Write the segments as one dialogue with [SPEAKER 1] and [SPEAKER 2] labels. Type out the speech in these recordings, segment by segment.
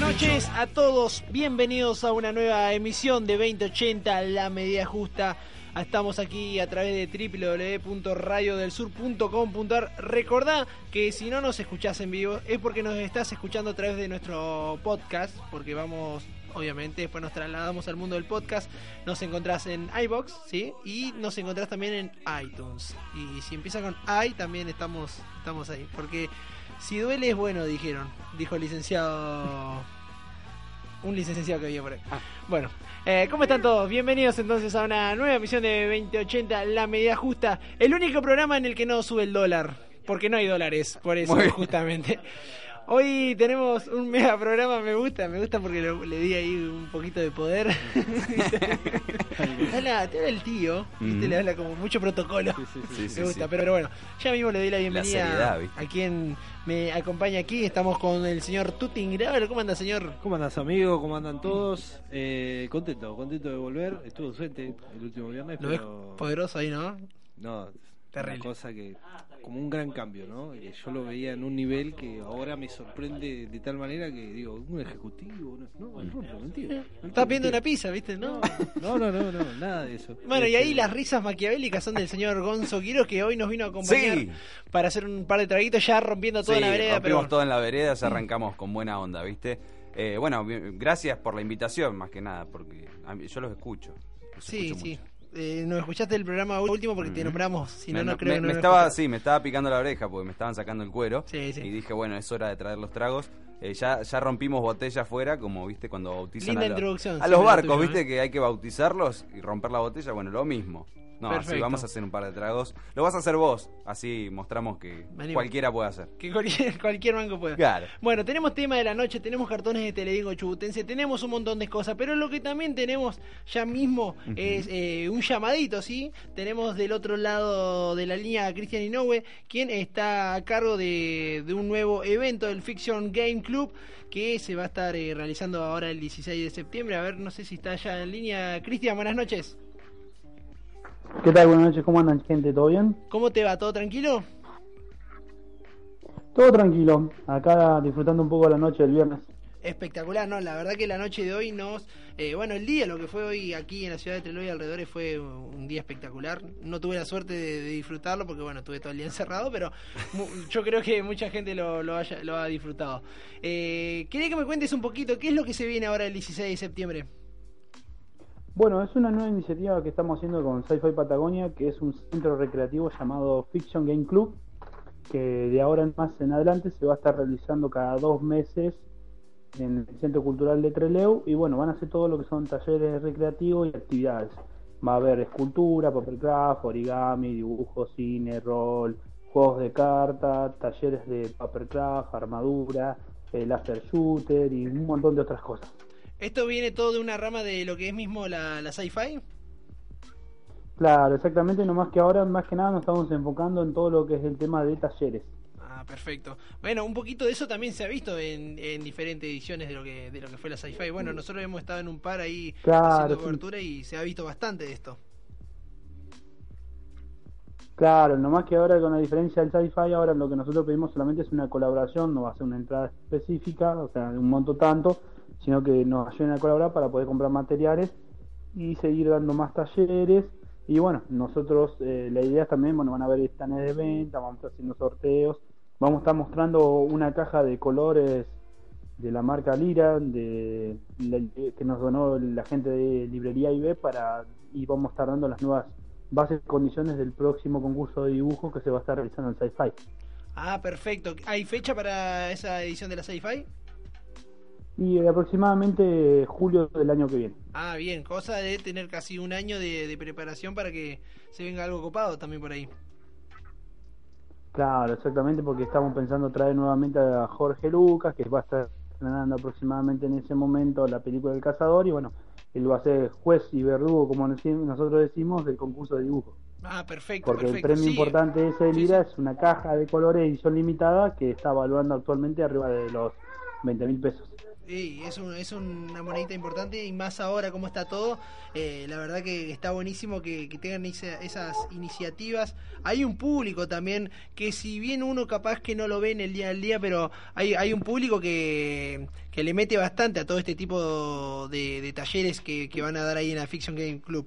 [SPEAKER 1] noches a todos, bienvenidos a una nueva emisión de 2080, La Medida Justa. Estamos aquí a través de www.radiodelsur.com.ar. Recordá que si no nos escuchás en vivo es porque nos estás escuchando a través de nuestro podcast, porque vamos, obviamente, después nos trasladamos al mundo del podcast. Nos encontrás en iBox, ¿sí? Y nos encontrás también en iTunes. Y si empieza con i, también estamos, estamos ahí, porque si duele es bueno, dijeron, dijo el licenciado un licenciado que había por ahí. Ah. Bueno, eh, ¿cómo están todos? Bienvenidos entonces a una nueva emisión de 2080, La Medida Justa, el único programa en el que no sube el dólar, porque no hay dólares, por eso justamente. Hoy tenemos un mega programa, me gusta, me gusta porque lo, le di ahí un poquito de poder. te, habla, te habla el tío, ¿viste? le habla como mucho protocolo.
[SPEAKER 2] Sí, sí,
[SPEAKER 1] me
[SPEAKER 2] sí.
[SPEAKER 1] gusta, pero, pero bueno, ya mismo le doy la bienvenida
[SPEAKER 2] seriedad, ¿viste?
[SPEAKER 1] a quien me acompaña aquí. Estamos con el señor Tutin Gravel. ¿Cómo anda, señor?
[SPEAKER 3] ¿Cómo andas, amigo? ¿Cómo andan todos? Eh, contento, contento de volver. Estuve ausente el último viernes,
[SPEAKER 1] Lo ves
[SPEAKER 3] pero.
[SPEAKER 1] poderoso ahí, ¿no?
[SPEAKER 3] No, es
[SPEAKER 1] Terrible.
[SPEAKER 3] Una cosa que. Como un gran cambio, ¿no? Que yo lo veía en un nivel que ahora me sorprende de tal manera que digo, un ejecutivo. No, no, no, no, mentira.
[SPEAKER 1] Estás viendo una pizza, ¿viste? ¿No?
[SPEAKER 3] No, no, no, no, nada de eso.
[SPEAKER 1] Bueno, y ahí
[SPEAKER 3] Este,
[SPEAKER 1] las risas maquiavélicas son del señor Gonzo Quiroz, que hoy nos vino a acompañar
[SPEAKER 2] Sí.
[SPEAKER 1] para hacer un par de traguitos, ya rompiendo toda
[SPEAKER 2] Sí,
[SPEAKER 1] la vereda.
[SPEAKER 2] rompimos
[SPEAKER 1] Pero... Mm.
[SPEAKER 2] todo en la vereda, ya arrancamos con buena onda, ¿viste? Eh, bueno, bien, gracias por la invitación, más que nada, porque a mí- yo los escucho. los
[SPEAKER 1] Sí,
[SPEAKER 2] escucho
[SPEAKER 1] sí.
[SPEAKER 2] mucho.
[SPEAKER 1] Eh, nos escuchaste del programa último porque te nombramos, si no,
[SPEAKER 2] me,
[SPEAKER 1] no
[SPEAKER 2] me-
[SPEAKER 1] creo que
[SPEAKER 2] me
[SPEAKER 1] no nos
[SPEAKER 2] estaba,
[SPEAKER 1] escuchaste.
[SPEAKER 2] sí, me estaba picando la oreja porque me estaban sacando el cuero.
[SPEAKER 1] Sí, sí.
[SPEAKER 2] Y dije, bueno, es hora de traer los tragos. Eh, ya, ya rompimos botella afuera, como viste cuando bautizan
[SPEAKER 1] Linda
[SPEAKER 2] a, los-
[SPEAKER 1] introducción,
[SPEAKER 2] a
[SPEAKER 1] sí,
[SPEAKER 2] los
[SPEAKER 1] la
[SPEAKER 2] barcos,
[SPEAKER 1] tuya,
[SPEAKER 2] viste
[SPEAKER 1] ¿eh?
[SPEAKER 2] que hay que bautizarlos y romper la botella, bueno, lo mismo. No, así
[SPEAKER 1] Perfecto.
[SPEAKER 2] vamos a hacer un par de tragos. Lo vas a hacer vos, así mostramos que
[SPEAKER 1] Me animo.
[SPEAKER 2] cualquiera puede hacer.
[SPEAKER 1] Que cualquier, cualquier banco pueda.
[SPEAKER 2] Claro.
[SPEAKER 1] Bueno, tenemos tema de la noche, tenemos cartones de Teledingo Chubutense, tenemos un montón de cosas, pero lo que también tenemos ya mismo es eh, un llamadito, ¿sí? Tenemos del otro lado de la línea a Cristian Inoue, quien está a cargo de, de un nuevo evento, el Fiction Game Club, que se va a estar eh, realizando ahora el 16 de septiembre. A ver, no sé si está ya en línea. Cristian, buenas noches.
[SPEAKER 4] ¿Qué tal? Buenas noches, ¿cómo andan, gente? ¿Todo bien?
[SPEAKER 1] ¿Cómo te va? ¿Todo tranquilo?
[SPEAKER 4] Todo tranquilo, acá disfrutando un poco la noche del viernes.
[SPEAKER 1] Espectacular, ¿no? La verdad que la noche de hoy nos... eh, bueno, el día, lo que fue hoy aquí en la ciudad de Trelew y alrededores fue un día espectacular. No tuve la suerte de, de disfrutarlo porque, bueno, estuve todo el día encerrado, pero mu- yo creo que mucha gente lo, lo, haya- lo ha disfrutado. Eh, quería que me cuentes un poquito, ¿qué es lo que se viene ahora el 16 de septiembre?
[SPEAKER 4] Bueno, es una nueva iniciativa que estamos haciendo con Sci-Fi Patagonia, que es un centro recreativo llamado Fiction Game Club, que de ahora en más en adelante se va a estar realizando cada dos meses en el Centro Cultural de Treleu, y bueno, van a hacer todo lo que son talleres recreativos y actividades. Va a haber escultura, paper craft, origami, dibujo, cine, rol, juegos de carta, talleres de paper craft, armadura, eh, láser shooter y un montón de otras cosas.
[SPEAKER 1] ¿Esto viene todo de una rama de lo que es mismo la, la sci-fi?
[SPEAKER 4] Claro, exactamente, nomás que ahora más que nada nos estamos enfocando en todo lo que es el tema de talleres.
[SPEAKER 1] Ah, perfecto. Bueno, un poquito de eso también se ha visto en, en diferentes ediciones de lo que de lo que fue la sci-fi. Bueno, nosotros hemos estado en un par ahí
[SPEAKER 4] Claro,
[SPEAKER 1] haciendo
[SPEAKER 4] sí.
[SPEAKER 1] cobertura y se ha visto bastante de esto.
[SPEAKER 4] Claro, nomás que ahora con la diferencia del sci-fi, ahora lo que nosotros pedimos solamente es una colaboración, no va a ser una entrada específica, o sea, un monto tanto, sino que nos ayuden a colaborar para poder comprar materiales y seguir dando más talleres. Y bueno, nosotros, eh, la idea es también, bueno, van a haber stands de venta, vamos a estar haciendo sorteos, vamos a estar mostrando una caja de colores de la marca Lira, de, la- que nos donó la gente de Librería IB para, y vamos a estar dando las nuevas bases y condiciones del próximo concurso de dibujo que se va a estar realizando en Sci-Fi.
[SPEAKER 1] Ah, perfecto. ¿Hay fecha para esa edición de la sci-fi?
[SPEAKER 4] Y eh, aproximadamente julio del año que viene.
[SPEAKER 1] Ah, bien. Cosa de tener casi un año de, de preparación para que se venga algo copado también por ahí.
[SPEAKER 4] Claro, exactamente, porque estamos pensando traer nuevamente a Jorge Lucas, que va a estar estrenando aproximadamente en ese momento la película El Cazador, y bueno, él va a ser juez y verdugo, como nos- nosotros decimos, del concurso de dibujo.
[SPEAKER 1] Ah, perfecto.
[SPEAKER 4] Porque el
[SPEAKER 1] perfecto.
[SPEAKER 4] premio
[SPEAKER 1] Sí.
[SPEAKER 4] importante ese de
[SPEAKER 1] Sí,
[SPEAKER 4] Lira es una caja de colores edición limitada que está evaluando actualmente arriba de los 20 mil pesos.
[SPEAKER 1] Sí, es, un- es una monedita importante y más ahora como está todo, eh, la verdad que está buenísimo que, que tengan esa- esas iniciativas. Hay un público también que si bien uno capaz que no lo ve en el día al día, pero hay, hay un público que, que le mete bastante a todo este tipo de, de talleres que, que van a dar ahí en la Fiction Game Club.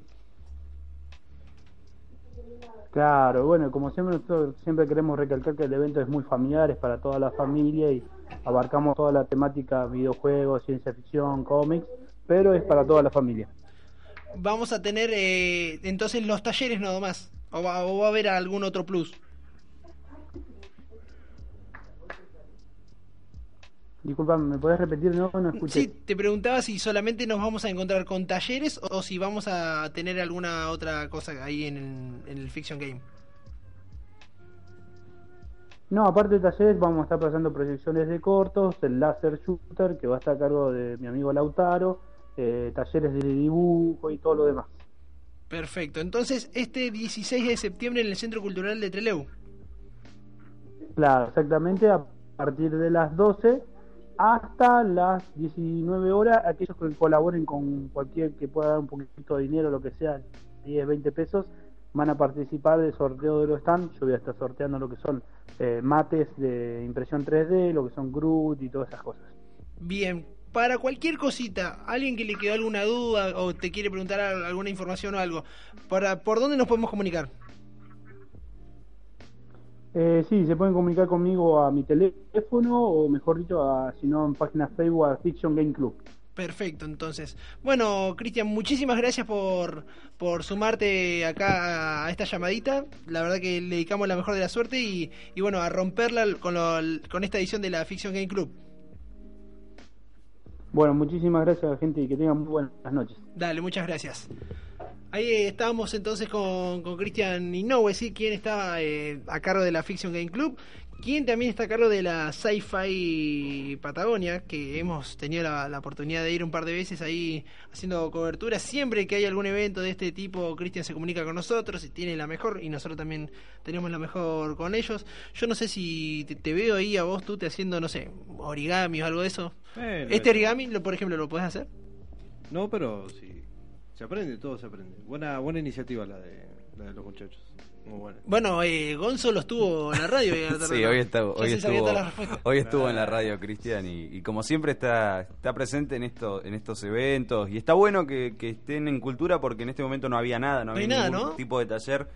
[SPEAKER 4] Claro, bueno, como siempre nosotros siempre queremos recalcar que el evento es muy familiar, es para toda la familia y abarcamos toda la temática videojuegos, ciencia ficción, cómics, pero es para toda la familia.
[SPEAKER 1] Vamos a tener eh, entonces los talleres nada más, o va, o va a haber algún otro plus.
[SPEAKER 4] Disculpa, ¿me podés repetir? No, no escuché.
[SPEAKER 1] Sí, te preguntaba si solamente nos vamos a encontrar con talleres o si vamos a tener alguna otra cosa ahí en el, en el Fiction Game.
[SPEAKER 4] No, aparte de talleres, vamos a estar pasando proyecciones de cortos, el láser shooter que va a estar a cargo de mi amigo Lautaro, eh, talleres de dibujo y todo lo demás.
[SPEAKER 1] Perfecto, entonces este 16 de septiembre en el Centro Cultural de Trelew.
[SPEAKER 4] Claro, exactamente a partir de las 12 hasta las 19 horas. Aquellos que colaboren con cualquier que pueda dar un poquito de dinero, lo que sea, 10, 20 pesos, van a participar del sorteo de los stands. Yo voy a estar sorteando lo que son eh, mates de impresión 3D, lo que son Groot y todas esas cosas.
[SPEAKER 1] Bien, para cualquier cosita, alguien que le quedó alguna duda o te quiere preguntar al- alguna información o algo, para, ¿por dónde nos podemos comunicar?
[SPEAKER 4] Eh, sí, se pueden comunicar conmigo a mi teléfono o mejor dicho, a, si no, en página Facebook a Fiction Game Club.
[SPEAKER 1] Perfecto, entonces. Bueno, Cristian, muchísimas gracias por, por sumarte acá a esta llamadita. La verdad que le dedicamos la mejor de la suerte y, y bueno, a romperla con, lo- con esta edición de la Fiction Game Club.
[SPEAKER 4] Bueno, muchísimas gracias gente y que tengan muy buenas noches.
[SPEAKER 1] Dale, muchas gracias. Ahí eh, estábamos entonces con con Cristian Inoue, ¿sí? quien está eh, a cargo de la Fiction Game Club, quien también está a cargo de la Sci-Fi Patagonia, que hemos tenido la, la oportunidad de ir un par de veces ahí haciendo cobertura. Siempre que hay algún evento de este tipo, Cristian se comunica con nosotros y tiene la mejor, y nosotros también tenemos la mejor con ellos. Yo no sé si te, te veo ahí a vos, tú te haciendo, no sé, origami o algo de eso.
[SPEAKER 3] Eh, lo
[SPEAKER 1] ¿Este
[SPEAKER 3] he hecho.
[SPEAKER 1] origami, lo, por ejemplo, lo podés hacer?
[SPEAKER 3] No, pero sí. Se aprende, todo se aprende. Buena buena iniciativa la de, la de los muchachos. Muy buena.
[SPEAKER 1] Bueno, eh, Gonzo lo estuvo en la radio. y a la tarde,
[SPEAKER 2] Sí,
[SPEAKER 1] ¿no?
[SPEAKER 2] hoy, está-
[SPEAKER 1] Ya
[SPEAKER 2] hoy
[SPEAKER 1] se sabía todas las
[SPEAKER 2] estuvo,
[SPEAKER 1] respuestas.
[SPEAKER 2] hoy estuvo en
[SPEAKER 1] Ah.
[SPEAKER 2] la radio Cristian y, y como siempre está, está presente en, esto, en estos eventos y está bueno que, que estén en cultura porque en este momento no había nada, no,
[SPEAKER 1] No
[SPEAKER 2] había
[SPEAKER 1] hay nada,
[SPEAKER 2] ningún
[SPEAKER 1] ¿no?
[SPEAKER 2] tipo de taller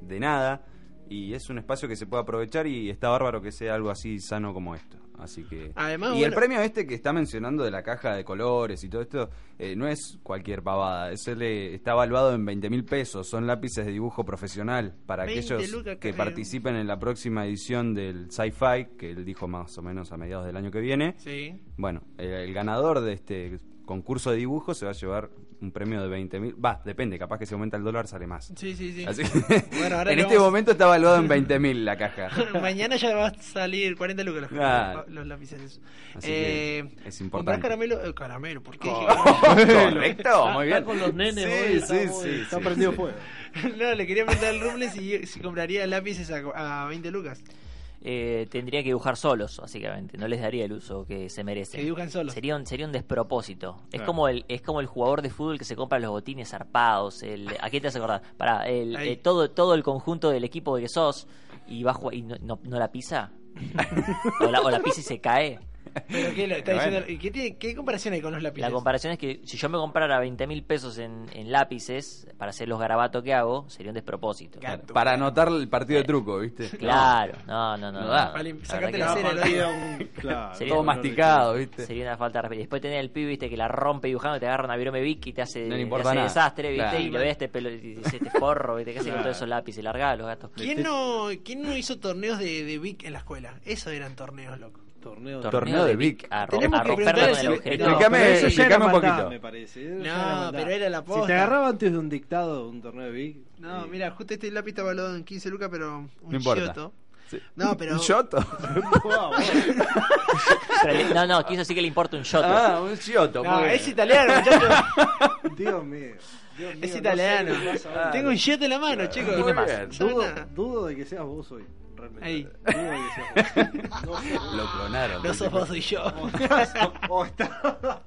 [SPEAKER 2] de nada y es un espacio que se puede aprovechar y está bárbaro que sea algo así sano como esto. Así que
[SPEAKER 1] Además,
[SPEAKER 2] y el
[SPEAKER 1] bueno-
[SPEAKER 2] premio este que está mencionando de la caja de colores y todo esto eh, no es cualquier pavada, ese le está evaluado en 20 mil pesos, son lápices de dibujo profesional para
[SPEAKER 1] 20
[SPEAKER 2] aquellos
[SPEAKER 1] lucas,
[SPEAKER 2] que
[SPEAKER 1] creo.
[SPEAKER 2] participan participen en la próxima edición del Sci-Fi, que él dijo más o menos a mediados del año que viene.
[SPEAKER 1] Sí.
[SPEAKER 2] Bueno, el, el ganador de este concurso de dibujo se va a llevar un premio de 20 mil. Va, depende, capaz que si aumenta el dólar sale más.
[SPEAKER 1] Sí, sí, sí.
[SPEAKER 2] Así que,
[SPEAKER 1] Bueno, ahora
[SPEAKER 2] en
[SPEAKER 1] le
[SPEAKER 2] este
[SPEAKER 1] vamos-
[SPEAKER 2] momento está evaluado en 20 mil la caja.
[SPEAKER 1] Mañana ya va a salir 40 lucas los,
[SPEAKER 2] Ah.
[SPEAKER 1] los lápices.
[SPEAKER 2] Así que es importante.
[SPEAKER 1] ¿Comprás caramelo? Eh, caramelo, ¿por qué? dije
[SPEAKER 2] Correcto, muy bien.
[SPEAKER 3] Está con los nenes
[SPEAKER 2] Sí,
[SPEAKER 3] hoy, está,
[SPEAKER 1] eh,
[SPEAKER 2] sí,
[SPEAKER 3] muy-
[SPEAKER 2] sí,
[SPEAKER 3] está
[SPEAKER 2] sí,
[SPEAKER 3] prendido
[SPEAKER 2] sí.
[SPEAKER 3] fuego.
[SPEAKER 1] caramelo? no, le quería preguntar al Rubles si, si compraría lápices a, a 20 lucas.
[SPEAKER 5] Eh, tendría que dibujar solos, básicamente. No les daría el uso que se merecen.
[SPEAKER 1] Que dibujan solos.
[SPEAKER 5] Sería un, sería un despropósito. Es,
[SPEAKER 3] Claro.
[SPEAKER 5] como el, es como el jugador de fútbol que se compra los botines zarpados. El, ¿A qué te hace acordar? Para, el,
[SPEAKER 1] Ahí.
[SPEAKER 5] eh, todo, todo el conjunto del equipo de que sos y, va a jugar- y no, no- no la pisa. o, la, o la pisa y se cae.
[SPEAKER 1] ¿Pero qué, lo- está
[SPEAKER 2] Bueno.
[SPEAKER 1] diciendo- ¿y qué, tiene- qué comparación hay con los lápices?
[SPEAKER 5] La comparación es que si yo me comprara 20 mil pesos en, en lápices para hacer los garabatos que hago, sería un despropósito.
[SPEAKER 1] Claro.
[SPEAKER 2] Para anotar el partido de truco, ¿viste?
[SPEAKER 5] Claro, no, no, no.
[SPEAKER 2] No
[SPEAKER 5] no,
[SPEAKER 2] da.
[SPEAKER 5] no.
[SPEAKER 1] Vale,
[SPEAKER 5] La
[SPEAKER 1] sacate
[SPEAKER 5] verdad
[SPEAKER 1] la
[SPEAKER 5] que
[SPEAKER 1] cera,
[SPEAKER 5] no.
[SPEAKER 1] lo digo.
[SPEAKER 3] Claro.
[SPEAKER 5] Sería
[SPEAKER 2] Todo masticado, ¿viste?
[SPEAKER 5] Sería una falta de respeto. Y Después tenés el pibe, viste, que la rompe dibujando, te agarra una virome Vic y te hace,
[SPEAKER 2] No le
[SPEAKER 5] te
[SPEAKER 2] importa
[SPEAKER 5] hace
[SPEAKER 2] nada.
[SPEAKER 5] desastre, viste,
[SPEAKER 2] Claro.
[SPEAKER 5] y lo ves este, pelo, y dices, este forro, viste, ¿qué hace con
[SPEAKER 3] Claro.
[SPEAKER 5] todos esos lápices? Largá los gatos.
[SPEAKER 3] Este-
[SPEAKER 1] ¿Quién no, ¿Quién no hizo torneos de, de Vic en la escuela? Esos eran torneos, loco.
[SPEAKER 3] Torneo
[SPEAKER 5] Torneo,
[SPEAKER 2] Torneo de
[SPEAKER 5] de
[SPEAKER 2] Vic.
[SPEAKER 5] Vic a, ro-
[SPEAKER 1] Tenemos
[SPEAKER 5] a
[SPEAKER 1] que
[SPEAKER 5] romperla con el
[SPEAKER 1] preguntarle si-
[SPEAKER 5] agujerito.
[SPEAKER 1] No,
[SPEAKER 2] Explícame,
[SPEAKER 3] pero eso ya
[SPEAKER 2] explícame
[SPEAKER 3] era
[SPEAKER 2] un
[SPEAKER 3] maldad,
[SPEAKER 2] poquito.
[SPEAKER 3] me parece. Eso
[SPEAKER 1] No,
[SPEAKER 3] ya maldad.
[SPEAKER 1] pero era la posta.
[SPEAKER 3] Si te agarrabas antes de un dictado un torneo de Big.
[SPEAKER 1] No,
[SPEAKER 3] eh,
[SPEAKER 1] mira, justo este lápiz está valorado en 15 lucas, pero un
[SPEAKER 2] No importa.
[SPEAKER 1] chioto. No, pero.
[SPEAKER 2] ¿Un Yoto?
[SPEAKER 5] Pero le- No, no, quiso decir que le importa un shot.
[SPEAKER 2] Ah, un Yoto.
[SPEAKER 1] No, es italiano, muchachos.
[SPEAKER 3] Dios mío. Dios mío, no
[SPEAKER 1] Es
[SPEAKER 3] sé
[SPEAKER 1] italiano.
[SPEAKER 3] qué pasa ahora.
[SPEAKER 1] Tengo un shot en la mano, chicos.
[SPEAKER 5] Dime más.
[SPEAKER 2] bien.
[SPEAKER 1] ¿Saben
[SPEAKER 3] Dudo,
[SPEAKER 1] nada?
[SPEAKER 3] dudo de que seas vos hoy. Realmente.
[SPEAKER 1] Ey.
[SPEAKER 3] Dudo de que seas vos. No sé.
[SPEAKER 2] Lo clonaron.
[SPEAKER 1] No sos vos, soy yo.
[SPEAKER 3] O estás, o, está-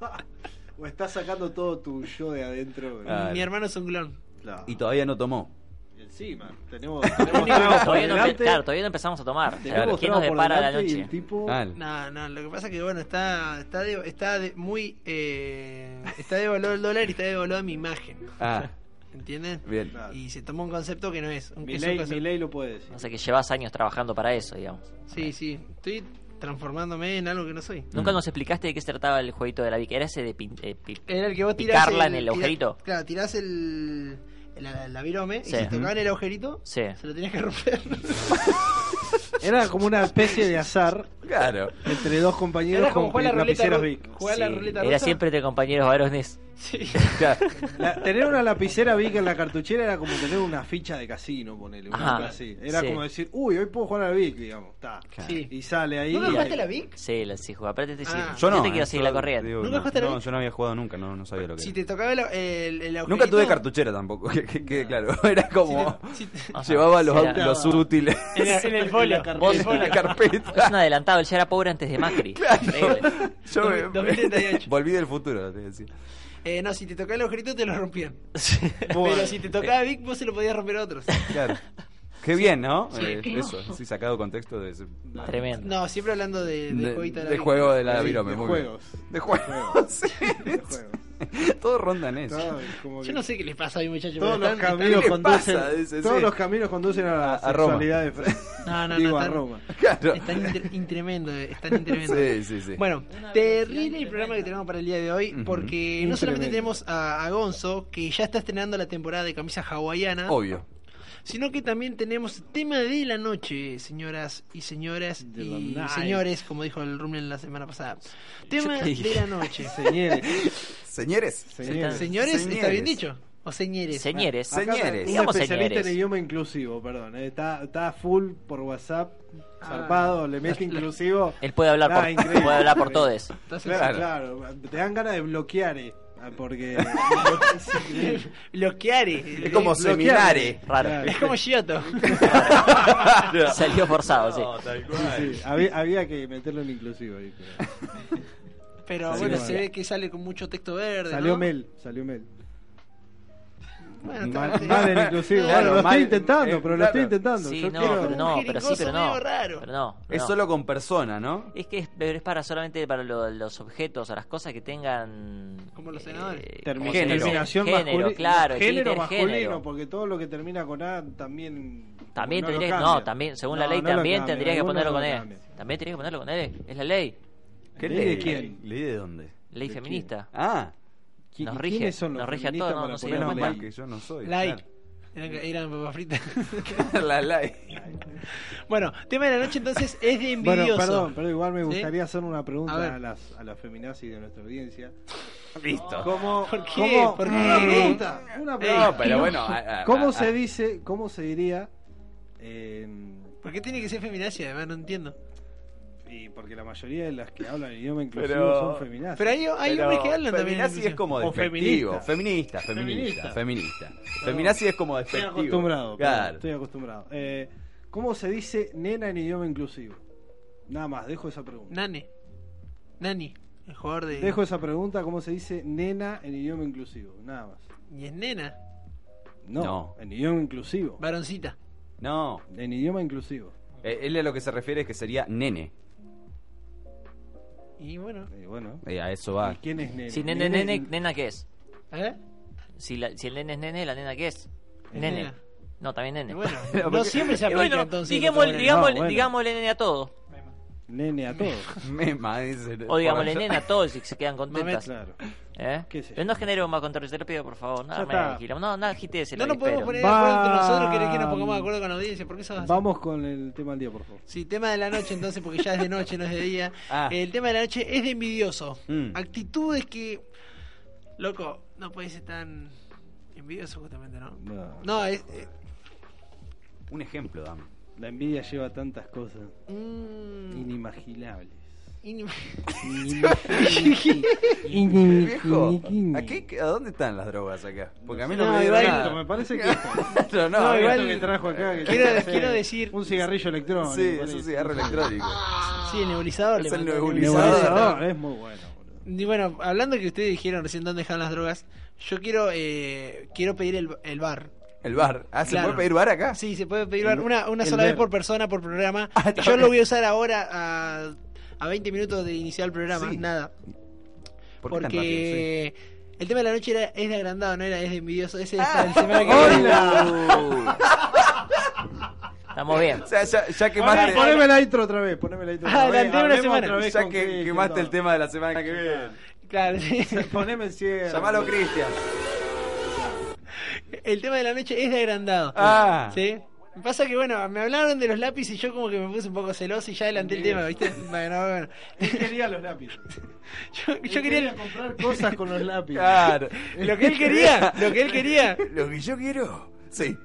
[SPEAKER 3] o estás sacando todo tu yo de adentro.
[SPEAKER 2] Ah.
[SPEAKER 1] Mi hermano es un clon.
[SPEAKER 3] Claro.
[SPEAKER 2] Y todavía no tomó.
[SPEAKER 3] Y encima, tenemos, tenemos tragos por
[SPEAKER 5] Todavía no, empe-
[SPEAKER 3] delante.
[SPEAKER 5] claro, todavía no empezamos a tomar.
[SPEAKER 3] Tenemos
[SPEAKER 5] ¿Quién
[SPEAKER 3] tragos
[SPEAKER 5] nos
[SPEAKER 3] por
[SPEAKER 5] depara la
[SPEAKER 3] delante y el
[SPEAKER 5] noche?
[SPEAKER 3] tipo-
[SPEAKER 2] Ah,
[SPEAKER 1] No, no, lo que pasa es que, bueno, está está de- está de- muy. eh, está devaluado el dólar y está devaluada mi imagen.
[SPEAKER 2] ah,
[SPEAKER 1] ¿Entienden?
[SPEAKER 2] bien.
[SPEAKER 3] Claro.
[SPEAKER 1] Y se tomó un concepto que no es. un- que es un
[SPEAKER 3] Milei-
[SPEAKER 1] concepto-
[SPEAKER 3] Milei lo puede decir.
[SPEAKER 5] No sé que llevas años trabajando para eso, digamos.
[SPEAKER 1] Sí, sí. Estoy transformándome en algo que no soy.
[SPEAKER 5] Nunca
[SPEAKER 2] Mm.
[SPEAKER 5] nos explicaste de qué se trataba el jueguito de la Vic. Era ese de pin- eh, pi-
[SPEAKER 1] Era el que vos tirás.
[SPEAKER 5] Picarla en el agujerito.
[SPEAKER 1] tira- claro, tirás el. el, el- la virome
[SPEAKER 5] Sí.
[SPEAKER 1] y si tocaba en el agujerito,
[SPEAKER 5] Sí.
[SPEAKER 1] se lo tenías que romper.
[SPEAKER 3] Era como una especie de azar
[SPEAKER 2] Claro.
[SPEAKER 3] entre dos compañeros
[SPEAKER 1] Era como
[SPEAKER 3] con
[SPEAKER 1] jugar a la ruleta
[SPEAKER 3] lapiceras
[SPEAKER 1] ru-
[SPEAKER 3] Vic.
[SPEAKER 1] jugar a la
[SPEAKER 5] sí,
[SPEAKER 1] ruleta
[SPEAKER 5] Era
[SPEAKER 1] rusa.
[SPEAKER 5] siempre entre compañeros varones.
[SPEAKER 1] Sí.
[SPEAKER 2] Claro.
[SPEAKER 3] La- tener una lapicera Vic en la cartuchera era como tener una ficha de casino, ponele. una
[SPEAKER 5] Ajá.
[SPEAKER 3] cosa así. Era
[SPEAKER 5] Sí.
[SPEAKER 3] como decir, uy, hoy puedo jugar a la Vic, digamos. Ta.
[SPEAKER 1] Sí.
[SPEAKER 3] Y sale ahí.
[SPEAKER 1] ¿Nunca
[SPEAKER 3] y-
[SPEAKER 1] jugaste la Vic?
[SPEAKER 5] Sí, la sí, jugaba. Aparte, te, sí,
[SPEAKER 1] Ah.
[SPEAKER 2] Yo no.
[SPEAKER 5] te
[SPEAKER 2] eh,
[SPEAKER 5] quiero seguir
[SPEAKER 2] yo
[SPEAKER 5] la corriente.
[SPEAKER 2] digo,
[SPEAKER 1] ¿Nunca
[SPEAKER 2] no,
[SPEAKER 1] jugaste a la
[SPEAKER 2] no,
[SPEAKER 1] Wii?
[SPEAKER 2] yo no había jugado nunca, no, no sabía lo que
[SPEAKER 1] Si
[SPEAKER 2] era.
[SPEAKER 1] te tocaba el, el, el agujerito.
[SPEAKER 2] Nunca tuve cartuchera tampoco, que, que quede claro. Era como.
[SPEAKER 1] si te-
[SPEAKER 5] O sea,
[SPEAKER 2] Llevaba los,
[SPEAKER 5] era-
[SPEAKER 2] los útiles.
[SPEAKER 1] En, el- en el folio.
[SPEAKER 2] Vos
[SPEAKER 1] En el
[SPEAKER 2] en la
[SPEAKER 1] folio.
[SPEAKER 5] Es
[SPEAKER 2] carpeta.
[SPEAKER 5] un adelantado, él ya era pobre antes de Macri. Increíble.
[SPEAKER 2] Yo me-
[SPEAKER 1] 2038.
[SPEAKER 2] Volví del futuro, te decía.
[SPEAKER 1] Eh, no, si te tocaba el agujerito te lo rompían.
[SPEAKER 5] Sí.
[SPEAKER 1] Pero si te tocaba Vic, vos se lo podías romper a otros.
[SPEAKER 2] Claro. Qué bien, ¿no? Eh, eso, sí, sacado contexto de ese.
[SPEAKER 5] Tremendo.
[SPEAKER 1] No, siempre hablando de, de, jueguito de la
[SPEAKER 2] de
[SPEAKER 1] Vic.
[SPEAKER 2] juego de la
[SPEAKER 3] Sí,
[SPEAKER 2] virome,
[SPEAKER 3] de
[SPEAKER 2] muy
[SPEAKER 3] juegos.
[SPEAKER 2] bien. De juegos.
[SPEAKER 3] juegos.
[SPEAKER 2] sí.
[SPEAKER 3] de juegos.
[SPEAKER 2] Todos rondan eso.
[SPEAKER 3] Todo, como
[SPEAKER 1] Yo
[SPEAKER 3] que-
[SPEAKER 1] no sé qué les pasa a mi muchacho. pero
[SPEAKER 3] Todos los
[SPEAKER 1] están-
[SPEAKER 2] ¿qué
[SPEAKER 3] caminos
[SPEAKER 2] le
[SPEAKER 3] conducen.
[SPEAKER 2] pasa? Dice,
[SPEAKER 3] todos
[SPEAKER 2] sí.
[SPEAKER 3] los caminos conducen a la
[SPEAKER 2] A Roma.
[SPEAKER 3] sexualidad de Fran.
[SPEAKER 1] No, no,
[SPEAKER 3] Digo,
[SPEAKER 1] no.
[SPEAKER 3] a
[SPEAKER 1] Están,
[SPEAKER 3] Roma.
[SPEAKER 2] Claro.
[SPEAKER 1] están inter- intremendo, eh, están intremendo.
[SPEAKER 2] Sí, sí, sí.
[SPEAKER 1] Bueno, terrible el programa que tenemos para el día de hoy,
[SPEAKER 2] Ujú.
[SPEAKER 1] porque no solamente
[SPEAKER 3] Tremendo.
[SPEAKER 1] tenemos a, a Gonzo, que ya está estrenando la temporada de camisa hawaiana,
[SPEAKER 2] Obvio.
[SPEAKER 1] sino que también tenemos tema de la noche, señoras y señoras
[SPEAKER 3] De la
[SPEAKER 1] y
[SPEAKER 3] night.
[SPEAKER 1] señores, como dijo el Rumble la semana pasada. Tema
[SPEAKER 5] Yo te dije.
[SPEAKER 1] de la noche.
[SPEAKER 3] Señores,
[SPEAKER 2] Señores.
[SPEAKER 3] señores.
[SPEAKER 1] Señores, está
[SPEAKER 2] Señores.
[SPEAKER 1] bien dicho. O señores.
[SPEAKER 5] Señores.
[SPEAKER 2] Acá- Señeres.
[SPEAKER 3] Un
[SPEAKER 5] Digamos
[SPEAKER 3] especialista
[SPEAKER 5] señores.
[SPEAKER 3] en idioma inclusivo, perdón. eh, Está, está full por WhatsApp, zarpado, le mete inclusivo.
[SPEAKER 5] Él puede hablar,
[SPEAKER 3] Ah,
[SPEAKER 5] por,
[SPEAKER 3] increíble.
[SPEAKER 5] puede hablar por todos.
[SPEAKER 1] Estás en-
[SPEAKER 3] Claro,
[SPEAKER 2] Claro.
[SPEAKER 3] claro, Te dan ganas de bloquear, eh, ah, porque...
[SPEAKER 1] Lo que haré.
[SPEAKER 2] Es como seminare.
[SPEAKER 5] Raro.
[SPEAKER 1] Es como Giotto.
[SPEAKER 5] Salió forzado, sí.
[SPEAKER 2] No, tal cual.
[SPEAKER 3] Sí, había, había que meterlo en inclusivo. ahí, pero-
[SPEAKER 1] Pero
[SPEAKER 3] Sí,
[SPEAKER 1] bueno,
[SPEAKER 3] sí.
[SPEAKER 1] se ve que sale con mucho texto verde.
[SPEAKER 3] Salió
[SPEAKER 1] ¿no?
[SPEAKER 3] Mel, salió Mel.
[SPEAKER 1] Bueno, está
[SPEAKER 3] Mal,
[SPEAKER 1] bien.
[SPEAKER 3] mal en inclusivo.
[SPEAKER 2] Claro,
[SPEAKER 3] Bueno, lo
[SPEAKER 2] mal,
[SPEAKER 3] estoy intentando,
[SPEAKER 2] eh,
[SPEAKER 3] pero lo
[SPEAKER 2] claro.
[SPEAKER 3] estoy intentando.
[SPEAKER 5] Sí,
[SPEAKER 3] Yo
[SPEAKER 5] no,
[SPEAKER 3] quiero-
[SPEAKER 5] pero no,
[SPEAKER 1] Un
[SPEAKER 5] pero sí, pero no.
[SPEAKER 1] medio raro.
[SPEAKER 5] Pero no,
[SPEAKER 2] Es
[SPEAKER 5] no.
[SPEAKER 2] solo con persona, ¿no?
[SPEAKER 5] Es que es, pero es para solamente para lo- los objetos o las cosas que tengan. eh,
[SPEAKER 1] Como los senadores.
[SPEAKER 5] como
[SPEAKER 3] Termi-
[SPEAKER 5] se dice,
[SPEAKER 3] Terminación
[SPEAKER 5] género,
[SPEAKER 3] masculina.
[SPEAKER 5] claro, tiene que
[SPEAKER 3] género
[SPEAKER 5] tener
[SPEAKER 3] masculino,
[SPEAKER 5] género.
[SPEAKER 3] porque todo lo que termina con A también.
[SPEAKER 5] También
[SPEAKER 3] lo
[SPEAKER 5] tendrías,
[SPEAKER 3] cambia.
[SPEAKER 5] no, también, según la
[SPEAKER 3] No,
[SPEAKER 5] ley,
[SPEAKER 3] no lo
[SPEAKER 5] también
[SPEAKER 3] cambia,
[SPEAKER 5] tendrías que
[SPEAKER 3] algunos
[SPEAKER 5] ponerlo
[SPEAKER 3] no
[SPEAKER 5] con
[SPEAKER 3] lo
[SPEAKER 5] E.
[SPEAKER 3] cambian.
[SPEAKER 5] También tendrías que ponerlo con E. Es la ley.
[SPEAKER 2] ¿Qué
[SPEAKER 3] ¿Ley de quién?
[SPEAKER 2] ¿Ley de dónde?
[SPEAKER 5] Ley
[SPEAKER 3] ¿De
[SPEAKER 5] feminista.
[SPEAKER 2] Ah,
[SPEAKER 3] ¿Qui-
[SPEAKER 5] Nos
[SPEAKER 3] y
[SPEAKER 5] rige,
[SPEAKER 3] quiénes son los
[SPEAKER 5] nos rige a
[SPEAKER 3] feministas
[SPEAKER 5] todos, no
[SPEAKER 3] para
[SPEAKER 5] nos
[SPEAKER 3] poner
[SPEAKER 2] menos
[SPEAKER 5] dieron
[SPEAKER 3] ley?
[SPEAKER 2] mal que yo no soy.
[SPEAKER 1] Light. Eran, eran papas fritas.
[SPEAKER 2] claro. La like.
[SPEAKER 1] bueno, tema de la noche entonces es de envidioso.
[SPEAKER 3] Bueno, perdón, pero igual me
[SPEAKER 1] ¿Sí?
[SPEAKER 3] gustaría hacer una
[SPEAKER 1] A ver.
[SPEAKER 3] pregunta a, las, a las feminazis de nuestra audiencia.
[SPEAKER 2] Listo.
[SPEAKER 3] ¿Cómo,
[SPEAKER 1] ¿Por qué?
[SPEAKER 3] cómo-
[SPEAKER 1] ¿Por
[SPEAKER 3] una
[SPEAKER 1] qué?
[SPEAKER 3] pregunta, una pregunta.
[SPEAKER 2] No, pero bueno. a- a-
[SPEAKER 3] ¿Cómo
[SPEAKER 2] a-
[SPEAKER 3] se
[SPEAKER 2] a-
[SPEAKER 3] dice, cómo se diría? eh,
[SPEAKER 1] ¿Por qué tiene que ser feminacia? Además, no entiendo.
[SPEAKER 3] y porque la mayoría de las que hablan idioma inclusivo
[SPEAKER 2] Pero-
[SPEAKER 3] son feminazis.
[SPEAKER 1] Pero hay, hay
[SPEAKER 2] Pero
[SPEAKER 1] hombres que hablan también.
[SPEAKER 2] Feminazi
[SPEAKER 1] inclusive.
[SPEAKER 2] es como
[SPEAKER 3] O
[SPEAKER 2] despectivo. Feminista,
[SPEAKER 3] feminista.
[SPEAKER 2] feminista,
[SPEAKER 3] Feminista.
[SPEAKER 2] feminista. Feminazi es como
[SPEAKER 3] Estoy
[SPEAKER 2] despectivo.
[SPEAKER 3] acostumbrado, perdón,
[SPEAKER 2] Claro.
[SPEAKER 3] estoy acostumbrado. Eh, ¿Cómo se dice nena en idioma inclusivo? Nada más, dejo esa pregunta.
[SPEAKER 1] Nane. Nani. El jugador de.
[SPEAKER 3] Dejo esa pregunta, ¿cómo se dice nena en idioma inclusivo? Nada más.
[SPEAKER 1] Y es nena.
[SPEAKER 3] No,
[SPEAKER 2] No.
[SPEAKER 3] en idioma inclusivo.
[SPEAKER 1] Varoncita.
[SPEAKER 2] No,
[SPEAKER 3] En idioma inclusivo.
[SPEAKER 2] eh, él a lo que se refiere es que sería nene.
[SPEAKER 1] Y bueno.
[SPEAKER 3] Eh, bueno.
[SPEAKER 2] Eh, a eso
[SPEAKER 3] ¿Y
[SPEAKER 2] va.
[SPEAKER 3] quién es Ah, nene?
[SPEAKER 5] Si nene, nene, nena, ¿qué es?
[SPEAKER 1] ¿Eh?
[SPEAKER 5] Si, la- si el nene es nene, la nena, ¿qué es?
[SPEAKER 1] Es
[SPEAKER 5] Nene.
[SPEAKER 1] nena.
[SPEAKER 5] No, también nene.
[SPEAKER 1] Y bueno,
[SPEAKER 2] Pero
[SPEAKER 1] no
[SPEAKER 2] porque-
[SPEAKER 1] siempre se
[SPEAKER 5] Y
[SPEAKER 1] aplica
[SPEAKER 5] bueno,
[SPEAKER 1] entonces.
[SPEAKER 5] digámosle,
[SPEAKER 1] Bueno,
[SPEAKER 5] digámosle-
[SPEAKER 3] No, bueno.
[SPEAKER 5] digámosle nene a todo.
[SPEAKER 3] Nene a todos.
[SPEAKER 2] Mema, dice.
[SPEAKER 5] O digámosle
[SPEAKER 2] Por-
[SPEAKER 5] nene a todos y se quedan contentas.
[SPEAKER 3] claro.
[SPEAKER 5] ¿Eh?
[SPEAKER 3] Qué sé yo.
[SPEAKER 5] Pero no genero más controversia, te lo pido por favor. Nada
[SPEAKER 3] Ya
[SPEAKER 5] más
[SPEAKER 3] está.
[SPEAKER 5] tranquilo. No, no agite ese
[SPEAKER 1] No nos podemos poner de
[SPEAKER 3] Va-
[SPEAKER 1] acuerdo entre nosotros. ¿Querés que nos pongamos de acuerdo con la audiencia? ¿Por qué sos así?
[SPEAKER 3] Vamos con el tema del día, por favor.
[SPEAKER 1] Sí, tema de la noche entonces, porque ya es de noche, no es de día.
[SPEAKER 2] Ah.
[SPEAKER 1] El tema de la noche es de envidioso.
[SPEAKER 2] Mm.
[SPEAKER 1] Actitudes que, loco, no podés ser tan envidioso justamente, ¿no?
[SPEAKER 3] No.
[SPEAKER 1] No, es, eh,
[SPEAKER 2] Un ejemplo, dame.
[SPEAKER 3] La envidia lleva tantas cosas
[SPEAKER 1] Mm,
[SPEAKER 3] inimaginables.
[SPEAKER 1] inim-
[SPEAKER 3] Inimaginables.
[SPEAKER 2] Viejo, ¿a, qué- a dónde están las drogas acá? Porque a mí no,
[SPEAKER 1] No,
[SPEAKER 2] me dieron
[SPEAKER 1] igual-
[SPEAKER 2] nada.
[SPEAKER 3] Me parece que esto
[SPEAKER 2] No, no,
[SPEAKER 1] No,
[SPEAKER 2] a mí-
[SPEAKER 1] igual-
[SPEAKER 3] que trajo acá. que-
[SPEAKER 1] Quiero-
[SPEAKER 3] no sé,
[SPEAKER 1] quiero decir-
[SPEAKER 3] Un cigarrillo electrónico.
[SPEAKER 2] Sí, es
[SPEAKER 3] parece.
[SPEAKER 2] un cigarro electrónico.
[SPEAKER 1] Sí, el nebulizador.
[SPEAKER 2] Es
[SPEAKER 1] le
[SPEAKER 2] el
[SPEAKER 1] mandó eh.
[SPEAKER 2] nebulizador.
[SPEAKER 3] Nebulizador, Es muy bueno, boludo.
[SPEAKER 1] Y bueno, hablando que ustedes dijeron recién dónde dejan las drogas, yo quiero eh, quiero pedir el, el bar.
[SPEAKER 2] El bar. Ah, ¿se
[SPEAKER 1] Claro.
[SPEAKER 2] puede pedir bar acá?
[SPEAKER 1] Sí, se puede pedir bar una, una
[SPEAKER 3] el
[SPEAKER 1] sola vez
[SPEAKER 3] ver.
[SPEAKER 1] por persona, por programa.
[SPEAKER 2] Ah, está
[SPEAKER 1] yo lo
[SPEAKER 2] bien.
[SPEAKER 1] voy a usar ahora a, a 20 minutos de iniciar el programa,
[SPEAKER 2] Sí.
[SPEAKER 1] nada.
[SPEAKER 2] ¿Por qué tan
[SPEAKER 1] porque el tema de la noche era, es de agrandado, no era es de envidioso. Ese es
[SPEAKER 2] Ah,
[SPEAKER 1] el semana que viene.
[SPEAKER 2] ¡Hola!
[SPEAKER 5] Estamos bien.
[SPEAKER 2] o sea, ya, ya
[SPEAKER 3] Poneme,
[SPEAKER 2] quemaste,
[SPEAKER 3] poneme la intro otra vez. Poneme la intro otra vez.
[SPEAKER 1] Adelanté una
[SPEAKER 3] Hablemos
[SPEAKER 1] semana.
[SPEAKER 3] otra vez
[SPEAKER 2] ya
[SPEAKER 3] con
[SPEAKER 2] que,
[SPEAKER 3] Cristian,
[SPEAKER 2] quemaste
[SPEAKER 3] todo.
[SPEAKER 2] el tema de la semana que viene.
[SPEAKER 1] Claro, sí.
[SPEAKER 3] Poneme el cierre.
[SPEAKER 2] Llamalo Cristian.
[SPEAKER 1] El tema de la noche es de agrandado.
[SPEAKER 2] Ah.
[SPEAKER 1] ¿Sí? Pasa que, bueno, me hablaron de los lápices y yo como que me puse un poco celoso y ya adelanté el tema, ¿viste? Bueno, bueno.
[SPEAKER 3] quería los lápices.
[SPEAKER 1] Yo, yo
[SPEAKER 3] Él
[SPEAKER 1] quería...
[SPEAKER 3] comprar cosas con los lápices.
[SPEAKER 2] Claro.
[SPEAKER 1] Lo que él quería, lo que él quería.
[SPEAKER 2] Lo que yo quiero. Sí.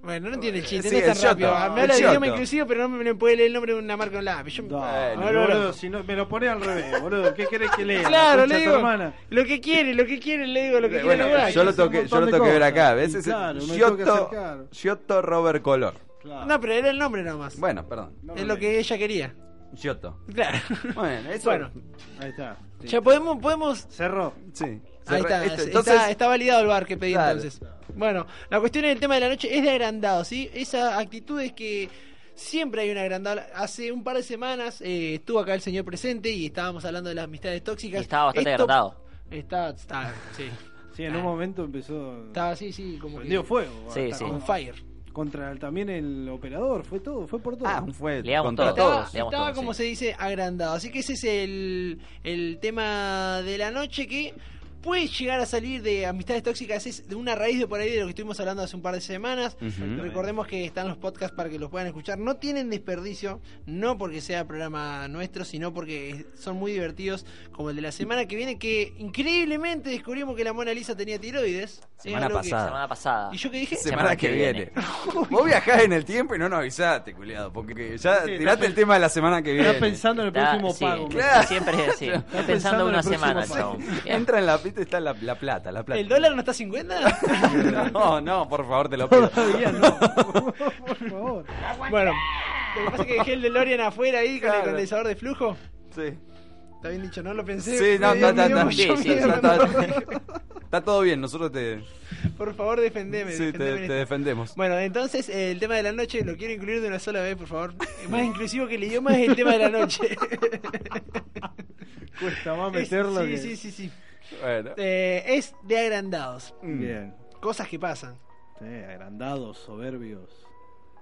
[SPEAKER 1] Bueno, no tiene chiste,
[SPEAKER 2] Sí,
[SPEAKER 1] no
[SPEAKER 2] el
[SPEAKER 1] es tan rápido.
[SPEAKER 2] Shoto.
[SPEAKER 1] Me habla
[SPEAKER 2] El
[SPEAKER 1] de idioma
[SPEAKER 2] Shoto.
[SPEAKER 1] inclusivo, pero no me me puede leer el nombre de una marca en lápiz. Yo-
[SPEAKER 3] No,
[SPEAKER 2] Bueno,
[SPEAKER 3] boludo,
[SPEAKER 1] boludo.
[SPEAKER 3] si no, me lo pone al revés, boludo. ¿Qué querés que lea?
[SPEAKER 1] Claro, le
[SPEAKER 3] Concha tu
[SPEAKER 1] digo.
[SPEAKER 3] hermana.
[SPEAKER 1] Lo que quiere, lo que quiere, le digo, lo que
[SPEAKER 2] Bueno,
[SPEAKER 1] quiere lograr.
[SPEAKER 2] yo lo
[SPEAKER 3] es un
[SPEAKER 2] toqué, yo
[SPEAKER 3] montón
[SPEAKER 2] lo
[SPEAKER 3] de
[SPEAKER 2] toqué ver
[SPEAKER 3] cosas.
[SPEAKER 2] acá. ¿Ves?
[SPEAKER 3] Y
[SPEAKER 2] Ese
[SPEAKER 3] claro, me tengo que
[SPEAKER 2] Giotto,
[SPEAKER 3] acercar.
[SPEAKER 2] Giotto Robert Color.
[SPEAKER 3] Claro.
[SPEAKER 1] No, pero era el nombre nomás.
[SPEAKER 2] Bueno, perdón.
[SPEAKER 1] es lo que ella quería.
[SPEAKER 2] Giotto.
[SPEAKER 1] Claro.
[SPEAKER 2] Bueno, eso.
[SPEAKER 1] Bueno,
[SPEAKER 3] Ahí está. Sí. este,
[SPEAKER 1] ya podemos, podemos
[SPEAKER 3] Cerró.
[SPEAKER 2] Sí.
[SPEAKER 1] Ahí está,
[SPEAKER 2] Esto-
[SPEAKER 1] es-
[SPEAKER 2] entonces,
[SPEAKER 1] está, está validado el bar que pedí
[SPEAKER 2] Claro.
[SPEAKER 1] entonces. Bueno, la cuestión del tema de la noche es de agrandado, ¿sí? Esa actitud es que siempre hay un agrandado. Hace un par de semanas eh, estuvo acá el señor presente y estábamos hablando de las amistades
[SPEAKER 5] Y
[SPEAKER 1] tóxicas.
[SPEAKER 5] estaba bastante
[SPEAKER 1] Esto-
[SPEAKER 5] agrandado.
[SPEAKER 1] Está, está, sí.
[SPEAKER 3] Sí, en un momento empezó.
[SPEAKER 1] Estaba así, sí, como que
[SPEAKER 3] Prendió fuego.
[SPEAKER 5] Sí,
[SPEAKER 3] hasta
[SPEAKER 5] sí.
[SPEAKER 1] on
[SPEAKER 3] con-
[SPEAKER 1] fire.
[SPEAKER 3] Contra el- también el operador. Fue todo, fue por todo.
[SPEAKER 2] Ah, fue
[SPEAKER 5] Le damos
[SPEAKER 2] contra
[SPEAKER 5] todo.
[SPEAKER 2] todos.
[SPEAKER 1] Estaba,
[SPEAKER 5] Todos, digamos
[SPEAKER 1] estaba
[SPEAKER 5] todos,
[SPEAKER 1] como
[SPEAKER 5] sí.
[SPEAKER 1] se dice, agrandado. Así que ese es el, el tema de la noche que puede llegar a salir de amistades tóxicas. Es de una raíz de por ahí de lo que estuvimos hablando hace un par de semanas.
[SPEAKER 2] Ujú.
[SPEAKER 1] Recordemos que están los podcasts para que los puedan escuchar. No tienen desperdicio, no porque sea programa nuestro, sino porque son muy divertidos, como el de la semana que viene, que increíblemente descubrimos que la Mona Lisa tenía tiroides. Es
[SPEAKER 2] Semana
[SPEAKER 1] algo que-
[SPEAKER 3] Ah.
[SPEAKER 5] La
[SPEAKER 2] pasada.
[SPEAKER 5] semana pasada.
[SPEAKER 1] ¿Y yo qué dije?
[SPEAKER 2] Semana que viene. Vos viajás en el tiempo y no nos avisaste, culiado. Porque ya
[SPEAKER 3] Sí,
[SPEAKER 2] tiraste el tema de la semana que
[SPEAKER 3] Está
[SPEAKER 2] viene.
[SPEAKER 3] pensando en el
[SPEAKER 5] Está-
[SPEAKER 3] próximo
[SPEAKER 5] sí,
[SPEAKER 3] pago.
[SPEAKER 2] Claro.
[SPEAKER 5] Siempre es así. Está
[SPEAKER 3] pensando
[SPEAKER 5] pensando
[SPEAKER 3] en
[SPEAKER 5] una
[SPEAKER 3] el próximo
[SPEAKER 5] semana,
[SPEAKER 3] pago.
[SPEAKER 5] chabón. Bien.
[SPEAKER 2] Entra en la pita está la, la plata, la plata.
[SPEAKER 1] ¿El dólar no está a 50?
[SPEAKER 2] No, no, por favor, te lo pido.
[SPEAKER 3] Todavía no. por favor.
[SPEAKER 1] bueno, lo que pasa es que dejé el DeLorean afuera ahí con
[SPEAKER 2] Claro.
[SPEAKER 1] el condensador de flujo.
[SPEAKER 2] Sí.
[SPEAKER 1] Está bien dicho, no lo pensé.
[SPEAKER 2] Sí, no,
[SPEAKER 1] Me dio
[SPEAKER 2] no, no,
[SPEAKER 1] miedo, yo
[SPEAKER 2] no.
[SPEAKER 5] sí, sí,
[SPEAKER 1] miedo.
[SPEAKER 2] Está está- está todo bien, nosotros te,
[SPEAKER 1] Por favor, defendeme.
[SPEAKER 2] sí, te-
[SPEAKER 1] defendeme en
[SPEAKER 2] te
[SPEAKER 1] esta.
[SPEAKER 2] defendemos.
[SPEAKER 1] Bueno, entonces eh, el tema de la noche lo quiero incluir de una sola vez, por favor. Eh, Más inclusivo que el idioma es el tema de la noche.
[SPEAKER 3] Cuesta más meterlo.
[SPEAKER 1] sí,
[SPEAKER 3] que-
[SPEAKER 1] sí, sí, sí.
[SPEAKER 2] Bueno.
[SPEAKER 1] Eh, es de agrandados.
[SPEAKER 3] Bien.
[SPEAKER 1] Cosas que pasan.
[SPEAKER 3] Sí, agrandados, soberbios.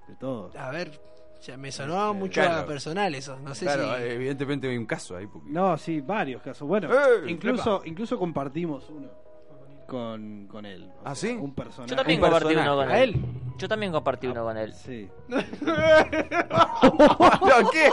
[SPEAKER 3] De todo.
[SPEAKER 1] A ver, ya me sonó mucho
[SPEAKER 2] Este, claro.
[SPEAKER 1] a personal eso. No sé
[SPEAKER 2] Claro,
[SPEAKER 1] si.
[SPEAKER 2] eh, evidentemente hay un caso ahí. porque-
[SPEAKER 3] No, sí, varios casos. Bueno,
[SPEAKER 2] ¡Eh!
[SPEAKER 3] incluso, incluso compartimos uno con, con él. O
[SPEAKER 2] ¿Ah,
[SPEAKER 3] sea,
[SPEAKER 2] sí?
[SPEAKER 3] Un personaje.
[SPEAKER 5] Yo también
[SPEAKER 2] Un
[SPEAKER 5] compartí
[SPEAKER 2] personaje.
[SPEAKER 5] uno con
[SPEAKER 1] ¿A
[SPEAKER 5] él.
[SPEAKER 1] él?
[SPEAKER 5] Yo también compartí uno con él.
[SPEAKER 3] Sí.
[SPEAKER 2] No, ¿qué?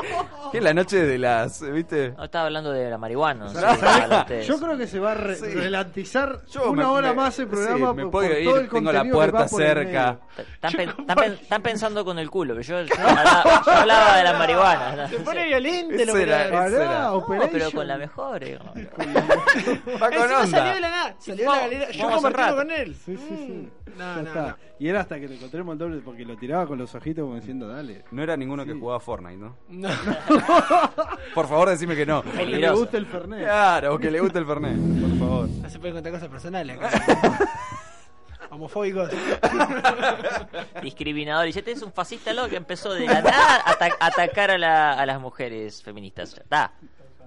[SPEAKER 2] ¿Qué es la noche de las, viste?
[SPEAKER 5] No estaba hablando de la marihuana. No sé,
[SPEAKER 2] ¿Sabés?
[SPEAKER 5] hablan ustedes.
[SPEAKER 3] Yo creo que se va a re-
[SPEAKER 2] Sí.
[SPEAKER 3] relantizar
[SPEAKER 2] Yo
[SPEAKER 3] una
[SPEAKER 2] me-
[SPEAKER 3] hora
[SPEAKER 2] me-
[SPEAKER 3] más el programa.
[SPEAKER 2] sí, me
[SPEAKER 3] por-
[SPEAKER 2] puedo
[SPEAKER 3] por
[SPEAKER 2] ir,
[SPEAKER 3] todo el
[SPEAKER 2] tengo la
[SPEAKER 3] contenido que va
[SPEAKER 2] puerta
[SPEAKER 3] por el
[SPEAKER 2] cerca.
[SPEAKER 3] medio.
[SPEAKER 5] Están, pen- están pen- están pensando con el culo, pero yo, yo hablaba, yo hablaba de la marihuana. ¿no?
[SPEAKER 1] Se pone violento
[SPEAKER 2] eh, Ese
[SPEAKER 1] lo
[SPEAKER 2] era- eh,
[SPEAKER 1] que
[SPEAKER 2] ese-
[SPEAKER 3] Pará,
[SPEAKER 2] No,
[SPEAKER 5] No, pero
[SPEAKER 3] Operation.
[SPEAKER 5] con la mejor. eh, digo.
[SPEAKER 2] Va con
[SPEAKER 1] Encima salió de
[SPEAKER 2] onda.
[SPEAKER 1] la nada. Salió de
[SPEAKER 5] vamos-
[SPEAKER 1] la galera. Yo
[SPEAKER 5] vamos a
[SPEAKER 1] compartido
[SPEAKER 5] rato.
[SPEAKER 1] con él.
[SPEAKER 3] Sí, sí, sí.
[SPEAKER 1] Mm, No,
[SPEAKER 3] Ya
[SPEAKER 1] no,
[SPEAKER 3] está.
[SPEAKER 1] no.
[SPEAKER 3] Y era hasta que lo encontremos el doble porque lo tiraba con los ojitos como diciendo, dale.
[SPEAKER 2] No era ninguno que jugaba Fortnite, ¿no?
[SPEAKER 1] No.
[SPEAKER 2] Por favor, decime que no.
[SPEAKER 3] Que le
[SPEAKER 5] Peligroso.
[SPEAKER 3] gusta el Fernet.
[SPEAKER 2] Claro, que le gusta el Fernet, por favor.
[SPEAKER 1] No se pueden contar cosas personales acá. Homofóbicos.
[SPEAKER 5] discriminador. Y ya tenés un fascista loco que empezó de la nada a ata- a atacar a, la- a las mujeres feministas. Ya está.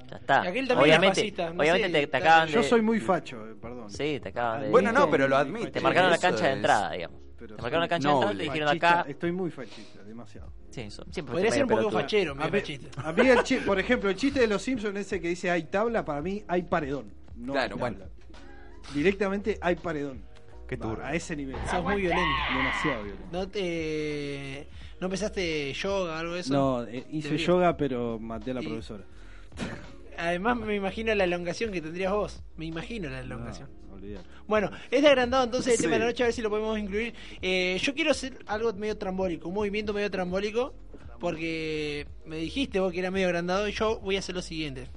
[SPEAKER 5] Ya está.
[SPEAKER 1] Y aquel también
[SPEAKER 5] obviamente,
[SPEAKER 1] es fascista, no
[SPEAKER 5] obviamente
[SPEAKER 1] sé,
[SPEAKER 5] te,
[SPEAKER 1] está-
[SPEAKER 5] te acaban de.
[SPEAKER 3] Yo soy muy facho, eh, perdón.
[SPEAKER 5] Sí, te acaban de.
[SPEAKER 2] Bueno, no, pero lo admite.
[SPEAKER 5] Te marcaron la
[SPEAKER 2] Eso
[SPEAKER 5] cancha de
[SPEAKER 2] es-
[SPEAKER 5] entrada, digamos.
[SPEAKER 3] Pero
[SPEAKER 5] Te marcaron la cancha de
[SPEAKER 2] noble.
[SPEAKER 5] entrada y te dijeron
[SPEAKER 3] Fachista,
[SPEAKER 5] acá.
[SPEAKER 3] Estoy muy fachista, demasiado.
[SPEAKER 5] Sí, son- siempre
[SPEAKER 1] Podría
[SPEAKER 5] te
[SPEAKER 1] ser un
[SPEAKER 5] medio
[SPEAKER 1] poco
[SPEAKER 5] pelotudo.
[SPEAKER 1] fachero, medio
[SPEAKER 3] A mí,
[SPEAKER 1] machista.
[SPEAKER 3] a mí el chi- por ejemplo, el chiste de los Simpsons ese que dice hay tabla, para mí hay paredón. No hay
[SPEAKER 2] Claro,
[SPEAKER 3] tabla.
[SPEAKER 2] bueno.
[SPEAKER 3] Directamente hay paredón.
[SPEAKER 2] Qué
[SPEAKER 3] Va,
[SPEAKER 2] turbio.
[SPEAKER 3] A ese nivel.
[SPEAKER 1] Sos muy violento.
[SPEAKER 3] Demasiado violento.
[SPEAKER 1] ¿No te. ¿No empezaste yoga o algo de eso?
[SPEAKER 3] No, eh, hice
[SPEAKER 1] Debería.
[SPEAKER 3] yoga, pero maté a la
[SPEAKER 1] Y-
[SPEAKER 3] profesora.
[SPEAKER 1] Además, me imagino la elongación que tendrías vos. Me imagino la elongación.
[SPEAKER 3] No, olvidar.
[SPEAKER 1] Bueno, es de agrandado entonces el
[SPEAKER 2] Sí.
[SPEAKER 1] tema de la noche, a ver si lo podemos incluir. Eh, yo quiero hacer algo medio trambólico, un movimiento medio trambólico, porque me dijiste vos que era medio agrandado y yo voy a hacer lo siguiente.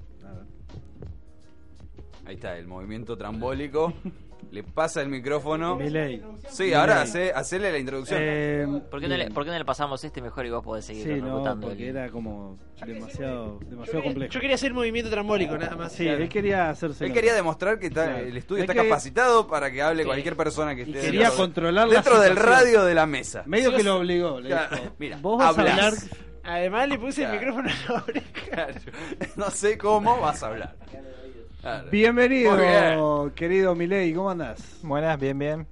[SPEAKER 2] Ahí está, el movimiento trambólico. Le pasa el micrófono.
[SPEAKER 6] Milei.
[SPEAKER 2] Sí, ahora
[SPEAKER 6] Milei.
[SPEAKER 2] hace, hacele la introducción.
[SPEAKER 6] Eh,
[SPEAKER 5] ¿Por qué, no le, por qué no le pasamos este mejor y vos podés seguir
[SPEAKER 6] Sí, no,
[SPEAKER 5] rebotando
[SPEAKER 3] Porque
[SPEAKER 5] el-
[SPEAKER 3] era como demasiado, demasiado
[SPEAKER 1] Yo quería,
[SPEAKER 3] complejo.
[SPEAKER 1] yo quería hacer movimiento trambólico, nada más.
[SPEAKER 6] sí, él quería hacerse.
[SPEAKER 2] Él quería demostrar que está-
[SPEAKER 6] Claro.
[SPEAKER 2] el estudio
[SPEAKER 3] Es
[SPEAKER 2] está
[SPEAKER 3] que-
[SPEAKER 2] capacitado para que hable
[SPEAKER 5] Sí.
[SPEAKER 2] cualquier persona que esté
[SPEAKER 3] quería
[SPEAKER 2] dentro, de-
[SPEAKER 3] controlar la
[SPEAKER 2] dentro del
[SPEAKER 3] situación.
[SPEAKER 2] radio de la mesa.
[SPEAKER 3] Medio que lo obligó, le
[SPEAKER 2] Claro,
[SPEAKER 3] dijo.
[SPEAKER 2] Mira,
[SPEAKER 6] Vos vas a
[SPEAKER 2] hablas.
[SPEAKER 6] hablar.
[SPEAKER 1] Además le puse el
[SPEAKER 2] Claro.
[SPEAKER 1] micrófono en la oreja.
[SPEAKER 2] Claro. No sé cómo vas a hablar. Claro. Muy
[SPEAKER 3] Bienvenido,
[SPEAKER 2] bien.
[SPEAKER 3] querido Milei, ¿cómo andás?
[SPEAKER 6] Buenas, bien, bien.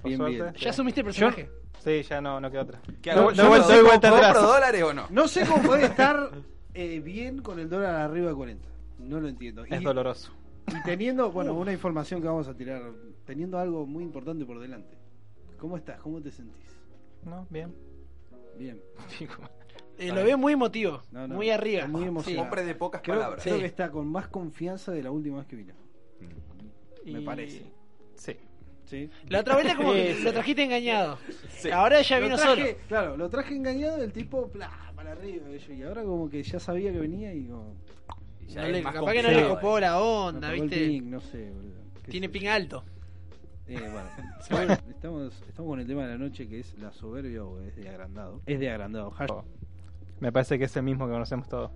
[SPEAKER 6] Por
[SPEAKER 3] Bien, bien.
[SPEAKER 6] suerte.
[SPEAKER 1] ¿Ya asumiste el personaje?
[SPEAKER 6] Sí, ya no, no queda otra.
[SPEAKER 2] ¿Qué hago?
[SPEAKER 6] De-
[SPEAKER 2] ¿Yo
[SPEAKER 6] de vuelta,
[SPEAKER 2] compro-
[SPEAKER 6] doy vuelta
[SPEAKER 2] compro
[SPEAKER 6] atrás.
[SPEAKER 2] dólares o no?
[SPEAKER 3] No sé cómo puede estar eh, bien con el dólar arriba de 40. No lo entiendo.
[SPEAKER 6] Es
[SPEAKER 3] Y-
[SPEAKER 6] doloroso.
[SPEAKER 3] Y teniendo, bueno, una información que vamos a tirar, teniendo algo muy importante por delante. ¿Cómo estás? ¿Cómo te sentís?
[SPEAKER 6] No, bien.
[SPEAKER 3] Bien.
[SPEAKER 1] Eh, lo veo muy emotivo,
[SPEAKER 3] No, no.
[SPEAKER 1] muy arriba.
[SPEAKER 3] Muy emocionado.
[SPEAKER 2] Hombre de pocas
[SPEAKER 3] Creo,
[SPEAKER 2] palabras.
[SPEAKER 3] creo
[SPEAKER 1] Sí.
[SPEAKER 3] que está con más confianza de la última vez que vino. Me
[SPEAKER 6] Y-
[SPEAKER 3] parece.
[SPEAKER 6] Sí.
[SPEAKER 3] ¿Sí?
[SPEAKER 1] La otra vez era como que lo trajiste engañado.
[SPEAKER 2] Ah,
[SPEAKER 1] Ahora ya
[SPEAKER 3] Lo
[SPEAKER 1] vino
[SPEAKER 3] traje-
[SPEAKER 1] solo.
[SPEAKER 3] Claro, lo traje engañado del tipo, bla, para arriba. y yo, Y ahora como que ya sabía que venía y como...
[SPEAKER 2] Y ya
[SPEAKER 1] No
[SPEAKER 2] es
[SPEAKER 1] le,
[SPEAKER 2] más
[SPEAKER 1] capaz que no le
[SPEAKER 2] complicado,
[SPEAKER 1] copó
[SPEAKER 2] eh.
[SPEAKER 1] la
[SPEAKER 3] me
[SPEAKER 1] onda,
[SPEAKER 3] apagó el
[SPEAKER 1] ¿viste?
[SPEAKER 3] ping, no sé, boludo. ¿Qué
[SPEAKER 1] Tiene
[SPEAKER 3] sé
[SPEAKER 1] ping
[SPEAKER 3] yo?
[SPEAKER 1] alto.
[SPEAKER 3] Eh, bueno, bueno, estamos, estamos con el tema de la noche que es la soberbia o es de agrandado. Es de agrandado.
[SPEAKER 6] Oh.
[SPEAKER 3] Hashtag.
[SPEAKER 6] Me parece que es el mismo que conocemos todos.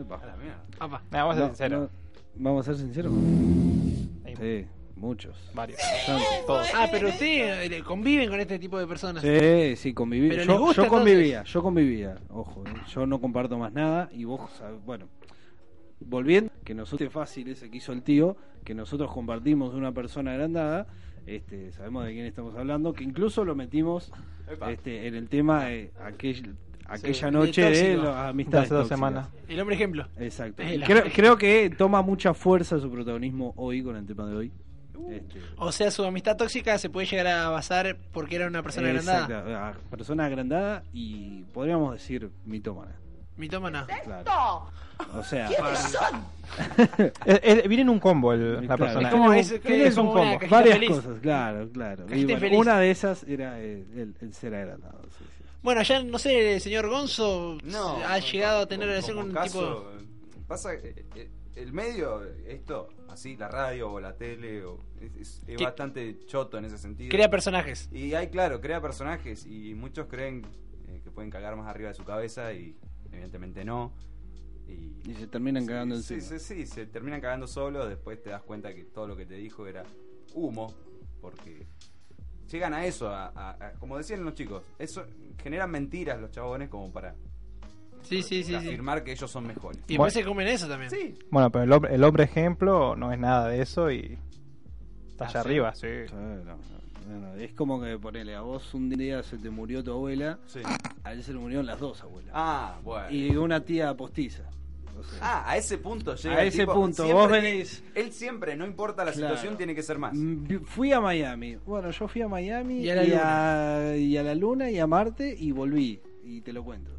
[SPEAKER 3] Epa.
[SPEAKER 2] A la mierda.
[SPEAKER 1] Apa.
[SPEAKER 6] Nah, vamos a
[SPEAKER 3] No,
[SPEAKER 6] ser sinceros.
[SPEAKER 3] no, vamos a ser sinceros.
[SPEAKER 6] Hay
[SPEAKER 3] Sí, muchos.
[SPEAKER 6] Varios.
[SPEAKER 3] Bastantes.
[SPEAKER 6] Todos.
[SPEAKER 1] Ah, pero ustedes eh, conviven con este tipo de personas.
[SPEAKER 3] Sí, sí, conviví.
[SPEAKER 1] Pero les
[SPEAKER 3] yo,
[SPEAKER 1] gusta,
[SPEAKER 3] yo convivía, yo convivía. Ojo, eh, yo no comparto más nada y vos, sabés, bueno, volviendo, que nosotros es fácil ese que hizo el tío, que nosotros compartimos de una persona agrandada, este, sabemos de quién estamos hablando, que incluso lo metimos
[SPEAKER 2] Epa.
[SPEAKER 3] este, en el tema de aquel- aquella
[SPEAKER 1] de
[SPEAKER 3] noche de
[SPEAKER 1] tóxico.
[SPEAKER 3] la
[SPEAKER 6] De
[SPEAKER 3] amistad.
[SPEAKER 6] hace dos semanas.
[SPEAKER 1] El hombre ejemplo.
[SPEAKER 3] Exacto.
[SPEAKER 1] Es
[SPEAKER 3] Y
[SPEAKER 1] la-
[SPEAKER 3] Creo, creo que toma mucha fuerza su protagonismo hoy con el tema de hoy.
[SPEAKER 1] Uh.
[SPEAKER 3] Este,
[SPEAKER 1] O sea, su amistad tóxica se puede llegar a basar porque era una persona agrandada.
[SPEAKER 3] Exacto, ah, persona agrandada y podríamos decir mitómana.
[SPEAKER 1] Mitómana.
[SPEAKER 3] Claro. O sea,
[SPEAKER 6] Eh, eh, viene en un combo el- la
[SPEAKER 3] Claro.
[SPEAKER 6] persona.
[SPEAKER 1] Es como-
[SPEAKER 6] Eh,
[SPEAKER 1] es- es como una cajita
[SPEAKER 3] varias
[SPEAKER 1] feliz.
[SPEAKER 3] cosas, claro, claro. Y
[SPEAKER 1] Cajita
[SPEAKER 3] bueno,
[SPEAKER 1] feliz.
[SPEAKER 3] una de esas era eh, el, el ser agrandado. sí, sí.
[SPEAKER 1] Bueno, ya no sé, el señor Gonzo
[SPEAKER 2] No,
[SPEAKER 1] ha
[SPEAKER 2] no,
[SPEAKER 1] llegado a tener
[SPEAKER 2] como-
[SPEAKER 1] relación con
[SPEAKER 2] como
[SPEAKER 1] un tipo.
[SPEAKER 2] caso, eh, Pasa eh, eh, el medio, eh, esto, así, la radio o la tele, o, es, es- es
[SPEAKER 1] Que-
[SPEAKER 2] bastante choto en ese sentido.
[SPEAKER 1] Crea personajes.
[SPEAKER 2] y hay, claro, crea personajes y muchos creen eh, que pueden cagar más arriba de su cabeza y evidentemente no. Y,
[SPEAKER 3] Y se terminan cagando
[SPEAKER 2] sí,
[SPEAKER 3] encima.
[SPEAKER 2] sí, sí, se terminan cagando solos, después te das cuenta que todo lo que te dijo era humo, porque llegan a eso, a- a- a- como decían los chicos, eso generan mentiras los chabones como para
[SPEAKER 1] Sí, sí, sí. sí.
[SPEAKER 2] afirmar que ellos son mejores.
[SPEAKER 1] Y después se comen eso también.
[SPEAKER 2] Sí,
[SPEAKER 6] Bueno, pero el, hombre- el hombre ejemplo no es nada de eso y está allá
[SPEAKER 2] Ah, sí.
[SPEAKER 6] arriba, sí.
[SPEAKER 3] Claro, no, no, no, Es como que ponele a vos un día se te murió tu abuela,
[SPEAKER 2] sí.
[SPEAKER 3] a él se le murieron las dos abuelas.
[SPEAKER 2] Ah, bueno.
[SPEAKER 3] Y una tía postiza. O sea,
[SPEAKER 2] Ah, a ese punto llega.
[SPEAKER 3] a
[SPEAKER 2] el
[SPEAKER 3] ese
[SPEAKER 2] tipo,
[SPEAKER 3] punto,
[SPEAKER 2] siempre
[SPEAKER 3] vos
[SPEAKER 2] que-
[SPEAKER 3] venís.
[SPEAKER 2] Él siempre, no importa la
[SPEAKER 3] Claro.
[SPEAKER 2] situación, tiene que ser más.
[SPEAKER 3] Mm, Fui a Miami. Bueno, yo fui a Miami
[SPEAKER 1] Y a la
[SPEAKER 3] a- y a la luna y a Marte y volví. Y te lo cuento.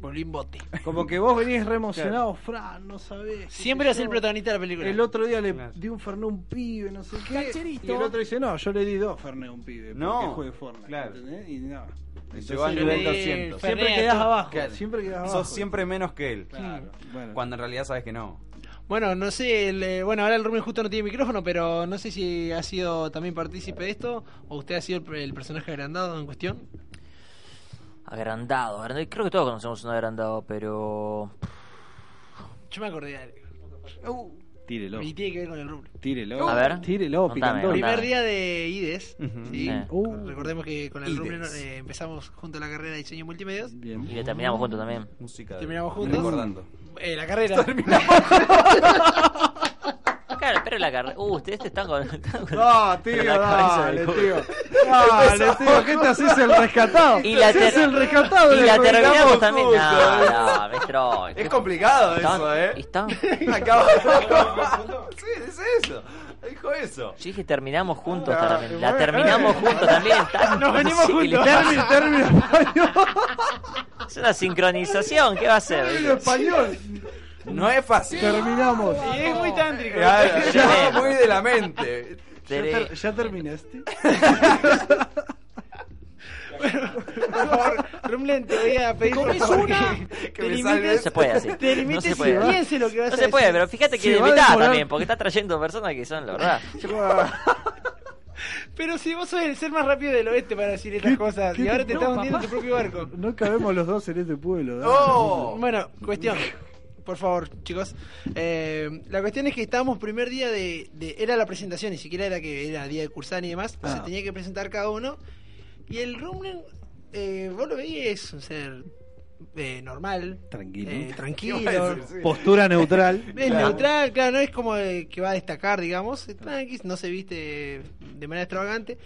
[SPEAKER 1] Volví en bote.
[SPEAKER 3] Como que vos venís re emocionado, Fran, no sabés. qué
[SPEAKER 1] Siempre
[SPEAKER 3] sé
[SPEAKER 1] es el
[SPEAKER 3] yo.
[SPEAKER 1] protagonista de la película.
[SPEAKER 3] El otro día le
[SPEAKER 2] Claro.
[SPEAKER 3] di un Fernet a un pibe, no sé qué. Y el otro dice, no, yo le di dos Fernet a un pibe.
[SPEAKER 2] No.
[SPEAKER 3] Porque juegue Fortnite.
[SPEAKER 2] Claro.
[SPEAKER 3] ¿entendés? Y no.
[SPEAKER 2] Y
[SPEAKER 3] Entonces,
[SPEAKER 2] llegó al
[SPEAKER 1] le
[SPEAKER 2] nivel
[SPEAKER 1] di el
[SPEAKER 2] 200.
[SPEAKER 1] Fernet.
[SPEAKER 3] Siempre quedás
[SPEAKER 1] todo.
[SPEAKER 3] abajo.
[SPEAKER 2] Claro.
[SPEAKER 3] Siempre quedás abajo.
[SPEAKER 2] Sos siempre menos que él.
[SPEAKER 3] Claro. Bueno.
[SPEAKER 2] Cuando en realidad sabes que no.
[SPEAKER 1] Bueno, no sé, el, eh, bueno, ahora el Rubén justo no tiene micrófono, pero no sé si ha sido también partícipe de esto o usted ha sido el, el personaje agrandado en cuestión.
[SPEAKER 5] Agrandado, agrandado. Creo que todos conocemos un agrandado, pero.
[SPEAKER 1] Yo me acordé de algo.
[SPEAKER 3] Tírelo.
[SPEAKER 1] Y tiene que ver con el rubro.
[SPEAKER 3] Tírelo.
[SPEAKER 5] A ver.
[SPEAKER 3] Tírelo,
[SPEAKER 5] Contame,
[SPEAKER 3] picantón.
[SPEAKER 5] contame.
[SPEAKER 1] Primer día de IDES.
[SPEAKER 2] Ujú.
[SPEAKER 1] ¿sí?
[SPEAKER 5] Sí.
[SPEAKER 3] Uh.
[SPEAKER 1] Recordemos que con el
[SPEAKER 2] IDES.
[SPEAKER 1] rubro eh, empezamos junto a la carrera de diseño multimedia.
[SPEAKER 3] Bien.
[SPEAKER 5] Y le terminamos juntos también.
[SPEAKER 2] Música. de-
[SPEAKER 1] Terminamos juntos.
[SPEAKER 2] Recordando.
[SPEAKER 1] Eh, la carrera.
[SPEAKER 5] Claro, pero la carrera. Uh, ustedes te están con. están con-
[SPEAKER 3] No, tío,
[SPEAKER 5] Pero la cabeza
[SPEAKER 3] dale,
[SPEAKER 5] del
[SPEAKER 3] tío.
[SPEAKER 5] culo.
[SPEAKER 3] Dale, tío, ¿qué te haces el rescatado?
[SPEAKER 5] Y la,
[SPEAKER 3] Se
[SPEAKER 5] ter-
[SPEAKER 3] hace el rescatado
[SPEAKER 5] y
[SPEAKER 3] del
[SPEAKER 5] la
[SPEAKER 3] programa
[SPEAKER 5] terminamos
[SPEAKER 3] junto,
[SPEAKER 5] también.
[SPEAKER 3] ¿eh?
[SPEAKER 5] No, este no, maestro.
[SPEAKER 2] Es complicado
[SPEAKER 5] Están-
[SPEAKER 2] eso, ¿eh?
[SPEAKER 5] están-
[SPEAKER 2] Acabo de. sí, es eso. Dijo eso.
[SPEAKER 5] Yo dije terminamos juntos
[SPEAKER 2] Ah,
[SPEAKER 5] también. La
[SPEAKER 2] bueno.
[SPEAKER 5] terminamos juntos también. Están-
[SPEAKER 1] Nos venimos
[SPEAKER 5] Sí,
[SPEAKER 1] juntos.
[SPEAKER 5] le-
[SPEAKER 3] Termi- termi-
[SPEAKER 5] Es una sincronización. ¿Qué va a ser?
[SPEAKER 3] termino español.
[SPEAKER 2] No es fácil.
[SPEAKER 3] Terminamos.
[SPEAKER 1] Y es muy tántrico.
[SPEAKER 2] Ya, ya
[SPEAKER 5] Sí.
[SPEAKER 2] muy de la mente.
[SPEAKER 3] ¿Ya,
[SPEAKER 5] Tere-
[SPEAKER 3] ter- ya terminaste?
[SPEAKER 1] Por favor, Rumlen, te voy a pedir por
[SPEAKER 2] ¿Comes
[SPEAKER 1] favor,
[SPEAKER 2] una?
[SPEAKER 1] que,
[SPEAKER 2] Que
[SPEAKER 1] te
[SPEAKER 2] me
[SPEAKER 1] limites,
[SPEAKER 2] salve.
[SPEAKER 5] No se puede así.
[SPEAKER 1] te
[SPEAKER 5] No
[SPEAKER 1] limites
[SPEAKER 5] se
[SPEAKER 1] y
[SPEAKER 5] puede.
[SPEAKER 1] piense lo que vas
[SPEAKER 5] No
[SPEAKER 1] a
[SPEAKER 5] se
[SPEAKER 1] decir.
[SPEAKER 5] puede, pero fíjate que
[SPEAKER 3] Se va a
[SPEAKER 5] limitás
[SPEAKER 3] demorar.
[SPEAKER 5] también, porque está trayendo personas que son, la verdad.
[SPEAKER 1] Pero si vos sos el ser más rápido del oeste para decir estas
[SPEAKER 3] ¿Qué-
[SPEAKER 1] cosas,
[SPEAKER 3] qué
[SPEAKER 1] y ahora
[SPEAKER 3] te-
[SPEAKER 1] te
[SPEAKER 3] no,
[SPEAKER 1] estás hundiendo en
[SPEAKER 3] papá.
[SPEAKER 1] tu propio barco.
[SPEAKER 3] No cabemos los dos en este pueblo. dale.
[SPEAKER 2] No.
[SPEAKER 1] Bueno, cuestión. Por favor, chicos. Eh, la cuestión es que estábamos primer día de, de- Era la presentación, ni siquiera era que era día de Cursani y demás.
[SPEAKER 3] Ah.
[SPEAKER 1] Se tenía que presentar cada uno. Y el Rumlen, eh, vos lo veis, es un ser eh, normal,
[SPEAKER 3] Tranquilo.
[SPEAKER 1] eh,
[SPEAKER 2] ¿Qué
[SPEAKER 1] tranquilo.
[SPEAKER 2] iba a decir? Sí.
[SPEAKER 3] Postura neutral.
[SPEAKER 1] Es
[SPEAKER 2] Claro.
[SPEAKER 1] neutral, claro, no es como el que va a destacar, digamos. Tranqui, no se viste de manera extravagante.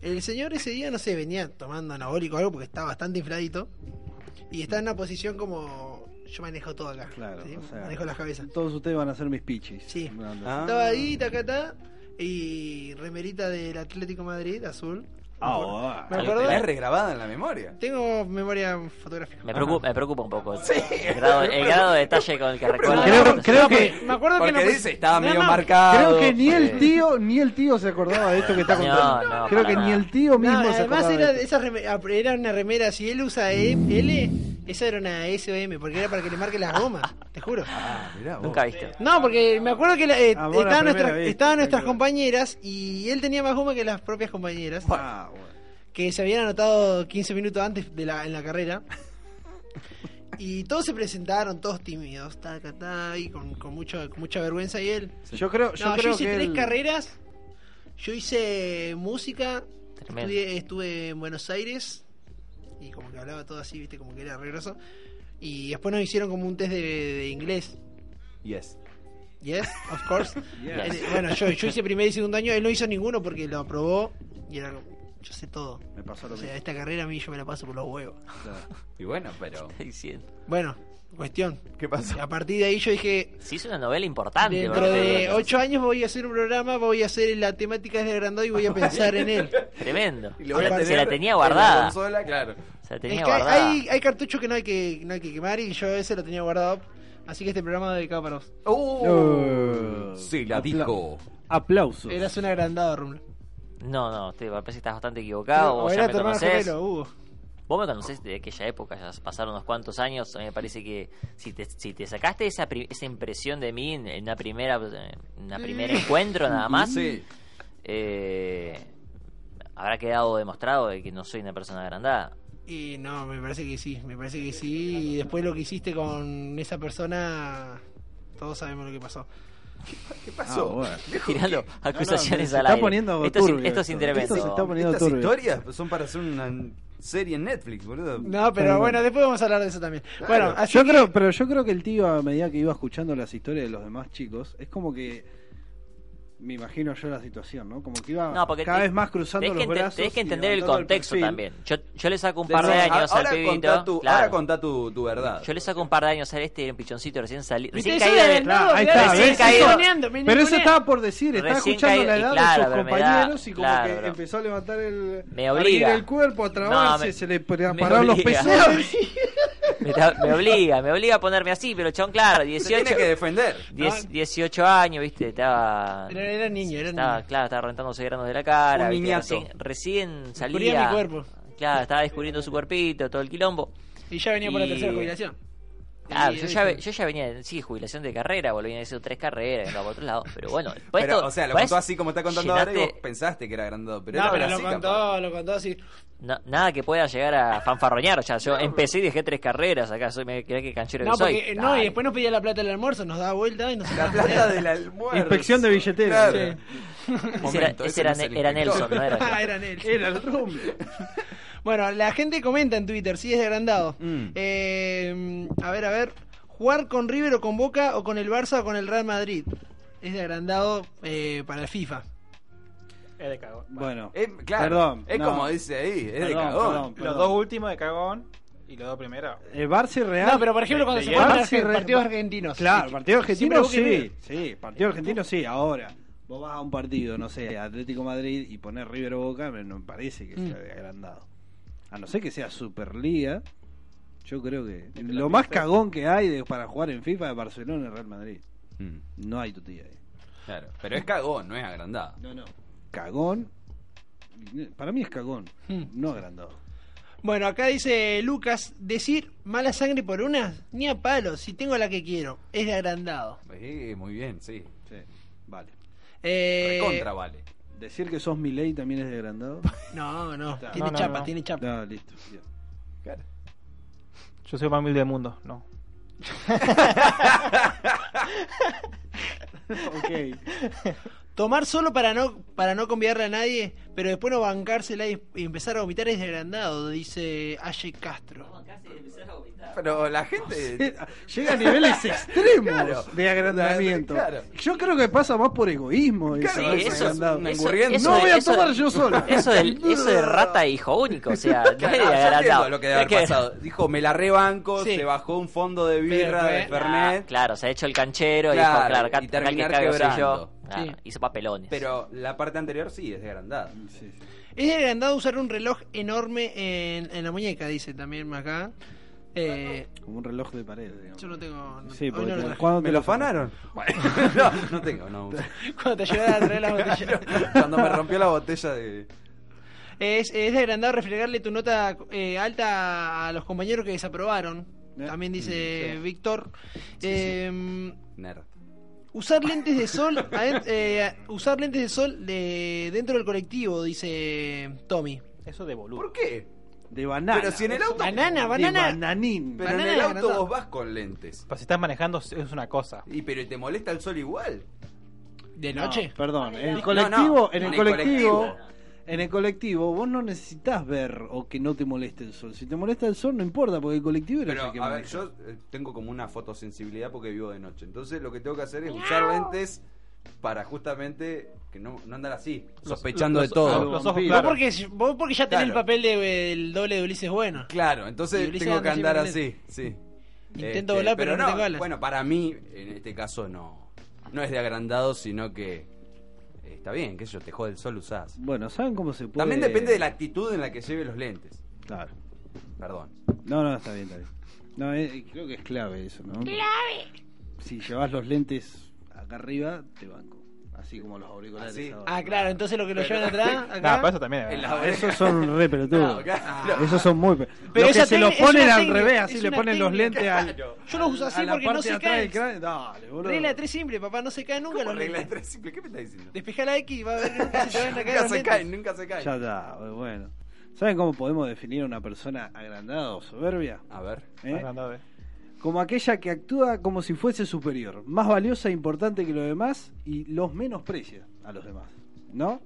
[SPEAKER 1] El señor ese día, no sé, venía tomando anabólico o algo porque está bastante infladito. Y está en una posición como. Yo manejo todo acá.
[SPEAKER 3] Claro,
[SPEAKER 1] ¿sí?
[SPEAKER 3] o sea,
[SPEAKER 1] manejo las cabezas.
[SPEAKER 3] Todos ustedes van a ser mis pichis.
[SPEAKER 1] Sí.
[SPEAKER 3] Ah,
[SPEAKER 2] Ah.
[SPEAKER 1] Estaba ahí, tacatá Y remerita del Atlético Madrid, azul.
[SPEAKER 3] ah,
[SPEAKER 1] Me
[SPEAKER 5] Al-
[SPEAKER 1] acuerdo.
[SPEAKER 2] Tenés regrabada en la memoria.
[SPEAKER 1] Tengo memoria fotográfica.
[SPEAKER 5] Me preocupa, me preocupa un poco el, grado, el grado de detalle con el que
[SPEAKER 3] Bueno,
[SPEAKER 5] recuerda.
[SPEAKER 3] creo, creo que
[SPEAKER 1] Me acuerdo
[SPEAKER 2] Porque
[SPEAKER 1] que no-
[SPEAKER 2] dice, estaba
[SPEAKER 1] No,
[SPEAKER 2] medio
[SPEAKER 1] no,
[SPEAKER 2] marcado.
[SPEAKER 3] creo que ni el
[SPEAKER 2] Eh,
[SPEAKER 3] tío ni el tío se acordaba de esto que está
[SPEAKER 5] pues. No,
[SPEAKER 3] contando.
[SPEAKER 5] no,
[SPEAKER 3] creo
[SPEAKER 5] para
[SPEAKER 3] que ni
[SPEAKER 5] nada.
[SPEAKER 3] el tío mismo
[SPEAKER 1] No,
[SPEAKER 3] se
[SPEAKER 1] además
[SPEAKER 3] acordaba.
[SPEAKER 1] era,
[SPEAKER 3] de esto.
[SPEAKER 1] esa reme- ah, era una remera, si él usa E- L, esa era una S o M, porque era para que le marque las gomas, te juro.
[SPEAKER 2] Ah, mirá vos.
[SPEAKER 5] Nunca viste.
[SPEAKER 1] No, porque me acuerdo que la- eh,
[SPEAKER 3] Ah, vos la
[SPEAKER 1] estaban,
[SPEAKER 3] primera
[SPEAKER 1] nuestras,
[SPEAKER 3] vez,
[SPEAKER 1] estaban nuestras
[SPEAKER 3] claro.
[SPEAKER 1] compañeras y él tenía más goma que las propias compañeras,
[SPEAKER 3] Ah, bueno.
[SPEAKER 1] que se habían anotado 15 minutos antes de la, en la carrera. Y todos se presentaron, todos tímidos, taca, taca, y con, con, mucho, con mucha vergüenza y él.
[SPEAKER 3] Yo creo, yo
[SPEAKER 1] No, yo,
[SPEAKER 3] creo
[SPEAKER 1] hice
[SPEAKER 3] que
[SPEAKER 1] tres
[SPEAKER 3] él-
[SPEAKER 1] carreras, yo hice música,
[SPEAKER 5] Tremendo.
[SPEAKER 1] Estudié- estuve en Buenos Aires y como que hablaba todo así, viste, como que era regreso. Y después nos hicieron como un test de, de inglés.
[SPEAKER 2] Yes.
[SPEAKER 1] Yes, of course.
[SPEAKER 3] Yeah.
[SPEAKER 1] Él- bueno, yo, yo hice primer y segundo año, él no hizo ninguno porque lo aprobó y era como, yo sé todo.
[SPEAKER 3] Me pasó
[SPEAKER 1] O
[SPEAKER 3] lo mismo.
[SPEAKER 1] sea, esta carrera a mí yo me la paso por los huevos.
[SPEAKER 2] Y bueno, pero.
[SPEAKER 5] Está diciendo.
[SPEAKER 1] Bueno, cuestión.
[SPEAKER 2] ¿Qué pasó?
[SPEAKER 1] A partir de ahí yo dije,
[SPEAKER 5] Sí, es una novela importante.
[SPEAKER 1] dentro
[SPEAKER 5] boludo.
[SPEAKER 1] de ocho años voy a hacer un programa, voy a hacer la temática de agrandado y voy a pensar en él.
[SPEAKER 5] Tremendo.
[SPEAKER 2] Y lo voy a
[SPEAKER 5] Se la-
[SPEAKER 2] tener
[SPEAKER 5] se la tenía
[SPEAKER 2] en
[SPEAKER 5] guardada.
[SPEAKER 2] consola, claro.
[SPEAKER 5] Se la
[SPEAKER 1] Es
[SPEAKER 5] tenía
[SPEAKER 1] que hay-
[SPEAKER 5] guardada.
[SPEAKER 1] hay, hay cartuchos que no hay que no hay que quemar y yo ese lo tenía guardado. Así que este programa de para vos.
[SPEAKER 3] Oh.
[SPEAKER 2] ¡Uh! Sí, la
[SPEAKER 3] Apla-
[SPEAKER 2] dijo.
[SPEAKER 3] Aplausos.
[SPEAKER 1] Eras un agrandado, Rumble.
[SPEAKER 5] No, no, te, parece que estás bastante equivocado. Vos ya
[SPEAKER 1] era
[SPEAKER 5] me
[SPEAKER 1] tu hermano
[SPEAKER 5] conocés.
[SPEAKER 1] gemelo, Hugo.
[SPEAKER 5] Vos me conocés de aquella época, ya pasaron unos cuantos años. A mí me parece que si te, si te sacaste esa, pri- esa impresión de mí en en una primera, en una primer encuentro nada más,
[SPEAKER 2] Sí.
[SPEAKER 5] eh, habrá quedado demostrado de que no soy una persona agrandada.
[SPEAKER 1] Y no, me parece que sí, me parece que sí. Y después lo que hiciste con esa persona, todos sabemos lo que pasó.
[SPEAKER 2] ¿Qué
[SPEAKER 3] Ah,
[SPEAKER 2] pasó?
[SPEAKER 3] bueno.
[SPEAKER 5] Tirando acusaciones
[SPEAKER 3] se
[SPEAKER 5] al
[SPEAKER 3] está
[SPEAKER 5] aire.
[SPEAKER 3] poniendo
[SPEAKER 5] esto, es-
[SPEAKER 3] turbio
[SPEAKER 5] esto es
[SPEAKER 3] esto.
[SPEAKER 5] intervento.
[SPEAKER 3] Esto se está poniendo
[SPEAKER 2] Estas
[SPEAKER 3] turbio.
[SPEAKER 2] historias son para hacer una serie en Netflix, boludo.
[SPEAKER 1] No, pero
[SPEAKER 3] Pero bueno.
[SPEAKER 1] bueno, después vamos a hablar de eso también. Bueno, así
[SPEAKER 3] yo
[SPEAKER 1] que-
[SPEAKER 3] creo, pero yo creo que el tío a medida que iba escuchando las historias de los demás chicos, es como que me imagino yo la situación, ¿no? Como que iba
[SPEAKER 5] No, porque
[SPEAKER 3] cada
[SPEAKER 5] te-
[SPEAKER 3] vez más cruzando
[SPEAKER 5] tenés
[SPEAKER 3] los
[SPEAKER 5] que, enten-
[SPEAKER 3] brazos.
[SPEAKER 5] tenés que
[SPEAKER 3] y
[SPEAKER 5] entender el
[SPEAKER 3] levantando
[SPEAKER 5] contexto
[SPEAKER 3] perfil.
[SPEAKER 5] también. Yo, yo le saco un
[SPEAKER 2] Te
[SPEAKER 5] par de
[SPEAKER 2] decía,
[SPEAKER 5] años
[SPEAKER 2] ahora
[SPEAKER 5] al pibito.
[SPEAKER 2] contá tu,
[SPEAKER 5] claro.
[SPEAKER 2] Ahora contá tu, tu verdad.
[SPEAKER 5] Yo le saco un par de años al este, era un pichoncito recién salido. Recién
[SPEAKER 1] Viste, eso
[SPEAKER 5] caído
[SPEAKER 1] era
[SPEAKER 5] de-
[SPEAKER 1] del
[SPEAKER 3] Claro,
[SPEAKER 1] lado,
[SPEAKER 3] ahí
[SPEAKER 1] mirá,
[SPEAKER 3] está,
[SPEAKER 1] me
[SPEAKER 3] ¿ves?
[SPEAKER 1] estaba
[SPEAKER 5] Eso-
[SPEAKER 1] ninguneando, me
[SPEAKER 3] Pero eso
[SPEAKER 1] ningunea.
[SPEAKER 3] estaba por decir, estaba
[SPEAKER 5] Recién
[SPEAKER 3] escuchando
[SPEAKER 5] caí-
[SPEAKER 3] la
[SPEAKER 5] y
[SPEAKER 3] edad
[SPEAKER 5] claro,
[SPEAKER 3] de sus
[SPEAKER 5] pero me
[SPEAKER 3] compañeros
[SPEAKER 5] da-
[SPEAKER 3] y como
[SPEAKER 5] claro,
[SPEAKER 3] que
[SPEAKER 5] bro.
[SPEAKER 3] empezó a levantar el
[SPEAKER 5] Me
[SPEAKER 3] a
[SPEAKER 5] obliga.
[SPEAKER 3] erguir el cuerpo, a trabarse,
[SPEAKER 5] No, me-
[SPEAKER 3] se le pre-
[SPEAKER 5] me
[SPEAKER 3] pararon los
[SPEAKER 5] obliga.
[SPEAKER 3] pezones.
[SPEAKER 5] Me, ta- me obliga, me obliga a ponerme así, pero el chabón, claro,
[SPEAKER 2] Se tiene
[SPEAKER 5] 18,
[SPEAKER 2] que defender.
[SPEAKER 5] diez- 18 años, viste, estaba...
[SPEAKER 1] Era, era niño, era
[SPEAKER 5] estaba,
[SPEAKER 1] niño.
[SPEAKER 5] claro, estaba rentándose granos de la cara.
[SPEAKER 2] Un
[SPEAKER 5] viste,
[SPEAKER 2] niñato.
[SPEAKER 5] recién, recién
[SPEAKER 1] Descubría
[SPEAKER 5] salía...
[SPEAKER 1] mi cuerpo.
[SPEAKER 5] Claro, estaba descubriendo su cuerpito, todo el quilombo.
[SPEAKER 1] Y ya venía por la
[SPEAKER 5] Y-
[SPEAKER 1] tercera jubilación.
[SPEAKER 5] Claro,
[SPEAKER 1] Y-
[SPEAKER 5] yo ya, ve- yo ya venía, sí, jubilación de carrera, volví a hacer tres carreras, vengo para otro lado, pero bueno. después
[SPEAKER 2] Pero,
[SPEAKER 5] esto-
[SPEAKER 2] o sea, lo
[SPEAKER 5] después
[SPEAKER 2] contó así como está contando ahora y
[SPEAKER 5] llenaste-
[SPEAKER 2] vos pensaste que era agrandado. Pero
[SPEAKER 1] No,
[SPEAKER 2] era
[SPEAKER 1] pero
[SPEAKER 2] así,
[SPEAKER 1] lo
[SPEAKER 2] capaz.
[SPEAKER 1] contó, lo contó así.
[SPEAKER 5] No- nada que pueda llegar a fanfarroñar. O sea, yo empecé y dejé tres carreras acá. Soy, me creía que canchero
[SPEAKER 1] No,
[SPEAKER 5] que soy.
[SPEAKER 1] porque, eh, no, y
[SPEAKER 5] Dale.
[SPEAKER 1] después nos pedía la plata del almuerzo, nos daba vuelta y nos
[SPEAKER 2] La plata del almuerzo.
[SPEAKER 3] Inspección de billetera.
[SPEAKER 2] Claro.
[SPEAKER 5] Ese era,
[SPEAKER 2] Momento,
[SPEAKER 5] ese
[SPEAKER 2] ese
[SPEAKER 5] era,
[SPEAKER 2] no es el
[SPEAKER 5] era
[SPEAKER 2] inspector.
[SPEAKER 5] Nelson, no era yo.
[SPEAKER 1] Ah, era él.
[SPEAKER 3] Era el rumbo.
[SPEAKER 1] Bueno, la gente comenta en Twitter, si es de agrandado.
[SPEAKER 2] Mm.
[SPEAKER 1] Eh, a ver, a ver. Jugar con River o con Boca o con el Barça o con el Real Madrid. Es de agrandado eh, para el FIFA.
[SPEAKER 6] Es de cagón.
[SPEAKER 3] Bueno,
[SPEAKER 5] Eh,
[SPEAKER 2] Es- claro,
[SPEAKER 3] Perdón,
[SPEAKER 2] es
[SPEAKER 3] no.
[SPEAKER 2] como dice ahí, es de
[SPEAKER 3] Perdón,
[SPEAKER 2] cagón.
[SPEAKER 3] perdón.
[SPEAKER 6] Los dos últimos de cagón y los dos primeros.
[SPEAKER 3] el Barça y Real.
[SPEAKER 1] No, pero por ejemplo cuando
[SPEAKER 6] de
[SPEAKER 1] se juegan
[SPEAKER 3] Barça y
[SPEAKER 1] argen-
[SPEAKER 3] Real-
[SPEAKER 1] partidos argentinos.
[SPEAKER 3] Claro, partido
[SPEAKER 1] Siempre
[SPEAKER 3] argentino
[SPEAKER 1] Boca y
[SPEAKER 3] sí,
[SPEAKER 1] River.
[SPEAKER 3] sí, partido argentino sí, ahora. Vos vas a un partido, no sé, Atlético Madrid y poner River
[SPEAKER 5] Mm.
[SPEAKER 3] o Boca, me- no me parece que sea de agrandado. A no ser que sea Superliga, Yo creo que
[SPEAKER 5] Este
[SPEAKER 1] Pero
[SPEAKER 3] lo
[SPEAKER 1] la
[SPEAKER 3] más
[SPEAKER 1] FIFA-
[SPEAKER 3] cagón que hay de- para jugar en FIFA es Barcelona y Real Madrid.
[SPEAKER 2] Mm,
[SPEAKER 3] No hay tutilla ahí.
[SPEAKER 2] Claro, pero es cagón, no es agrandado.
[SPEAKER 3] No, no. Cagón. Para mí es cagón,
[SPEAKER 1] Hmm.
[SPEAKER 3] no agrandado.
[SPEAKER 1] Bueno, acá dice Lucas, decir mala sangre por unas, ni a palo, si tengo la que quiero, es de agrandado.
[SPEAKER 2] Eh, muy bien, sí.
[SPEAKER 3] Sí, vale.
[SPEAKER 1] Eh,
[SPEAKER 2] Recontra vale.
[SPEAKER 3] Decir que sos mi ley también es de agrandado.
[SPEAKER 1] No, no,
[SPEAKER 3] Está.
[SPEAKER 1] tiene
[SPEAKER 6] No, no,
[SPEAKER 1] chapa,
[SPEAKER 6] no.
[SPEAKER 1] tiene chapa.
[SPEAKER 3] no, listo. bien.
[SPEAKER 6] Yo soy el más humilde del mundo, no.
[SPEAKER 1] Tomar solo para no para no convidarle a nadie, pero después no bancársela y, y empezar a vomitar es de agrandado, dice Aye Castro.
[SPEAKER 2] Pero la gente.
[SPEAKER 3] Llega a niveles extremos
[SPEAKER 2] Claro.
[SPEAKER 3] de agrandamiento.
[SPEAKER 2] Claro.
[SPEAKER 3] Yo creo que pasa más por egoísmo. eso,
[SPEAKER 2] Claro,
[SPEAKER 5] Sí,
[SPEAKER 3] ese
[SPEAKER 5] eso,
[SPEAKER 3] agrandado.
[SPEAKER 2] una
[SPEAKER 5] eso,
[SPEAKER 2] engurriendo.
[SPEAKER 5] eso
[SPEAKER 3] no
[SPEAKER 5] de-
[SPEAKER 3] voy a
[SPEAKER 5] eso-
[SPEAKER 3] tomar yo solo.
[SPEAKER 5] Eso de, eso de rata hijo único, o sea, no
[SPEAKER 2] Claro,
[SPEAKER 5] es de
[SPEAKER 2] yo
[SPEAKER 5] agrandado.
[SPEAKER 2] entiendo lo que debe haber
[SPEAKER 5] Es que-
[SPEAKER 2] pasado. Dijo, me la rebanco,
[SPEAKER 1] Sí.
[SPEAKER 2] se bajó un fondo de birra
[SPEAKER 1] Pero,
[SPEAKER 2] de
[SPEAKER 1] eh,
[SPEAKER 2] Fernet.
[SPEAKER 5] Ah, claro, se ha hecho el canchero y
[SPEAKER 2] Claro,
[SPEAKER 5] dijo, claro,
[SPEAKER 2] y
[SPEAKER 5] acá, acá el que
[SPEAKER 2] terminar
[SPEAKER 5] cago soy yo.
[SPEAKER 2] quebrando.
[SPEAKER 5] Ah,
[SPEAKER 1] Sí.
[SPEAKER 5] Hizo papelones.
[SPEAKER 2] Pero la parte anterior sí es agrandada.
[SPEAKER 3] Sí, sí.
[SPEAKER 1] Es de agrandado usar un reloj enorme en, en la muñeca, dice también acá. Eh,
[SPEAKER 3] Como un reloj de pared. digamos.
[SPEAKER 1] yo no tengo... no-
[SPEAKER 3] Sí,
[SPEAKER 1] hoy
[SPEAKER 3] porque
[SPEAKER 1] no lo
[SPEAKER 3] te-
[SPEAKER 1] traje.
[SPEAKER 3] ¿cuándo
[SPEAKER 2] ¿Me
[SPEAKER 3] te
[SPEAKER 2] lo afanaron? no, no tengo, no.
[SPEAKER 1] Cuando te llegaron a traer la botella.
[SPEAKER 2] Cuando me rompió la botella de.
[SPEAKER 1] Es, es de agrandado reflejarle tu nota eh, alta a los compañeros que desaprobaron.
[SPEAKER 3] Eh,
[SPEAKER 1] También dice
[SPEAKER 2] sí.
[SPEAKER 1] Víctor.
[SPEAKER 2] sí.
[SPEAKER 1] Eh,
[SPEAKER 2] Nerd.
[SPEAKER 1] Usar lentes de sol. aden- eh, usar lentes de sol de- dentro del colectivo, dice Tommy.
[SPEAKER 6] Eso de boludo.
[SPEAKER 2] ¿Por qué?
[SPEAKER 3] De banana.
[SPEAKER 2] Pero si en el auto-
[SPEAKER 1] Banana,
[SPEAKER 3] De
[SPEAKER 1] banana.
[SPEAKER 3] bananín.
[SPEAKER 2] Pero en
[SPEAKER 1] Banana
[SPEAKER 2] el
[SPEAKER 1] de
[SPEAKER 2] auto
[SPEAKER 1] agrandado.
[SPEAKER 2] vos vas con lentes.
[SPEAKER 6] Pero si estás manejando es una cosa.
[SPEAKER 2] Y pero te molesta el sol igual.
[SPEAKER 1] ¿De
[SPEAKER 3] No,
[SPEAKER 1] noche?
[SPEAKER 3] perdón, en el
[SPEAKER 2] No, no,
[SPEAKER 3] colectivo, en el colectivo, en el colectivo, vos no necesitas ver o que no te moleste el sol. Si te molesta el sol no importa, porque el colectivo era
[SPEAKER 2] Pero,
[SPEAKER 3] el que
[SPEAKER 2] a ver,
[SPEAKER 3] maneja.
[SPEAKER 2] yo eh, tengo como una fotosensibilidad porque vivo de noche. Entonces lo que tengo que hacer es usar lentes para justamente que no, no andar así, sospechando
[SPEAKER 6] los-
[SPEAKER 2] de
[SPEAKER 6] los-
[SPEAKER 2] todo.
[SPEAKER 6] los
[SPEAKER 3] Vos
[SPEAKER 6] ojos
[SPEAKER 1] Vos
[SPEAKER 6] claros.
[SPEAKER 1] porque, vos porque ya tenés
[SPEAKER 2] Claro.
[SPEAKER 1] el papel de- del doble de Ulises Bueno.
[SPEAKER 2] Claro,
[SPEAKER 1] Y
[SPEAKER 2] entonces
[SPEAKER 1] Ulises
[SPEAKER 2] tengo que
[SPEAKER 1] anda
[SPEAKER 2] andar
[SPEAKER 1] siempre
[SPEAKER 2] así, sí. Este,
[SPEAKER 1] Intento volar, pero no tengo alas.
[SPEAKER 2] Bueno, para mí, en este caso, no. No es de agrandado, sino que. eh, Está bien, qué sé yo, te jode el sol, usás.
[SPEAKER 3] Bueno, ¿saben cómo se puede?
[SPEAKER 2] También depende de la actitud en la que lleve los lentes.
[SPEAKER 3] Claro.
[SPEAKER 2] Perdón.
[SPEAKER 3] No, no, está bien, está bien. No, eh, creo que es clave eso, ¿no? ¡Clave! Si llevas los lentes acá arriba, te banco. Así como los auriculares.
[SPEAKER 2] Así.
[SPEAKER 3] ahora.
[SPEAKER 1] Ah, claro, entonces lo que lo
[SPEAKER 2] Pero-
[SPEAKER 1] llevan atrás.
[SPEAKER 6] No,
[SPEAKER 1] Acá,
[SPEAKER 6] para eso también. es
[SPEAKER 2] En
[SPEAKER 6] verdad.
[SPEAKER 2] la oreja.
[SPEAKER 3] Esos son re pelotudos.
[SPEAKER 2] No, claro.
[SPEAKER 3] Esos son muy pe-
[SPEAKER 1] Pero
[SPEAKER 3] Los que
[SPEAKER 1] esa
[SPEAKER 3] se los
[SPEAKER 1] técnica- es
[SPEAKER 3] ponen
[SPEAKER 1] una
[SPEAKER 3] al
[SPEAKER 1] técnica,
[SPEAKER 3] revés, así
[SPEAKER 1] es
[SPEAKER 3] le
[SPEAKER 1] una
[SPEAKER 3] ponen los
[SPEAKER 1] técnica.
[SPEAKER 3] lentes al.
[SPEAKER 1] Yo los uso
[SPEAKER 3] a
[SPEAKER 1] así
[SPEAKER 3] la
[SPEAKER 1] porque no
[SPEAKER 3] parte
[SPEAKER 1] se
[SPEAKER 3] de atrás
[SPEAKER 1] caen.
[SPEAKER 3] del cráneo. Dale, boludo.
[SPEAKER 1] Regla 3 simple, papá, no se cae nunca
[SPEAKER 2] ¿Cómo
[SPEAKER 1] los
[SPEAKER 2] regla de
[SPEAKER 1] lentes.
[SPEAKER 2] tres simple? ¿Qué me estás diciendo?
[SPEAKER 1] Despejá la X y va a ver que nunca se te van a caer
[SPEAKER 2] Nunca
[SPEAKER 1] los
[SPEAKER 2] se
[SPEAKER 1] lentes.
[SPEAKER 2] caen, nunca se
[SPEAKER 3] Ya
[SPEAKER 2] caen.
[SPEAKER 3] está, pues bueno. ¿Saben cómo podemos definir a una persona agrandada o soberbia?
[SPEAKER 2] A ver.
[SPEAKER 3] ¿Eh?
[SPEAKER 6] Agrandado, eh.
[SPEAKER 3] Como aquella que actúa como si fuese superior, más valiosa e importante que los demás y los menosprecia a los demás, ¿no?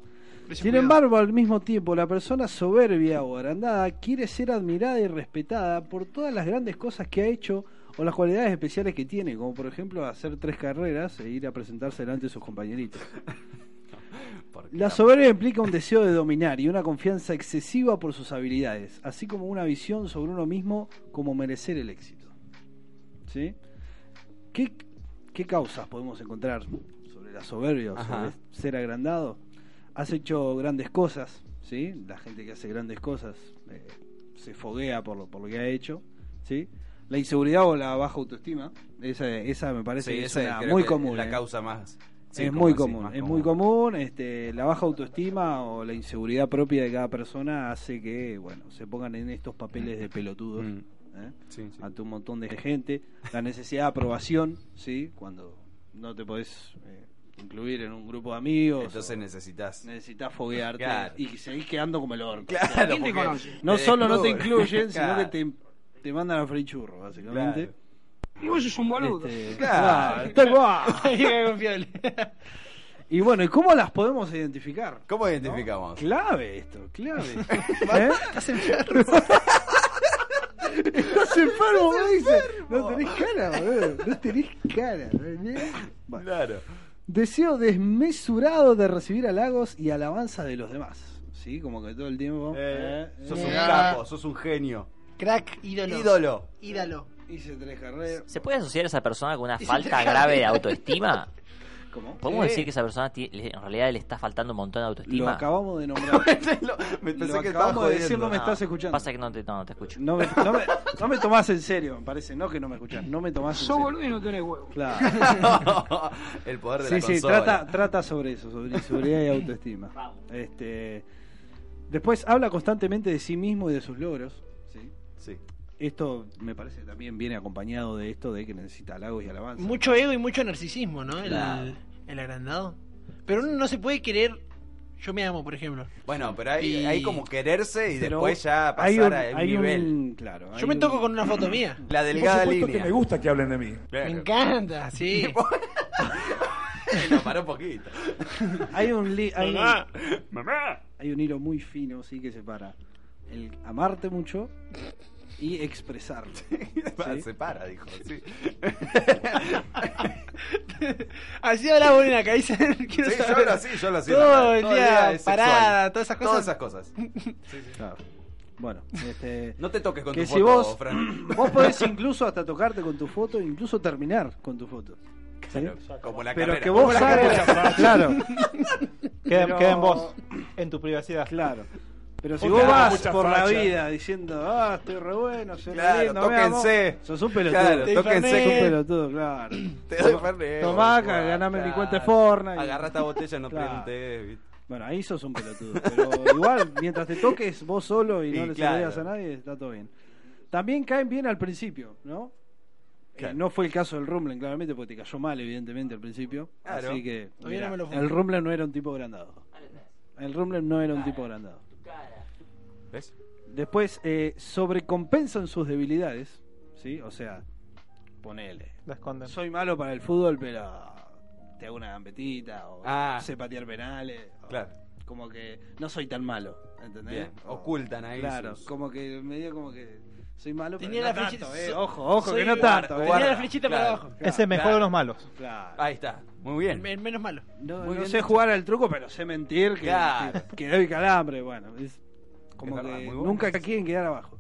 [SPEAKER 3] Sin embargo, al mismo tiempo, la persona soberbia o agrandada quiere ser admirada y respetada por todas las grandes cosas que ha hecho o las cualidades especiales que tiene, como por ejemplo hacer tres carreras e ir a presentarse delante de sus compañeritos.
[SPEAKER 2] ¿por qué
[SPEAKER 3] La
[SPEAKER 2] no?
[SPEAKER 3] soberbia implica un deseo de dominar y una confianza excesiva por sus habilidades, así como una visión sobre uno mismo como merecer el éxito. ¿Sí? ¿Qué, qué causas podemos encontrar sobre la soberbia o
[SPEAKER 2] Ajá.
[SPEAKER 3] sobre ser agrandado? Has hecho grandes cosas, ¿sí? La gente que hace grandes cosas eh, se foguea por lo, por lo que ha hecho, ¿sí? La inseguridad o la baja autoestima, esa, esa me parece
[SPEAKER 2] Sí,
[SPEAKER 3] que es
[SPEAKER 2] esa
[SPEAKER 3] una
[SPEAKER 2] creo
[SPEAKER 3] muy
[SPEAKER 2] que
[SPEAKER 3] común.
[SPEAKER 2] La
[SPEAKER 3] ¿eh?
[SPEAKER 2] causa más. sí,
[SPEAKER 3] es
[SPEAKER 2] como
[SPEAKER 3] muy
[SPEAKER 2] decís,
[SPEAKER 3] común,
[SPEAKER 2] más
[SPEAKER 3] es muy común. Este, la baja autoestima o la inseguridad propia de cada persona hace que, bueno, se pongan en estos papeles de pelotudos
[SPEAKER 2] Mm,
[SPEAKER 3] ¿eh?
[SPEAKER 2] sí, sí.
[SPEAKER 3] ante un montón de gente. La necesidad de aprobación, ¿sí? Cuando no te podés eh, incluir en un grupo de amigos.
[SPEAKER 2] Entonces
[SPEAKER 3] o
[SPEAKER 2] necesitas.
[SPEAKER 3] necesitas foguearte
[SPEAKER 2] Claro.
[SPEAKER 3] y seguís quedando como el orco.
[SPEAKER 2] Claro,
[SPEAKER 3] ¿Quién te
[SPEAKER 2] porque
[SPEAKER 3] conoce?
[SPEAKER 2] te
[SPEAKER 3] No solo no te
[SPEAKER 2] descubren.
[SPEAKER 3] incluyen, sino
[SPEAKER 2] Claro.
[SPEAKER 3] que te, te mandan a frichurro, básicamente.
[SPEAKER 4] Y vos sos un
[SPEAKER 3] Este,
[SPEAKER 2] Claro.
[SPEAKER 3] claro, tal cual.
[SPEAKER 1] Ahí cae con
[SPEAKER 3] ¿Eh?
[SPEAKER 1] Fiole.
[SPEAKER 3] Y bueno, ¿y cómo las podemos identificar?
[SPEAKER 2] ¿Cómo identificamos?
[SPEAKER 3] Clave esto, clave. ¿Eh? Estás enfermo. Estás enfermo, me dice. No tenés cara, boludo. No tenés cara. Bueno.
[SPEAKER 2] Claro.
[SPEAKER 3] Deseo desmesurado de recibir halagos y alabanza de los demás. ¿Sí? Como que todo el tiempo.
[SPEAKER 2] Eh,
[SPEAKER 3] ¿eh?
[SPEAKER 2] sos
[SPEAKER 1] eh.
[SPEAKER 2] un
[SPEAKER 1] Ah.
[SPEAKER 2] capo, sos un genio.
[SPEAKER 1] Crack, ídolo.
[SPEAKER 2] Ídolo.
[SPEAKER 1] Ídolo.
[SPEAKER 3] Hice tres carreras.
[SPEAKER 5] ¿Se puede asociar a esa persona con una
[SPEAKER 1] Es
[SPEAKER 5] falta
[SPEAKER 1] impecable.
[SPEAKER 5] grave de autoestima?
[SPEAKER 3] ¿Cómo?
[SPEAKER 5] Podemos
[SPEAKER 1] Sí.
[SPEAKER 5] decir que esa persona ti- le- en realidad le está faltando un montón de
[SPEAKER 3] Eh, Lo
[SPEAKER 5] autoestima.
[SPEAKER 3] acabamos de nombrar.
[SPEAKER 2] me pensé
[SPEAKER 3] Lo
[SPEAKER 2] que estaba
[SPEAKER 3] acabamos de
[SPEAKER 2] jodiendo.
[SPEAKER 3] decir, no me
[SPEAKER 5] No,
[SPEAKER 3] estás escuchando.
[SPEAKER 5] Pasa que no te, no, no te escucho.
[SPEAKER 3] No me, no, me, no me tomás en serio, me parece. No que no me escuchás, no me tomás en
[SPEAKER 7] Yo
[SPEAKER 3] serio.
[SPEAKER 7] boludo y no tenés huevo.
[SPEAKER 3] Claro.
[SPEAKER 2] El poder de
[SPEAKER 3] Sí,
[SPEAKER 2] la
[SPEAKER 3] sí,
[SPEAKER 2] consola.
[SPEAKER 3] trata, trata sobre eso, sobre inseguridad y autoestima. Este, después habla constantemente de sí mismo y de sus logros. ¿sí?
[SPEAKER 2] Sí.
[SPEAKER 3] Esto me parece también viene acompañado de esto de que necesita halagos y alabanza.
[SPEAKER 1] Mucho ego y mucho narcisismo, ¿no? El,
[SPEAKER 3] Claro.
[SPEAKER 1] el agrandado. Pero uno no se puede querer. Yo me amo, por ejemplo.
[SPEAKER 2] Bueno, pero hay,
[SPEAKER 1] Y-
[SPEAKER 2] hay como quererse y
[SPEAKER 3] Pero
[SPEAKER 2] después ya pasar
[SPEAKER 3] hay un-
[SPEAKER 2] a un
[SPEAKER 3] hay un-
[SPEAKER 2] nivel.
[SPEAKER 3] claro, hay
[SPEAKER 1] Yo me
[SPEAKER 3] un-
[SPEAKER 1] toco con una foto mía.
[SPEAKER 2] La
[SPEAKER 8] Por
[SPEAKER 2] delgada
[SPEAKER 8] supuesto
[SPEAKER 2] línea.
[SPEAKER 8] que me gusta que hablen de mí.
[SPEAKER 1] Me encanta, sí.
[SPEAKER 2] Nos paró un poquito.
[SPEAKER 3] Hay un, li- hay, un,
[SPEAKER 1] Mamá.
[SPEAKER 3] hay un hilo muy fino, sí, que separa el amarte mucho y expresarlo.
[SPEAKER 2] Va,
[SPEAKER 3] ¿sí?
[SPEAKER 2] Se para, dijo. Sí.
[SPEAKER 1] Así hablaba una acá, dice, quiero
[SPEAKER 2] Sí, yo
[SPEAKER 1] saber.
[SPEAKER 2] hablo así, yo hablo así.
[SPEAKER 1] Todo
[SPEAKER 2] normal.
[SPEAKER 1] el día,
[SPEAKER 2] es sexual.
[SPEAKER 1] parada, todas esas cosas.
[SPEAKER 2] Todas esas cosas.
[SPEAKER 3] Claro. Bueno, este,
[SPEAKER 2] No te toques con
[SPEAKER 3] que
[SPEAKER 2] tu
[SPEAKER 3] si
[SPEAKER 2] foto,
[SPEAKER 3] vos,
[SPEAKER 2] Fran.
[SPEAKER 3] vos podés incluso hasta tocarte con tu foto, incluso terminar con tu foto. ¿sí?
[SPEAKER 2] Claro, como la
[SPEAKER 3] Pero
[SPEAKER 2] carrera.
[SPEAKER 3] que vos
[SPEAKER 2] Como la carrera.
[SPEAKER 3] salgas, claro,
[SPEAKER 6] Queda,
[SPEAKER 3] Pero-
[SPEAKER 6] queda en vos, en tu privacidad.
[SPEAKER 3] claro. Pero si
[SPEAKER 8] Porque
[SPEAKER 3] vos
[SPEAKER 8] hago
[SPEAKER 3] vas
[SPEAKER 8] mucha
[SPEAKER 3] por la
[SPEAKER 8] facha.
[SPEAKER 3] vida diciendo, ah, estoy re bueno, soy
[SPEAKER 2] Claro,
[SPEAKER 3] re lindo, me amo",
[SPEAKER 2] tóquense.
[SPEAKER 3] Sos un pelotudo.
[SPEAKER 2] Claro,
[SPEAKER 1] Te
[SPEAKER 2] tóquense.
[SPEAKER 1] infané.
[SPEAKER 3] Sos un
[SPEAKER 1] Eh.
[SPEAKER 3] pelotudo, claro.
[SPEAKER 2] Te doy Fernet.
[SPEAKER 3] Tomá,
[SPEAKER 2] vos,
[SPEAKER 3] ca- ganame
[SPEAKER 2] claro.
[SPEAKER 3] mi cuenta de Fortnite.
[SPEAKER 2] Agarrá esta botella, no
[SPEAKER 3] Claro.
[SPEAKER 2] pregunté. ¿viste?
[SPEAKER 3] Bueno, ahí sos un pelotudo. Pero igual, mientras te toques vos solo y no
[SPEAKER 2] Sí,
[SPEAKER 3] le
[SPEAKER 2] claro.
[SPEAKER 3] saludas a nadie, está todo bien. También caen bien al principio, ¿no? Eh,
[SPEAKER 2] Claro.
[SPEAKER 3] no fue el caso del Rumble, claramente, porque te cayó mal, evidentemente, al principio.
[SPEAKER 2] Claro.
[SPEAKER 3] Así que
[SPEAKER 1] Todavía
[SPEAKER 3] mirá,
[SPEAKER 1] no me lo fumé.
[SPEAKER 3] el Rumble no era un tipo agrandado. El Rumble no era un tipo agrandado.
[SPEAKER 2] ¿Ves?
[SPEAKER 3] Después, eh, sobrecompensan sus debilidades, ¿sí? O sea, ponele.
[SPEAKER 6] La esconden.
[SPEAKER 3] Soy malo para el fútbol, pero te hago una gambetita, o
[SPEAKER 2] Ah.
[SPEAKER 3] sé patear penales. o-
[SPEAKER 2] Claro.
[SPEAKER 3] como que no soy tan malo, ¿entendés?
[SPEAKER 2] Bien.
[SPEAKER 3] O-
[SPEAKER 2] Ocultan ahí.
[SPEAKER 3] Claro,
[SPEAKER 2] sus-
[SPEAKER 3] como que medio como que soy malo, pero
[SPEAKER 1] Tenía
[SPEAKER 3] no
[SPEAKER 1] la flecha-
[SPEAKER 3] tanto, eh.
[SPEAKER 1] so-
[SPEAKER 3] Ojo, ojo,
[SPEAKER 1] soy
[SPEAKER 3] que no
[SPEAKER 1] guarda,
[SPEAKER 3] tanto,
[SPEAKER 1] Tenía
[SPEAKER 3] eh.
[SPEAKER 2] guarda,
[SPEAKER 1] la flechita
[SPEAKER 2] claro.
[SPEAKER 1] para abajo.
[SPEAKER 6] Ese es mejor de los malos.
[SPEAKER 3] Claro.
[SPEAKER 2] Ahí está. Muy bien.
[SPEAKER 1] El, el menos malo.
[SPEAKER 3] No,
[SPEAKER 2] Muy
[SPEAKER 3] no
[SPEAKER 2] bien
[SPEAKER 3] sé
[SPEAKER 2] dicho.
[SPEAKER 3] jugar al truco, pero sé mentir que,
[SPEAKER 2] Claro.
[SPEAKER 3] que, que doy calambre, bueno, es como
[SPEAKER 2] Es verdad,
[SPEAKER 3] que
[SPEAKER 2] muy bueno.
[SPEAKER 3] nunca quieren quedar abajo.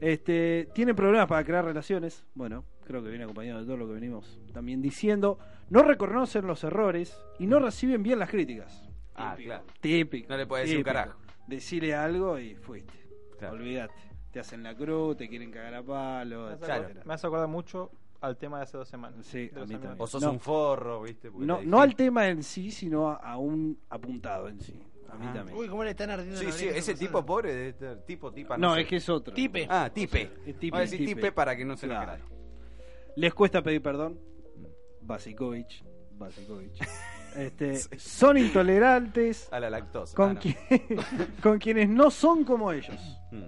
[SPEAKER 3] Este, tienen problemas para crear relaciones, bueno, creo que viene acompañado de todo lo que venimos también diciendo, no reconocen los errores y no reciben bien las críticas.
[SPEAKER 2] Ah, claro.
[SPEAKER 3] Típico.
[SPEAKER 2] No le podés decir un
[SPEAKER 3] típico.
[SPEAKER 2] carajo.
[SPEAKER 3] Decirle algo y fuiste.
[SPEAKER 2] Claro.
[SPEAKER 3] Olvídate. Te hacen la cruz, te quieren cagar a palo,
[SPEAKER 6] Me hace
[SPEAKER 2] Claro.
[SPEAKER 6] acordar- Me hace acordar mucho al tema de hace dos semanas.
[SPEAKER 3] Sí,
[SPEAKER 6] de
[SPEAKER 3] a
[SPEAKER 6] los
[SPEAKER 3] mí
[SPEAKER 6] amigos.
[SPEAKER 3] también.
[SPEAKER 2] O sos
[SPEAKER 3] No.
[SPEAKER 2] un forro, ¿viste? Porque
[SPEAKER 3] No,
[SPEAKER 2] te
[SPEAKER 3] no al
[SPEAKER 2] dijiste.
[SPEAKER 3] tema en sí, sino a, a un apuntado en sí. A mí
[SPEAKER 2] Ah.
[SPEAKER 3] también.
[SPEAKER 1] Uy, cómo le están ardiendo
[SPEAKER 2] Sí,
[SPEAKER 1] las
[SPEAKER 2] sí,
[SPEAKER 1] orejas a
[SPEAKER 2] ese
[SPEAKER 1] esa
[SPEAKER 2] tipo
[SPEAKER 1] persona.
[SPEAKER 2] pobre debe estar- tipo tipa.
[SPEAKER 3] no,
[SPEAKER 2] sé.
[SPEAKER 3] es que es otro.
[SPEAKER 1] Tipe.
[SPEAKER 2] Ah, tipe.
[SPEAKER 3] Es tipe,
[SPEAKER 2] Voy a decir
[SPEAKER 3] tipe.
[SPEAKER 2] tipe. para que no se lo
[SPEAKER 3] Claro.
[SPEAKER 2] crean.
[SPEAKER 3] Les cuesta pedir perdón.
[SPEAKER 2] Mm.
[SPEAKER 3] Basikovich. Basikovich. Este, Son intolerantes
[SPEAKER 2] A la lactosa.
[SPEAKER 3] con,
[SPEAKER 2] Ah, no.
[SPEAKER 3] quien- con quienes no son como ellos.
[SPEAKER 2] Mm.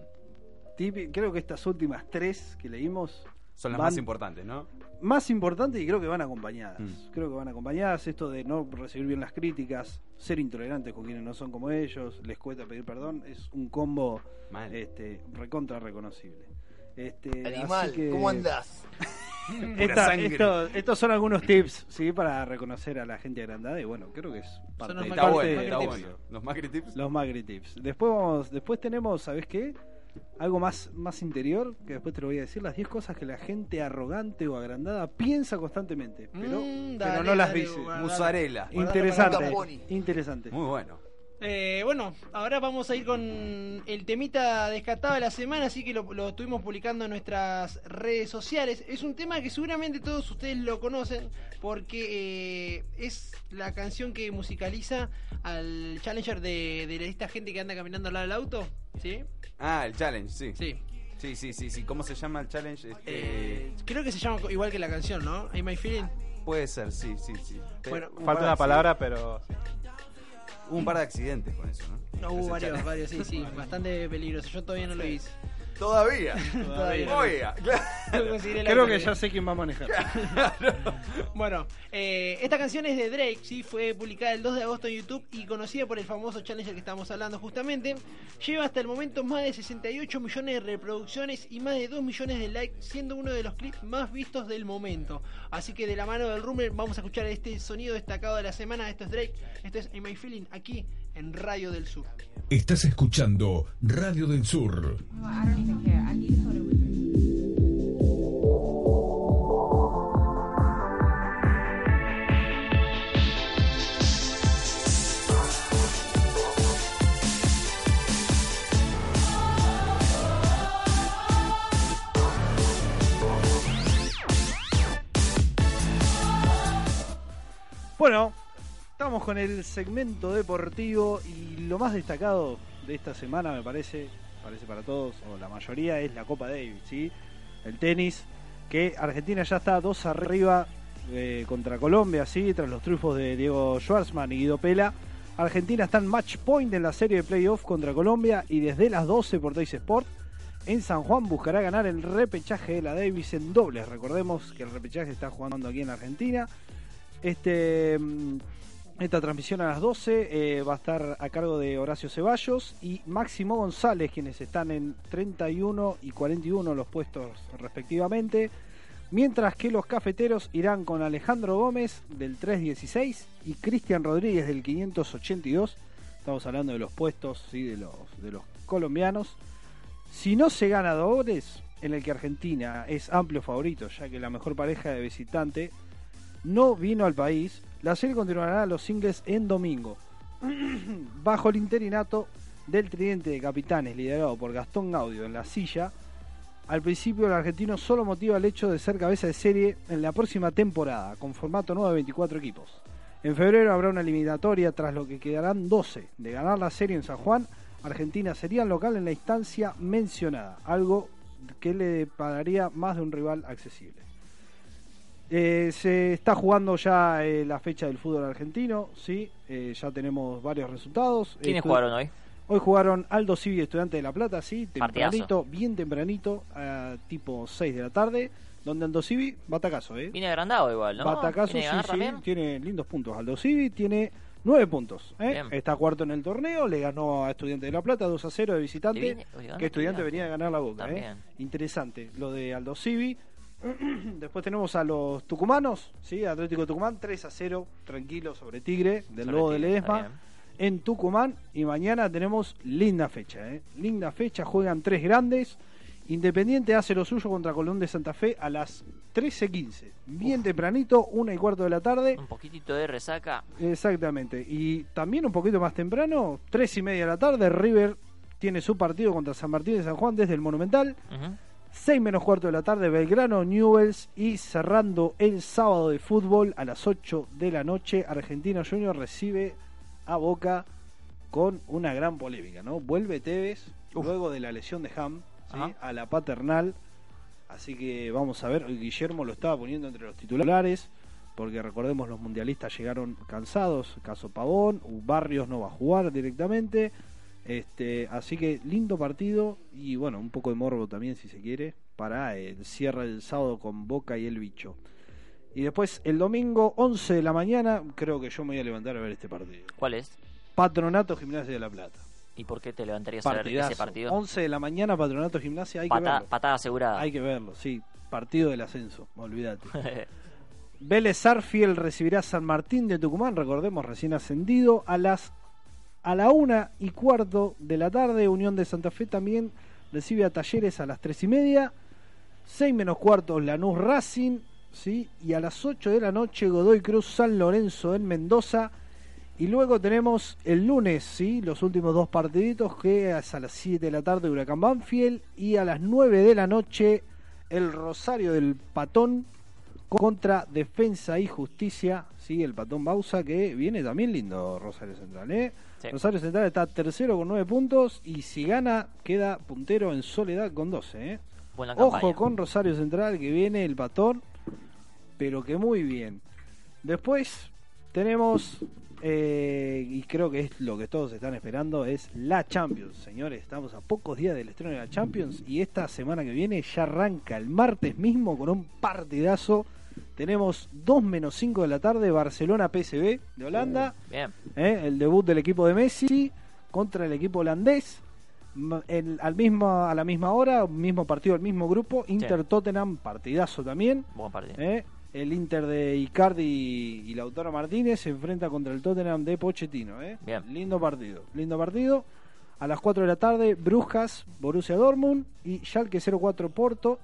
[SPEAKER 3] Tipi- creo que estas últimas tres que leímos
[SPEAKER 2] Son las
[SPEAKER 3] Van-
[SPEAKER 2] más importantes, ¿no?
[SPEAKER 3] más importante y creo que van acompañadas.
[SPEAKER 2] Mm.
[SPEAKER 3] Creo que van acompañadas esto de no recibir bien las críticas, ser intolerantes con quienes no son como ellos, les cuesta pedir perdón, es un combo
[SPEAKER 2] Mal.
[SPEAKER 3] este recontra reconocible. Este, así
[SPEAKER 9] Animal,
[SPEAKER 3] que-
[SPEAKER 9] ¿cómo andás?
[SPEAKER 3] Esta-
[SPEAKER 2] sangre.
[SPEAKER 3] esto- estos son algunos tips, ¿sí? Para reconocer a la gente agrandada y bueno, creo que es parte,
[SPEAKER 1] los
[SPEAKER 2] está
[SPEAKER 3] parte
[SPEAKER 1] Macri-
[SPEAKER 2] bueno,
[SPEAKER 3] de
[SPEAKER 2] está
[SPEAKER 1] Macri
[SPEAKER 2] bueno. Los Macri Tips.
[SPEAKER 3] los Magri tips. Después vamos, después tenemos, ¿sabes qué? Algo más, más interior, que después te lo voy a decir, las 10 cosas que la gente arrogante o agrandada piensa constantemente, pero,
[SPEAKER 1] Mm,
[SPEAKER 3] pero
[SPEAKER 1] dale,
[SPEAKER 3] no las
[SPEAKER 1] dale,
[SPEAKER 3] dice.
[SPEAKER 1] guarda.
[SPEAKER 2] Musarela.
[SPEAKER 1] Guardate
[SPEAKER 3] Interesante,
[SPEAKER 9] para la Pony.
[SPEAKER 3] interesante.
[SPEAKER 2] Muy bueno.
[SPEAKER 1] Eh, bueno, ahora vamos a ir con el temita descartado de la semana, así que lo, lo estuvimos publicando en nuestras redes sociales. Es un tema que seguramente todos ustedes lo conocen porque eh, es la canción que musicaliza al Challenger de, de esta gente que anda caminando al lado del auto. ¿Sí?
[SPEAKER 2] Ah, el challenge, sí.
[SPEAKER 1] Sí.
[SPEAKER 2] Sí, sí, sí, sí. ¿Cómo se llama el challenge? Este,
[SPEAKER 1] Eh, creo que se llama igual que la canción, ¿no? Ain't My Feeling.
[SPEAKER 2] Puede ser, sí, sí, sí. Te-
[SPEAKER 1] Bueno,
[SPEAKER 2] un par
[SPEAKER 6] Falta
[SPEAKER 2] de
[SPEAKER 6] una
[SPEAKER 2] accidentes-
[SPEAKER 6] palabra, pero sí.
[SPEAKER 2] Un par de accidentes con eso, ¿no?
[SPEAKER 1] No,
[SPEAKER 2] Ese
[SPEAKER 1] hubo varios,
[SPEAKER 2] challenge.
[SPEAKER 1] varios, sí, sí. Bastante peligroso. Yo todavía no lo hice.
[SPEAKER 2] Todavía.
[SPEAKER 1] Todavía no lo hice.
[SPEAKER 2] Oiga, claro.
[SPEAKER 1] No conseguiré la
[SPEAKER 3] Creo que
[SPEAKER 1] autoridad.
[SPEAKER 3] ya sé quién va a manejar.
[SPEAKER 1] Bueno, eh, esta canción es de Drake, sí, fue publicada el 2 de agosto en YouTube y conocida por el famoso challenger que estamos hablando justamente. Lleva hasta el momento más de 68 millones de reproducciones y más de 2 millones de likes, siendo uno de los clips más vistos del momento. Así que de la mano del rumor vamos a escuchar este sonido destacado de la semana. Esto es Drake, esto es In My Feeling, aquí en Radio del Sur.
[SPEAKER 10] Estás escuchando Radio del Sur.
[SPEAKER 3] Bueno, estamos con el segmento deportivo y lo más destacado de esta semana, me parece, parece para todos, o la mayoría, es la Copa Davis, ¿sí? El tenis, que Argentina ya está dos arriba eh, contra Colombia, ¿sí? Tras los triunfos de Diego Schwartzman y Guido Pela. Argentina está en match point en la serie de playoff contra Colombia y desde las 12 por Dice Sport. En San Juan buscará ganar el repechaje de la Davis en dobles. Recordemos que el repechaje está jugando aquí en Argentina. Este, mm, esta transmisión a las 12 eh, va a estar a cargo de Horacio Ceballos y Máximo González, quienes están en 31 y 41 los puestos respectivamente. Mientras que los cafeteros irán con Alejandro Gómez del 316 y Cristian Rodríguez del 582. Estamos hablando de los puestos ¿sí? de, los, de los colombianos. Si no se gana dobles, en el que Argentina es amplio favorito, ya que la mejor pareja de visitante no vino al país, la serie continuará a los singles en domingo. Bajo el interinato del tridente de capitanes liderado por Gastón Gaudio en la silla, al principio el argentino solo motiva el hecho de ser cabeza de serie en la próxima temporada, con formato nuevo de 24 equipos. En febrero habrá una eliminatoria tras lo que quedarán 12. De ganar la serie en San Juan, Argentina sería local en la instancia mencionada, algo que le depararía más de un rival accesible. Eh, se está jugando ya eh, la fecha del fútbol argentino, sí, eh, ya tenemos varios resultados. Eh,
[SPEAKER 5] ¿Quiénes
[SPEAKER 3] Estu-
[SPEAKER 5] jugaron hoy?
[SPEAKER 3] Hoy jugaron Aldo Civi, Estudiante de La Plata, sí, tempranito,
[SPEAKER 5] Partidazo.
[SPEAKER 3] bien tempranito, a tipo 6 de la tarde, donde Aldo Civi, batacazo, ¿eh?
[SPEAKER 5] Viene agrandado igual, ¿no?
[SPEAKER 3] Batacazo, sí,
[SPEAKER 5] Viene a ganar
[SPEAKER 3] sí,
[SPEAKER 5] también.
[SPEAKER 3] tiene lindos puntos. Aldo Civi tiene 9 puntos, ¿eh?
[SPEAKER 5] Bien.
[SPEAKER 3] Está cuarto en el torneo, le ganó a Estudiante de La Plata 2 a 0 de visitante,
[SPEAKER 5] Le viene- oye,
[SPEAKER 3] que
[SPEAKER 5] ¿dónde
[SPEAKER 3] Estudiante
[SPEAKER 5] tira?
[SPEAKER 3] venía a ganar la boca, ¿eh?
[SPEAKER 5] También.
[SPEAKER 3] Interesante, lo de Aldo Civi. Después tenemos a los tucumanos, ¿sí? Atlético Tucumán 3 a 0, tranquilo, sobre Tigre, del
[SPEAKER 5] Sobre
[SPEAKER 3] Lobo de
[SPEAKER 5] Tigre,
[SPEAKER 3] Ledesma
[SPEAKER 5] está bien.
[SPEAKER 3] en Tucumán y mañana tenemos linda fecha, ¿eh? linda fecha, juegan tres grandes, Independiente hace lo suyo contra Colón de Santa Fe a las 13.15, bien tempranito, una y cuarto de la tarde,
[SPEAKER 5] Un poquitito de resaca.
[SPEAKER 3] exactamente, y también un poquito más temprano, tres y media de la tarde, River tiene su partido contra San Martín de San Juan desde el Monumental,
[SPEAKER 5] Ujú.
[SPEAKER 3] 6 menos cuarto de la tarde, Belgrano, Newells y cerrando el sábado de fútbol a las 8 de la noche, Argentino Junior recibe a Boca con una gran polémica, ¿no? Vuelve Tevez luego de la lesión de Ham ¿sí?
[SPEAKER 5] Ajá.
[SPEAKER 3] a la paternal, así que vamos a ver, Guillermo lo estaba poniendo entre los titulares, porque recordemos los mundialistas llegaron cansados, caso Pavón, Barrios no va a jugar directamente. Este, así que lindo partido y bueno, un poco de morbo también si se quiere para el cierre del sábado con Boca y el bicho. Y después el domingo 11 de la mañana, creo que yo me voy a levantar a ver este partido.
[SPEAKER 5] ¿Cuál es?
[SPEAKER 3] Patronato Gimnasia de la Plata.
[SPEAKER 5] ¿Y por qué te levantarías a ver ese
[SPEAKER 3] Partidazo.
[SPEAKER 5] partido?
[SPEAKER 3] 11 de la mañana Patronato Gimnasia, hay que
[SPEAKER 5] Pata-
[SPEAKER 3] verlo.
[SPEAKER 5] patada asegurada.
[SPEAKER 3] Hay que verlo, sí. Partido del ascenso, olvídate. Vélez Sarfiel recibirá a San Martín de Tucumán, recordemos, recién ascendido, a las a la una y cuarto de la tarde. Unión de Santa Fe también recibe a Talleres a las tres y media. 6 menos cuarto Lanús Racing, ¿sí? Y a las 8 de la noche Godoy Cruz San Lorenzo en Mendoza. Y luego tenemos el lunes, ¿sí? Los últimos dos partiditos, que es a las 7 de la tarde Huracán Banfield y a las 9 de la noche el Rosario del Patón contra Defensa y Justicia, ¿sí? El Patón Bausa, que viene también lindo Rosario Central, ¿eh?
[SPEAKER 5] Sí.
[SPEAKER 3] Rosario Central está tercero con 9 puntos y si gana queda puntero en soledad con 12, ¿eh?
[SPEAKER 5] Buena campaña.
[SPEAKER 3] Ojo con Rosario Central que viene el patón, pero que muy bien. Después tenemos, eh, y creo que es lo que todos están esperando, es la Champions. Señores, estamos a pocos días del estreno de la Champions y esta semana que viene ya arranca el martes mismo con un partidazo. Tenemos 2 menos 5 de la tarde, Barcelona PSB de Holanda.
[SPEAKER 5] Bien.
[SPEAKER 3] ¿eh? el debut del equipo de Messi contra el equipo holandés. M- el- al mismo, a la misma hora, mismo partido, el mismo grupo, Inter Tottenham, partidazo también.
[SPEAKER 5] Buen partido.
[SPEAKER 3] ¿eh? El Inter de Icardi y, y Lautaro Martínez se enfrenta contra el Tottenham de Pochettino. ¿eh?
[SPEAKER 5] Bien.
[SPEAKER 3] Lindo partido, lindo partido. A las 4 de la tarde, Brujas, Borussia Dortmund y Schalke 04 Porto.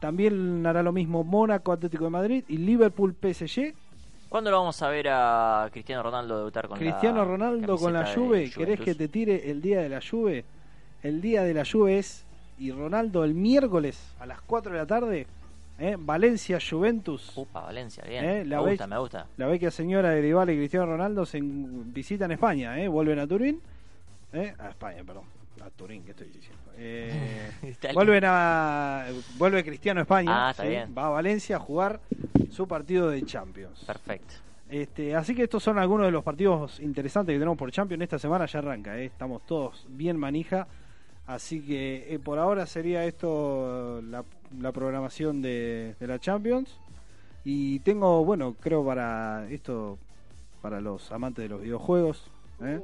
[SPEAKER 3] También hará lo mismo Mónaco, Atlético de Madrid y Liverpool PSG.
[SPEAKER 5] ¿Cuándo lo vamos a ver a Cristiano Ronaldo debutar con
[SPEAKER 3] Cristiano
[SPEAKER 5] la
[SPEAKER 3] Ronaldo con la
[SPEAKER 5] camiseta de
[SPEAKER 3] Juve, ¿querés
[SPEAKER 5] Juventus?
[SPEAKER 3] que te tire el día de la Juve? El día de la Juve es y Ronaldo el miércoles a las 4 de la tarde, ¿eh? Valencia Juventus.
[SPEAKER 5] Upa, Valencia, bien.
[SPEAKER 3] Eh, la
[SPEAKER 5] me
[SPEAKER 3] vez-
[SPEAKER 5] gusta, me gusta.
[SPEAKER 3] La vecchia señora de Dybala y Cristiano Ronaldo se en- visitan España, ¿eh? Vuelven a Turín. ¿eh? A España, perdón. A Turín, ¿qué estoy diciendo? Eh,
[SPEAKER 5] Italia.
[SPEAKER 3] vuelven a, vuelve Cristiano a España.
[SPEAKER 5] Ah, está bien.
[SPEAKER 3] Va a Valencia a jugar su partido de Champions.
[SPEAKER 5] Perfecto.
[SPEAKER 3] Este, así que estos son algunos de los partidos interesantes que tenemos por Champions. Esta semana ya arranca, ¿eh? estamos todos bien manija. Así que eh, por ahora sería esto eh, la, la programación de, de la Champions. Y tengo, bueno, creo para esto, para los amantes de los videojuegos. ¿eh?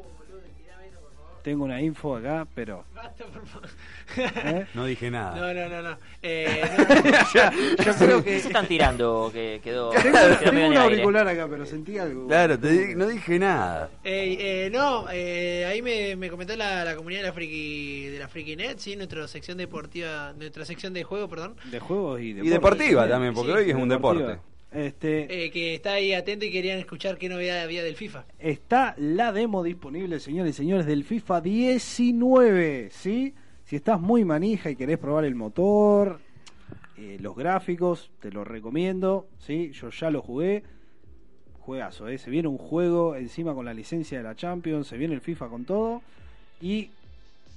[SPEAKER 3] Tengo una info acá, pero...
[SPEAKER 1] Basta, por favor.
[SPEAKER 3] ¿eh?
[SPEAKER 2] No dije nada.
[SPEAKER 1] No, no, no, no. Eh, no.
[SPEAKER 3] Yo creo
[SPEAKER 5] ¿Qué se
[SPEAKER 3] que...
[SPEAKER 5] están tirando? Que quedó,
[SPEAKER 3] Tengo, tengo
[SPEAKER 5] quedó medio en
[SPEAKER 3] un
[SPEAKER 5] el aire.
[SPEAKER 3] auricular acá, pero sentí algo.
[SPEAKER 2] Claro, te di- no dije nada.
[SPEAKER 1] Ey, eh, no, eh, ahí me, me comentó la, la comunidad de la friki de la friki net, sí, nuestra sección deportiva, nuestra sección de juego, perdón,
[SPEAKER 3] De juegos y
[SPEAKER 2] Y deportiva
[SPEAKER 3] ¿eh?
[SPEAKER 2] también, porque
[SPEAKER 1] Sí,
[SPEAKER 2] hoy es un
[SPEAKER 3] Deportiva.
[SPEAKER 2] deporte.
[SPEAKER 3] Este,
[SPEAKER 1] eh, que está ahí atento y querían escuchar qué novedad había del FIFA.
[SPEAKER 3] Está la demo disponible, señores y señores, del FIFA 19, ¿sí? Si estás muy manija y querés probar el motor, eh, los gráficos, te lo recomiendo, ¿sí? Yo ya lo jugué. Juegazo, ¿eh? Se viene un juego encima con la licencia de la Champions, se viene el FIFA con todo. Y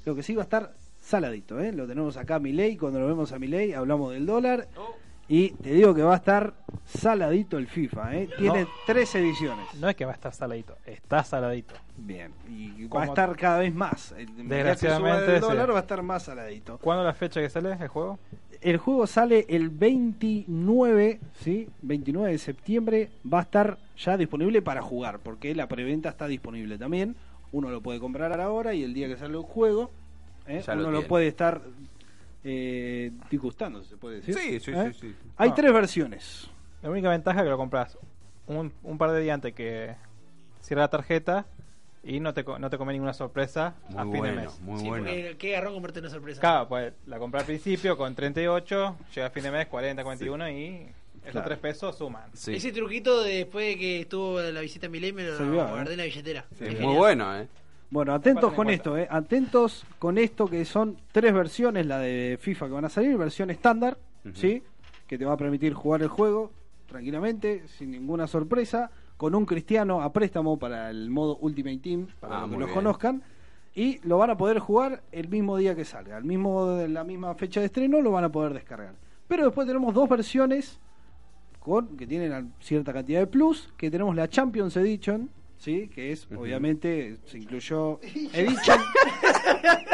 [SPEAKER 3] lo que sí va a estar saladito, ¿eh? Lo tenemos acá a Milei, cuando lo vemos a Milei hablamos del dólar. Y te digo que va a estar saladito el FIFA, ¿eh? Tiene tres ediciones.
[SPEAKER 6] No es que va a estar saladito, está saladito.
[SPEAKER 3] Bien, y va
[SPEAKER 6] Como-
[SPEAKER 3] a estar cada vez más. El- mirá que
[SPEAKER 6] Desgraciadamente,
[SPEAKER 3] suba el
[SPEAKER 6] sí.
[SPEAKER 3] dólar va a estar más saladito.
[SPEAKER 6] ¿Cuándo la fecha que sale el juego?
[SPEAKER 3] El juego sale el 29, ¿sí? 29 de septiembre. Va a estar ya disponible para jugar, porque la preventa está disponible también. Uno lo puede comprar ahora y el día que sale el juego, ¿eh?
[SPEAKER 2] Ya lo
[SPEAKER 3] uno lo,
[SPEAKER 2] tiene.
[SPEAKER 3] puede estar eh, disgustando, se puede decir.
[SPEAKER 2] Sí, sí,
[SPEAKER 3] ¿Eh?
[SPEAKER 2] sí, sí.
[SPEAKER 3] Hay
[SPEAKER 6] Ah.
[SPEAKER 3] tres versiones.
[SPEAKER 6] La única ventaja es que lo compras un, un par de días antes que cierra la tarjeta y no te, co- no te come ninguna sorpresa a
[SPEAKER 2] Muy
[SPEAKER 6] fin de
[SPEAKER 2] bueno,
[SPEAKER 6] mes.
[SPEAKER 2] muy
[SPEAKER 1] sí,
[SPEAKER 2] bueno.
[SPEAKER 1] porque qué garrón convertir una sorpresa.
[SPEAKER 6] Claro, pues la compré al principio con 38, llega a fin de mes 40, 41 y esos
[SPEAKER 3] Claro.
[SPEAKER 6] 3 pesos suman.
[SPEAKER 2] Sí.
[SPEAKER 1] Ese truquito de después de que estuvo la visita a Milei me lo
[SPEAKER 3] Sirvió, ¿eh?
[SPEAKER 1] guardé en la billetera.
[SPEAKER 2] Es
[SPEAKER 1] Genial.
[SPEAKER 2] muy bueno, ¿eh?
[SPEAKER 3] Bueno, atentos
[SPEAKER 6] Tengan en
[SPEAKER 3] con
[SPEAKER 6] cuenta.
[SPEAKER 3] esto, eh. atentos con esto que son tres versiones, la de FIFA que van a salir, versión estándar,
[SPEAKER 2] Ujú.
[SPEAKER 3] ¿sí? Que te va a permitir jugar el juego tranquilamente, sin ninguna sorpresa, con un cristiano a préstamo para el modo Ultimate Team, para
[SPEAKER 2] Ah,
[SPEAKER 3] los que
[SPEAKER 2] muy
[SPEAKER 3] los
[SPEAKER 2] bien.
[SPEAKER 3] conozcan, y lo van a poder jugar el mismo día que salga, el mismo, la misma fecha de estreno lo van a poder descargar. Pero después tenemos dos versiones con que tienen al- cierta cantidad de plus, que tenemos la Champions Edition, sí, que es
[SPEAKER 2] Ujú.
[SPEAKER 3] obviamente se incluyó Edition.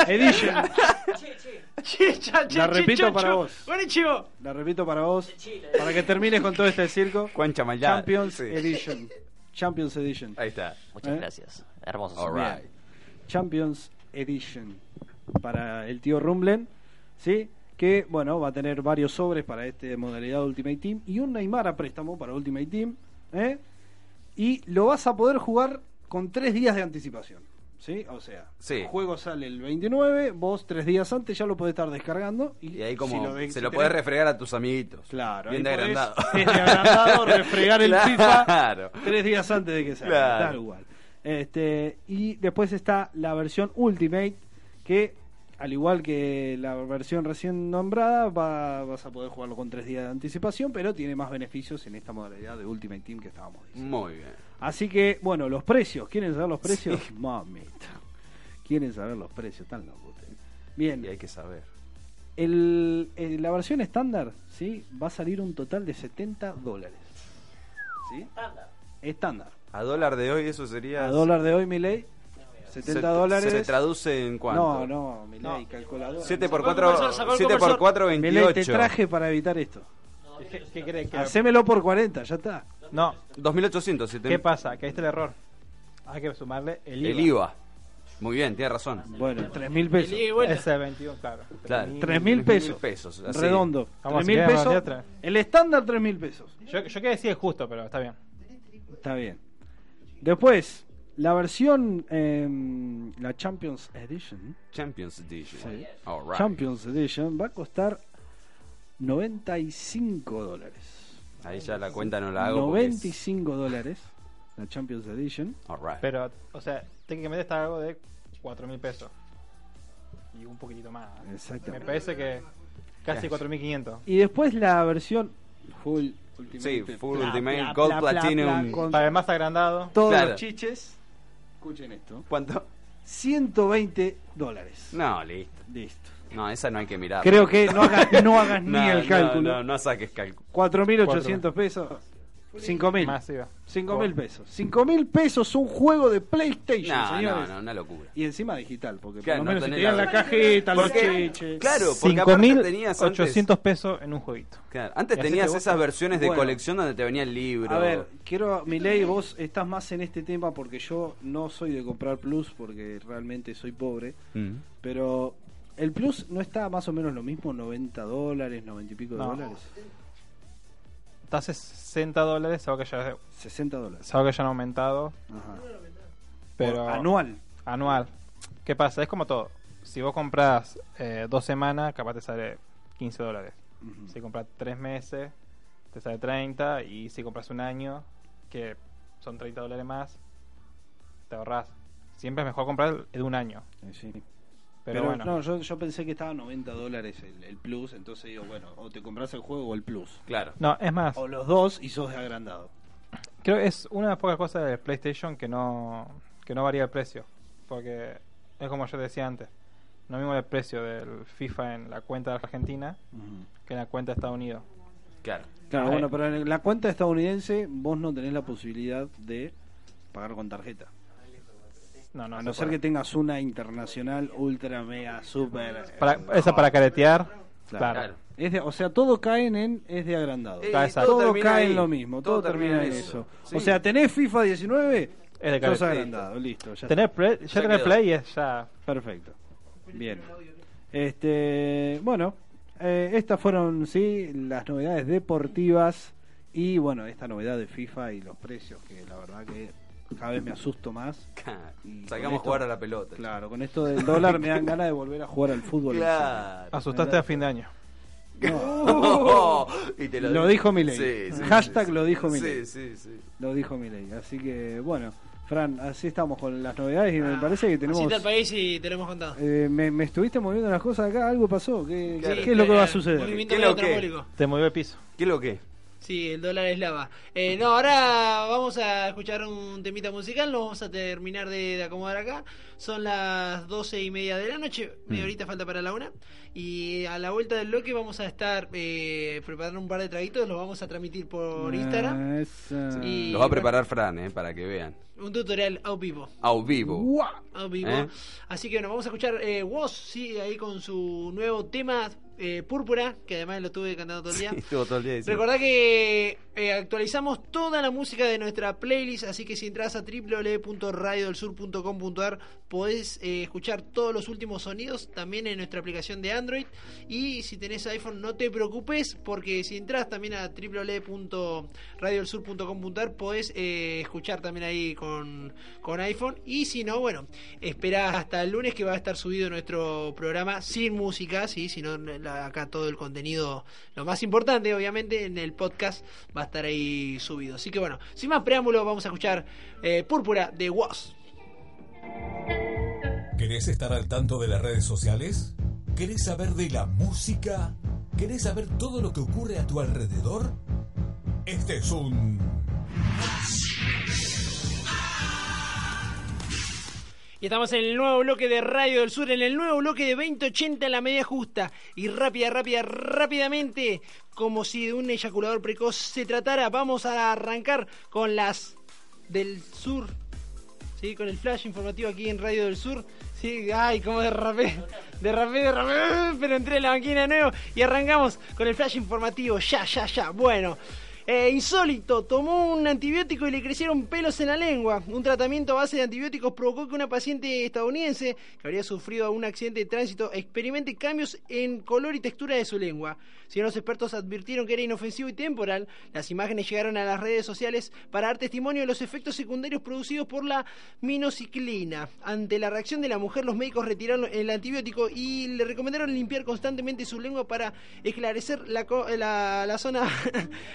[SPEAKER 3] Edition.
[SPEAKER 1] Che, cha, che,
[SPEAKER 3] La
[SPEAKER 1] che,
[SPEAKER 3] repito
[SPEAKER 1] chocho.
[SPEAKER 3] para vos.
[SPEAKER 1] Bueno, chivo.
[SPEAKER 3] La repito para vos, para que termines con todo este circo.
[SPEAKER 2] Cuancha maldad.
[SPEAKER 3] Champions
[SPEAKER 2] Sí.
[SPEAKER 3] Edition. Champions Edition.
[SPEAKER 2] Ahí está.
[SPEAKER 5] Muchas
[SPEAKER 3] ¿Eh?
[SPEAKER 5] gracias. Hermoso.
[SPEAKER 2] All
[SPEAKER 5] Bien.
[SPEAKER 2] right.
[SPEAKER 3] Champions Edition para el tío Rumblen, ¿sí? Que bueno, va a tener varios sobres para este modalidad Ultimate Team y un Neymar a préstamo para Ultimate Team, ¿eh? Y lo vas a poder jugar con tres días de anticipación, ¿sí? O sea,
[SPEAKER 2] Sí.
[SPEAKER 3] el juego sale el 29, vos tres días antes ya lo podés estar descargando y,
[SPEAKER 2] Y ahí como
[SPEAKER 3] si de-
[SPEAKER 2] se
[SPEAKER 3] si
[SPEAKER 2] lo
[SPEAKER 3] querés-
[SPEAKER 2] podés refregar a tus amiguitos.
[SPEAKER 3] Claro,
[SPEAKER 2] Bien de
[SPEAKER 3] ahí podés,
[SPEAKER 2] agrandado.
[SPEAKER 3] desde agrandado, refregar el
[SPEAKER 2] Claro.
[SPEAKER 3] FIFA tres días antes de que salga,
[SPEAKER 2] Claro.
[SPEAKER 3] tal cual. Este, y después está la versión Ultimate, que al igual que la versión recién nombrada, va- vas a poder jugarlo con tres días de anticipación, pero tiene más beneficios en esta modalidad de Ultimate Team que estábamos diciendo.
[SPEAKER 2] Muy bien.
[SPEAKER 3] Así que, bueno, los precios, ¿quieren saber los precios? Mamita, quieren saber los precios, están locos ustedes. Bien,
[SPEAKER 2] Y hay que saber.
[SPEAKER 3] el, el- la versión estándar, ¿sí? Va a salir un total de 70 dólares. ¿Sí? Estándar.
[SPEAKER 2] A dólar de hoy eso sería...
[SPEAKER 3] A dólar de hoy, Milei,
[SPEAKER 2] se-
[SPEAKER 3] 70 dólares.
[SPEAKER 2] ¿Se traduce en cuánto?
[SPEAKER 3] No, no, Milei, calculador.
[SPEAKER 2] 7
[SPEAKER 1] Sacó
[SPEAKER 2] por
[SPEAKER 1] el
[SPEAKER 2] 4,
[SPEAKER 1] conversor, sacó el
[SPEAKER 2] 7 por
[SPEAKER 1] conversor.
[SPEAKER 2] 4,
[SPEAKER 3] Milei,
[SPEAKER 2] 28.
[SPEAKER 3] te traje para evitar esto.
[SPEAKER 6] ¿Qué, qué crees que
[SPEAKER 3] Hacémelo por 40, ya está.
[SPEAKER 6] No,
[SPEAKER 2] 2800, siete-
[SPEAKER 6] ¿qué pasa? Que ahí está el error. Hay que sumarle el IVA.
[SPEAKER 2] El IVA. Muy bien, tienes razón.
[SPEAKER 3] Bueno, 3 mil
[SPEAKER 1] El ida y
[SPEAKER 3] pesos.
[SPEAKER 1] vuelta.
[SPEAKER 6] Es el 21, claro.
[SPEAKER 2] Claro.
[SPEAKER 3] 3 mil
[SPEAKER 2] 3.000
[SPEAKER 3] pesos.
[SPEAKER 2] pesos, así.
[SPEAKER 3] Redondo.
[SPEAKER 6] Vamos,
[SPEAKER 3] 3
[SPEAKER 6] si
[SPEAKER 3] mil
[SPEAKER 6] querés,
[SPEAKER 3] pesos.
[SPEAKER 6] vamos, ya
[SPEAKER 3] El estándar, 3 mil pesos.
[SPEAKER 6] Yo, yo quería decir es justo, pero está bien.
[SPEAKER 3] Está bien. Después, la versión, eh, la Champions Edition.
[SPEAKER 2] Champions Edition.
[SPEAKER 3] Sí.
[SPEAKER 2] All right.
[SPEAKER 3] Champions Edition va a costar 95 dólares.
[SPEAKER 2] Ahí ya la cuenta no la hago. porque es-
[SPEAKER 3] 95 dólares la Champions Edition.
[SPEAKER 2] All right.
[SPEAKER 6] Pero, o sea, técnicamente está algo de 4 mil pesos. Y un poquitito más. Me
[SPEAKER 3] Exactamente.
[SPEAKER 6] parece que Casi 4500.
[SPEAKER 3] Y después la versión full
[SPEAKER 2] Sí,
[SPEAKER 3] Ultimate.
[SPEAKER 2] Full
[SPEAKER 3] Bla,
[SPEAKER 2] Ultimate,
[SPEAKER 3] bla,
[SPEAKER 2] Gold
[SPEAKER 3] bla, bla,
[SPEAKER 2] Platinum.
[SPEAKER 3] bla, con
[SPEAKER 6] Para el más agrandado.
[SPEAKER 3] todos
[SPEAKER 2] Claro.
[SPEAKER 3] los chiches. Escuchen esto.
[SPEAKER 2] ¿Cuánto?
[SPEAKER 3] 120 dólares.
[SPEAKER 2] No, listo.
[SPEAKER 3] Listo.
[SPEAKER 2] No, esa no hay que mirar.
[SPEAKER 3] Creo que no hagas, no hagas
[SPEAKER 2] No,
[SPEAKER 3] ni el
[SPEAKER 2] no,
[SPEAKER 3] cálculo.
[SPEAKER 2] No, no, saques cálculo.
[SPEAKER 3] 4.800 pesos. 5.000.
[SPEAKER 6] Masiva.
[SPEAKER 3] 5.000 pesos. 5.000 pesos un juego de PlayStation,
[SPEAKER 2] No, no,
[SPEAKER 3] señores.
[SPEAKER 2] no, una locura.
[SPEAKER 3] Y encima digital, porque
[SPEAKER 2] Claro,
[SPEAKER 3] por
[SPEAKER 2] no
[SPEAKER 3] lo menos si
[SPEAKER 2] tenés
[SPEAKER 3] te dieran
[SPEAKER 2] la-
[SPEAKER 3] la cajeta, los
[SPEAKER 2] Porque-
[SPEAKER 3] chiches.
[SPEAKER 2] Claro, porque aparte tenías antes,
[SPEAKER 6] 5.800 pesos en un jueguito.
[SPEAKER 2] claro, antes
[SPEAKER 6] Y hacete
[SPEAKER 2] tenías
[SPEAKER 6] vos-
[SPEAKER 2] esas versiones de
[SPEAKER 3] Bueno.
[SPEAKER 2] colección donde te venía el libro.
[SPEAKER 3] A ver, quiero, Milei, vos estás más en este tema porque yo no soy de comprar Plus porque realmente soy pobre,
[SPEAKER 2] Mm.
[SPEAKER 3] pero el Plus no está más o menos lo mismo, 90 dólares, 90 y pico de
[SPEAKER 6] No.
[SPEAKER 3] dólares,
[SPEAKER 6] Está a 60 dólares, se va que ya,
[SPEAKER 3] 60 dólares.
[SPEAKER 6] se va que ya han aumentado.
[SPEAKER 3] Ajá.
[SPEAKER 6] Pero
[SPEAKER 3] Por anual.
[SPEAKER 6] anual. ¿Qué pasa? Es como todo. Si vos compras eh, dos semanas, capaz te sale 15 dólares.
[SPEAKER 3] Ujú.
[SPEAKER 6] Si compras tres meses, te sale 30. Y si compras un año, que son 30 dólares más, te ahorras. Siempre es mejor comprar el de un año.
[SPEAKER 3] Eh, sí.
[SPEAKER 6] Pero, bueno,
[SPEAKER 3] no, yo, yo pensé que estaba 90 dólares el, el Plus, entonces digo, bueno, o te compras el juego o el Plus.
[SPEAKER 2] Claro.
[SPEAKER 6] no, es más.
[SPEAKER 3] O los dos y sos de agrandado.
[SPEAKER 6] Creo que es una de las pocas cosas del PlayStation que no, que no varía el precio. Porque es como yo decía antes. No mismo el precio del FIFA en la cuenta de Argentina que en la cuenta de Estados Unidos.
[SPEAKER 2] Claro.
[SPEAKER 3] Claro,
[SPEAKER 6] Ah,
[SPEAKER 3] bueno,
[SPEAKER 6] eh.
[SPEAKER 3] pero en la cuenta estadounidense vos no tenés la posibilidad de pagar con tarjeta.
[SPEAKER 6] No, no,
[SPEAKER 3] a
[SPEAKER 6] se
[SPEAKER 3] no ser
[SPEAKER 6] puede.
[SPEAKER 3] que tengas una internacional ultra mega super eh,
[SPEAKER 6] Para- esa para caretear. Claro.
[SPEAKER 2] Claro.
[SPEAKER 3] es de- o sea todo caen en es de agrandado
[SPEAKER 2] Eh,
[SPEAKER 6] Está esa.
[SPEAKER 3] todo,
[SPEAKER 2] termina
[SPEAKER 3] cae
[SPEAKER 2] ahí.
[SPEAKER 3] en lo mismo todo, termina en eso,
[SPEAKER 2] Sí.
[SPEAKER 3] o sea tenés FIFA 19
[SPEAKER 6] Es de
[SPEAKER 3] sos
[SPEAKER 6] caretear.
[SPEAKER 3] agrandado listo ya
[SPEAKER 6] Tener
[SPEAKER 3] está.
[SPEAKER 6] play, ya
[SPEAKER 2] Ya
[SPEAKER 6] tener
[SPEAKER 2] quedó.
[SPEAKER 6] play es ya.
[SPEAKER 3] perfecto bien este bueno eh, estas fueron sí las novedades deportivas y bueno esta novedad de FIFA y los precios que la verdad que cada vez me asusto más
[SPEAKER 2] Claro.
[SPEAKER 3] Y con
[SPEAKER 2] Sacamos
[SPEAKER 3] esto-
[SPEAKER 2] jugar a la pelota.
[SPEAKER 3] Claro, con esto del dólar me dan ganas de volver a jugar al fútbol. en
[SPEAKER 2] Claro.
[SPEAKER 6] Asustaste a fin de año.
[SPEAKER 2] y te
[SPEAKER 3] serio. Lo dijo Milei. Hashtag lo dijo Milei.
[SPEAKER 2] Sí, sí, sí.
[SPEAKER 3] Lo dijo Milei. Así que, bueno, Fran, así estamos con las novedades y me parece que tenemos...
[SPEAKER 1] Visita Ah, el país y te lo hemos contado.
[SPEAKER 3] Eh, me, me estuviste moviendo las cosas acá, algo pasó. ¿Qué,
[SPEAKER 2] Claro.
[SPEAKER 3] qué es lo que va a suceder?
[SPEAKER 1] eh, Movimiento
[SPEAKER 2] ¿Qué
[SPEAKER 1] medio
[SPEAKER 2] lo que?
[SPEAKER 1] trambólico.
[SPEAKER 6] Te movió el piso.
[SPEAKER 2] ¿Qué es lo que?
[SPEAKER 1] Sí, el dólar es lava. Eh, no, ahora vamos a escuchar un temita musical, lo vamos a terminar de, de acomodar acá. Son las doce y media de la noche, media horita falta para la una. Y a la vuelta del bloque vamos a estar eh, preparando un par de traguitos, los vamos a transmitir por Instagram.
[SPEAKER 3] Ah, esa.
[SPEAKER 1] Y-
[SPEAKER 2] Los va a preparar Fran, eh, para que vean.
[SPEAKER 1] Un tutorial a vivo.
[SPEAKER 2] A vivo.
[SPEAKER 1] a vivo.
[SPEAKER 2] ¿Eh?
[SPEAKER 1] Así que bueno, vamos a escuchar eh, Woz, sí, ahí con su nuevo tema, eh, Púrpura, que además lo tuve cantando todo el día.
[SPEAKER 2] Estuvo todo el día diciendo.
[SPEAKER 1] Recordá que eh, actualizamos toda la música de nuestra playlist, así que si entras a www.radiodelsur.com.ar podés eh, escuchar todos los últimos sonidos también en nuestra aplicación de Android. Y si tenés iPhone no te preocupes porque si entras también a www.radiodelsur.com.ar podés eh, escuchar también ahí con, con iPhone. Y si no, bueno, espera hasta el lunes que va a estar subido nuestro programa sin música, ¿sí? sino la- acá todo el contenido, lo más importante obviamente en el podcast va a estar ahí subido. Así que bueno, sin más preámbulo vamos a escuchar eh, Púrpura de Woz.
[SPEAKER 10] ¿Querés estar al tanto de las redes sociales? ¿Querés saber de la música? ¿Querés saber todo lo que ocurre a tu alrededor? Este es un...
[SPEAKER 1] Y estamos en el nuevo bloque de Radio del Sur, en el nuevo bloque de 2080 en la media justa. Y rápida, rápida, rápidamente, como si de un eyaculador precoz se tratara, vamos a arrancar con las del sur. Sí, con el flash informativo aquí en Radio del Sur. Sí, ay, cómo derrapé, derrapé, derrapé, pero entré en la banquina de nuevo y arrancamos con el flash informativo, ya, ya, ya. Bueno, eh, insólito, tomó un antibiótico y le crecieron pelos en la lengua. Un tratamiento a base de antibióticos provocó que una paciente estadounidense que habría sufrido un accidente de tránsito experimente cambios en color y textura de su lengua. Si bien los expertos advirtieron que era inofensivo y temporal, las imágenes llegaron a las redes sociales para dar testimonio de los efectos secundarios producidos por la minociclina. Ante la reacción de la mujer, los médicos retiraron el antibiótico y le eh, recomendaron limpiar constantemente su lengua para esclarecer la, co- la, la zona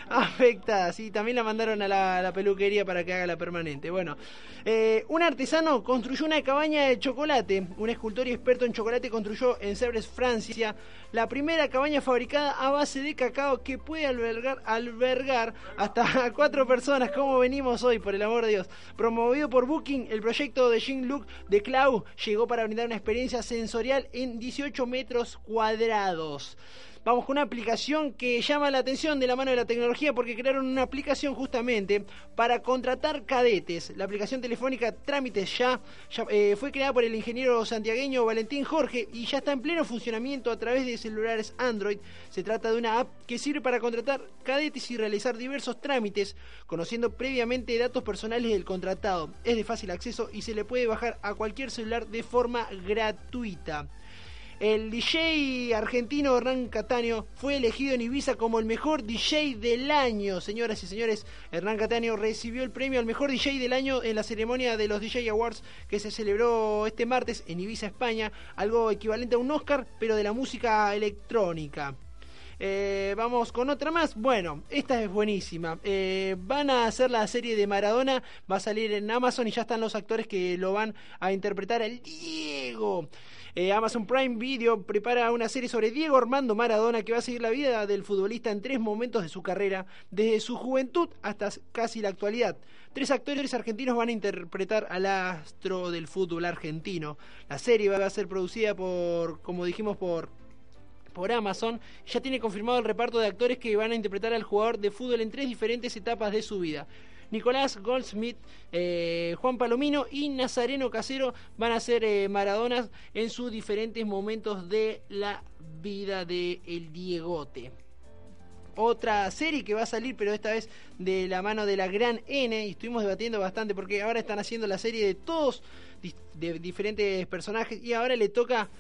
[SPEAKER 1] perfecta. Sí, también la mandaron a la, a la peluquería para que haga la permanente. Bueno, eh, un artesano construyó una cabaña de chocolate. Un escultor y experto en chocolate construyó en Sevres, Francia, la primera cabaña fabricada a base de cacao que puede albergar, albergar hasta cuatro personas, como venimos hoy, por el amor de Dios. Promovido por Booking, el proyecto de Jean-Luc de Clau llegó para brindar una experiencia sensorial en 18 metros cuadrados. Vamos con una aplicación que llama la atención de la mano de la tecnología porque crearon una aplicación justamente para contratar cadetes. La aplicación telefónica Trámites Ya, ya, eh, fue creada por el ingeniero santiagueño Valentín Jorge y ya está en pleno funcionamiento a través de celulares Android. Se trata de una app que sirve para contratar cadetes y realizar diversos trámites conociendo previamente datos personales del contratado. Es de fácil acceso y se le puede bajar a cualquier celular de forma gratuita. El DJ argentino Hernán Cataño fue elegido en Ibiza como el mejor DJ del año. Señoras y señores, Hernán Cataño recibió el premio al mejor DJ del año en la ceremonia de los DJ Awards que se celebró este martes en Ibiza, España. Algo equivalente a un Oscar, pero de la música electrónica. Eh, vamos con otra más. Bueno, esta es buenísima. Eh, van a hacer la serie de Maradona. Va a salir en Amazon y ya están los actores que lo van a interpretar al Diego. Eh, Amazon Prime Video prepara una serie sobre Diego Armando Maradona que va a seguir la vida del futbolista en tres momentos de su carrera, desde su juventud hasta casi la actualidad. Tres actores argentinos van a interpretar al astro del fútbol argentino. La serie va a ser producida por, como dijimos, por por Amazon, ya tiene confirmado el reparto de actores que van a interpretar al jugador de fútbol en tres diferentes etapas de su vida. Nicolás Goldsmith, eh, Juan Palomino y Nazareno Casero van a ser eh, Maradonas en sus diferentes momentos de la vida de el Diegote. Otra serie que va a salir, pero esta vez de la mano de la gran N, y estuvimos debatiendo bastante porque ahora están haciendo la serie de todos de diferentes personajes y ahora le toca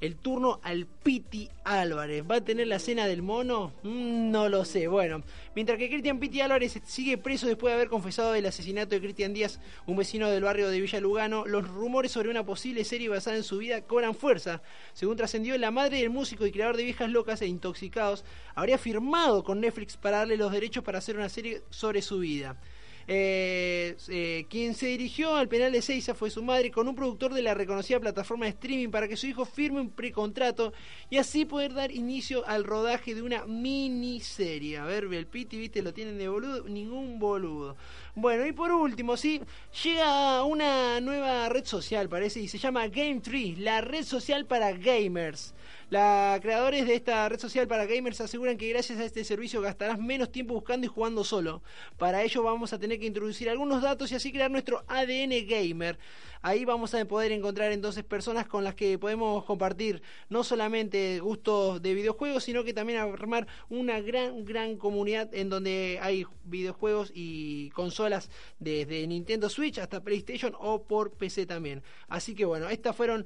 [SPEAKER 1] el turno al Piti Álvarez. ¿Va a tener la cena del mono? Mm, no lo sé. Bueno, mientras que Cristian Piti Álvarez sigue preso después de haber confesado el asesinato de Cristian Díaz, un vecino del barrio de Villa Lugano, los rumores sobre una posible serie basada en su vida cobran fuerza. Según trascendió, la madre del músico y creador de Viejas Locas e Intoxicados habría firmado con Netflix para darle los derechos para hacer una serie sobre su vida. Eh, eh, quien se dirigió al penal de Seiza fue su madre con un productor de la reconocida plataforma de streaming para que su hijo firme un precontrato y así poder dar inicio al rodaje de una miniserie. A ver, el Piti, viste, lo tienen de boludo, ningún boludo. Bueno, y por último, sí, llega una nueva red social, parece, y se llama Game Tree, la red social para gamers. Los creadores de esta red social para gamers aseguran que gracias a este servicio gastarás menos tiempo buscando y jugando solo. Para ello vamos a tener que introducir algunos datos y así crear nuestro ADN gamer. Ahí vamos a poder encontrar entonces personas con las que podemos compartir no solamente gustos de videojuegos, sino que también armar una gran, gran comunidad en donde hay videojuegos y consolas desde Nintendo Switch hasta PlayStation o por PC también. Así que bueno, estas fueron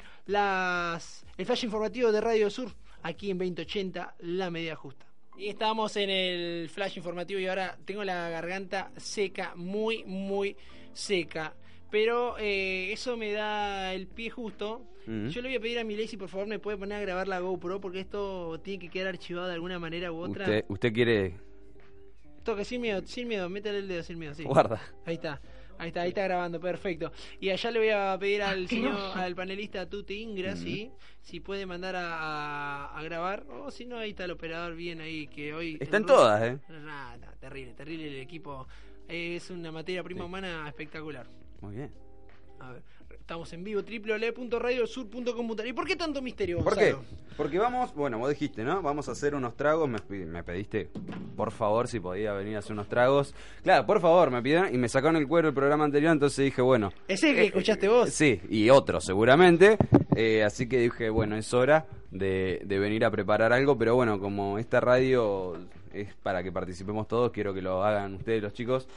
[SPEAKER 1] las el flash informativo de Radio Sur aquí en 2080 La Media Justa. Y estamos en el flash informativo y ahora tengo la garganta seca, muy muy seca. Pero eh, eso me da el pie justo. Uh
[SPEAKER 2] "Mm,
[SPEAKER 1] -huh. Yo le voy a pedir a mi ley si por favor me puede poner a grabar la GoPro porque esto tiene que quedar archivado de alguna manera u otra.
[SPEAKER 2] usted, usted quiere
[SPEAKER 1] que sin miedo, sin miedo, métale el dedo, sin miedo, sí.
[SPEAKER 2] Guarda.
[SPEAKER 1] Ahí está. Ahí está, ahí está grabando, perfecto. Y allá le voy a pedir al señor, al panelista Tute Ingra, ¿sí? si puede mandar a, a, a grabar, o oh, si no, ahí está el operador bien ahí, que hoy...
[SPEAKER 2] Están todas, ¿eh?
[SPEAKER 1] Nah, nah, terrible, terrible el equipo. Es una materia prima
[SPEAKER 2] Sí.
[SPEAKER 1] humana espectacular.
[SPEAKER 2] Muy bien.
[SPEAKER 1] A ver, estamos en vivo, www.radiosur.com. ¿Y por qué tanto misterio,
[SPEAKER 2] ¿Por qué?
[SPEAKER 1] Gonzalo?
[SPEAKER 2] Porque vamos, bueno, vos dijiste, ¿no? Vamos a hacer unos tragos. Me, pi- me pediste, por favor, si podía venir a hacer unos tragos. Claro, por favor, me pidieron y me sacaron el cuero el programa anterior, entonces dije, bueno.
[SPEAKER 1] Ese que escuchaste vos.
[SPEAKER 2] Sí, y otro seguramente. Eh, así que dije, bueno, es hora de, de venir a preparar algo, pero bueno, como esta radio es para que participemos todos, quiero que lo hagan ustedes los chicos.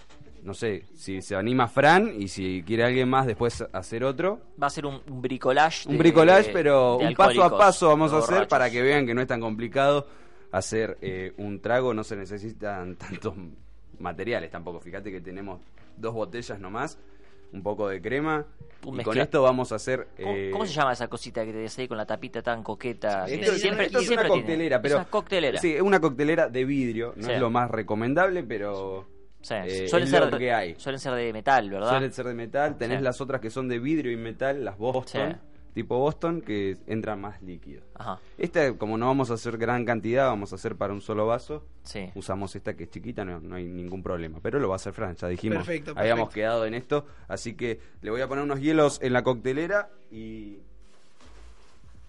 [SPEAKER 2] No sé, si se anima Fran y si quiere alguien más después hacer otro.
[SPEAKER 5] Va a ser un, un bricolage.
[SPEAKER 2] Un
[SPEAKER 5] de-
[SPEAKER 2] bricolage, pero
[SPEAKER 5] de
[SPEAKER 2] un paso a
[SPEAKER 5] alcohólicos,
[SPEAKER 2] paso vamos a
[SPEAKER 5] de
[SPEAKER 2] hacer para que
[SPEAKER 5] borrachos.
[SPEAKER 2] vean que no es tan complicado hacer eh, un trago, no se necesitan tantos materiales tampoco. Fíjate que tenemos dos botellas nomás, un poco de crema.
[SPEAKER 5] Un
[SPEAKER 2] y con
[SPEAKER 5] mezcla-
[SPEAKER 2] esto vamos a hacer.
[SPEAKER 5] ¿Cómo,
[SPEAKER 2] eh, este
[SPEAKER 5] cómo se llama esa cosita que te decís con la tapita tan coqueta?
[SPEAKER 1] Sí,
[SPEAKER 5] Que
[SPEAKER 1] esto-
[SPEAKER 5] siempre,
[SPEAKER 1] esto es
[SPEAKER 5] siempre
[SPEAKER 2] una
[SPEAKER 5] tiene.
[SPEAKER 2] coctelera, pero.
[SPEAKER 5] Es una coctelera.
[SPEAKER 2] Sí, es una coctelera de vidrio. No
[SPEAKER 5] Sí.
[SPEAKER 2] es lo más recomendable, pero.
[SPEAKER 5] O sea,
[SPEAKER 2] eh,
[SPEAKER 5] suelen,
[SPEAKER 2] es
[SPEAKER 5] ser,
[SPEAKER 2] lo que hay.
[SPEAKER 5] suelen ser de metal, ¿verdad?
[SPEAKER 2] Suelen ser de metal. Tenés
[SPEAKER 5] Sí.
[SPEAKER 2] las otras que son de vidrio y metal, las Boston,
[SPEAKER 5] Sí.
[SPEAKER 2] tipo Boston, que entran más líquido.
[SPEAKER 5] Ajá,
[SPEAKER 2] Esta, como no vamos a hacer gran cantidad, vamos a hacer para un solo vaso.
[SPEAKER 5] sí.
[SPEAKER 2] Usamos esta que es chiquita, no, no hay ningún problema. Pero lo va a hacer Fran, ya dijimos.
[SPEAKER 1] Perfecto, perfecto.
[SPEAKER 2] Habíamos quedado en esto. Así que le voy a poner unos hielos en la coctelera y.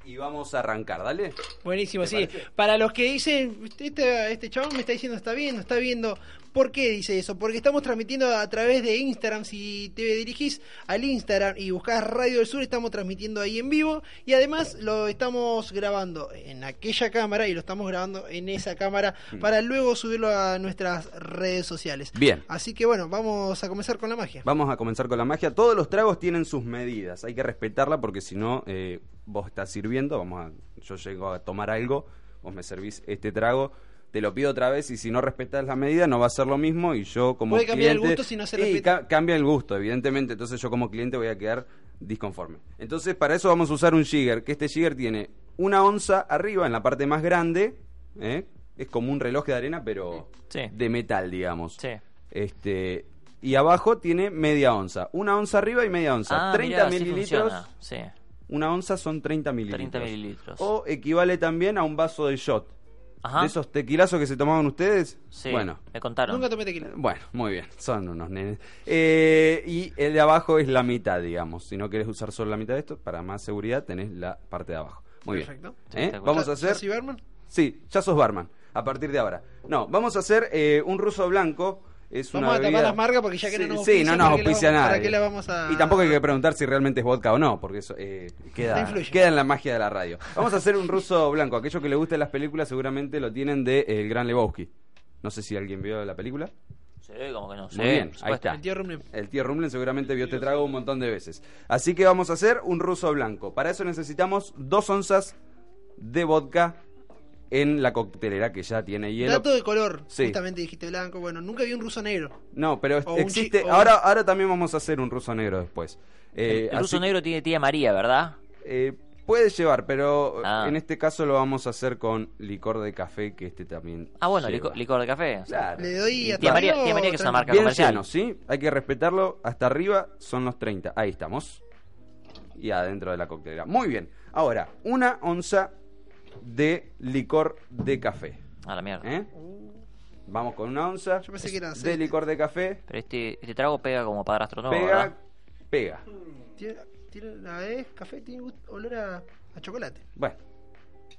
[SPEAKER 2] Y vamos a arrancar, ¿dale?
[SPEAKER 1] Buenísimo,
[SPEAKER 2] ¿Te
[SPEAKER 1] sí.
[SPEAKER 2] parece?
[SPEAKER 1] Para los que dicen, este, este chabón me está diciendo está viendo, está viendo. ¿Por qué dice eso? Porque estamos transmitiendo a través de Instagram. Si te dirigís al Instagram y buscas Radio del Sur, estamos transmitiendo ahí en vivo. Y además lo estamos grabando en aquella cámara y lo estamos grabando en esa cámara
[SPEAKER 2] Mm.
[SPEAKER 1] para luego subirlo a nuestras redes sociales.
[SPEAKER 2] Bien.
[SPEAKER 1] Así que bueno, vamos a comenzar con la magia.
[SPEAKER 2] Vamos a comenzar con la magia. Todos los tragos tienen sus medidas. Hay que respetarla porque si no, eh, vos estás sirviendo. Vamos a, yo llego a tomar algo, vos me servís este trago. Te lo pido otra vez y si no respetas la medida no va a ser lo mismo y yo como
[SPEAKER 1] Puede cambiar el
[SPEAKER 2] cliente-
[SPEAKER 1] gusto si no se
[SPEAKER 2] Y
[SPEAKER 1] respeta.
[SPEAKER 2] ca- cambia el gusto, evidentemente. Entonces yo como cliente voy a quedar disconforme. Entonces para eso vamos a usar un jigger, que este jigger tiene una onza arriba en la parte más grande. ¿eh? Es como un reloj de arena pero
[SPEAKER 5] Sí.
[SPEAKER 2] de metal, digamos.
[SPEAKER 5] Sí.
[SPEAKER 2] Este, y abajo tiene media onza. Una onza arriba y media onza.
[SPEAKER 5] Ah,
[SPEAKER 2] 30
[SPEAKER 5] mirá, así
[SPEAKER 2] mililitros.
[SPEAKER 5] funciona. Sí,
[SPEAKER 2] Una onza son 30 mililitros.
[SPEAKER 5] 30 mililitros.
[SPEAKER 2] O equivale también a un vaso de shot.
[SPEAKER 5] Ajá.
[SPEAKER 2] De esos tequilazos que se tomaban ustedes.
[SPEAKER 5] Sí,
[SPEAKER 2] Bueno.
[SPEAKER 5] me contaron.
[SPEAKER 1] Nunca tomé tequila.
[SPEAKER 2] Bueno, muy bien, son unos nenes. Eh, y el de abajo es la mitad, digamos. Si no querés usar solo la mitad de esto, para más seguridad tenés la parte de abajo. Muy
[SPEAKER 1] Perfecto.
[SPEAKER 2] bien. ¿Eh?
[SPEAKER 5] Sí,
[SPEAKER 2] Vamos
[SPEAKER 1] ¿Sos-
[SPEAKER 2] a hacer
[SPEAKER 1] sos Iberman?
[SPEAKER 2] Sí, ya sos barman. A partir de ahora. No, vamos a hacer eh, un ruso blanco. Es
[SPEAKER 1] Vamos
[SPEAKER 2] una
[SPEAKER 1] a tapar
[SPEAKER 2] bebida-
[SPEAKER 1] las marcas porque ya que
[SPEAKER 2] sí,
[SPEAKER 1] no nos
[SPEAKER 2] sí,
[SPEAKER 1] auspician,
[SPEAKER 2] no nos
[SPEAKER 1] ¿para qué la
[SPEAKER 2] auspicia
[SPEAKER 1] vamos-
[SPEAKER 2] nadie.
[SPEAKER 1] para qué la vamos a-
[SPEAKER 2] Y tampoco hay que preguntar si realmente es vodka o no, porque eso eh,
[SPEAKER 1] No
[SPEAKER 2] queda,
[SPEAKER 1] influye.
[SPEAKER 2] queda en la magia de la radio. Vamos a hacer un ruso blanco. Aquello que le gusten las películas seguramente lo tienen de eh, El Gran Lebowski. No sé si alguien vio la película.
[SPEAKER 5] Sí, como que no. Sí,
[SPEAKER 2] Muy bien,
[SPEAKER 5] por
[SPEAKER 2] ahí
[SPEAKER 5] supuesto.
[SPEAKER 2] está.
[SPEAKER 1] El tío Rumble.
[SPEAKER 2] El tío Rumlen seguramente vio este trago un montón de veces. Así que vamos a hacer un ruso blanco. Para eso necesitamos dos onzas de vodka en la coctelera que ya tiene hielo.
[SPEAKER 1] Dato de color,
[SPEAKER 2] Sí.
[SPEAKER 1] justamente dijiste blanco. Bueno, nunca vi un ruso negro.
[SPEAKER 2] No, pero
[SPEAKER 1] o un
[SPEAKER 2] existe.
[SPEAKER 1] chi- o un-
[SPEAKER 2] ahora, ahora también vamos a hacer un ruso negro después. Eh,
[SPEAKER 5] El ruso
[SPEAKER 2] así-
[SPEAKER 5] negro tiene tía María, ¿verdad?
[SPEAKER 2] eh, puede llevar, pero eh,
[SPEAKER 5] Ah.
[SPEAKER 2] en este caso lo vamos a hacer con licor de café, que este también.
[SPEAKER 5] Ah, bueno,
[SPEAKER 2] lleva.
[SPEAKER 5] licor, licor de café. o sea,
[SPEAKER 2] Claro.
[SPEAKER 1] Le doy a
[SPEAKER 5] Tía María,
[SPEAKER 1] Tadeo
[SPEAKER 5] tía María que es una
[SPEAKER 1] tranqui.
[SPEAKER 5] marca
[SPEAKER 2] Bien
[SPEAKER 5] comercial.
[SPEAKER 2] lleno, ¿sí? Hay que respetarlo. Hasta arriba son los 30. Ahí estamos. Y adentro de la coctelera. Muy bien. Ahora, una onza de licor de café.
[SPEAKER 5] A la mierda.
[SPEAKER 2] ¿eh? Vamos con una onza
[SPEAKER 1] Yo pensé que era
[SPEAKER 2] de
[SPEAKER 1] aceite.
[SPEAKER 2] licor de café.
[SPEAKER 5] Pero este, este trago pega como padrastro nuevo,
[SPEAKER 2] Pega,
[SPEAKER 5] ¿verdad?
[SPEAKER 2] pega.
[SPEAKER 1] Tiene, tiene- la vez café, tiene gusto- olor a, a chocolate.
[SPEAKER 2] Bueno,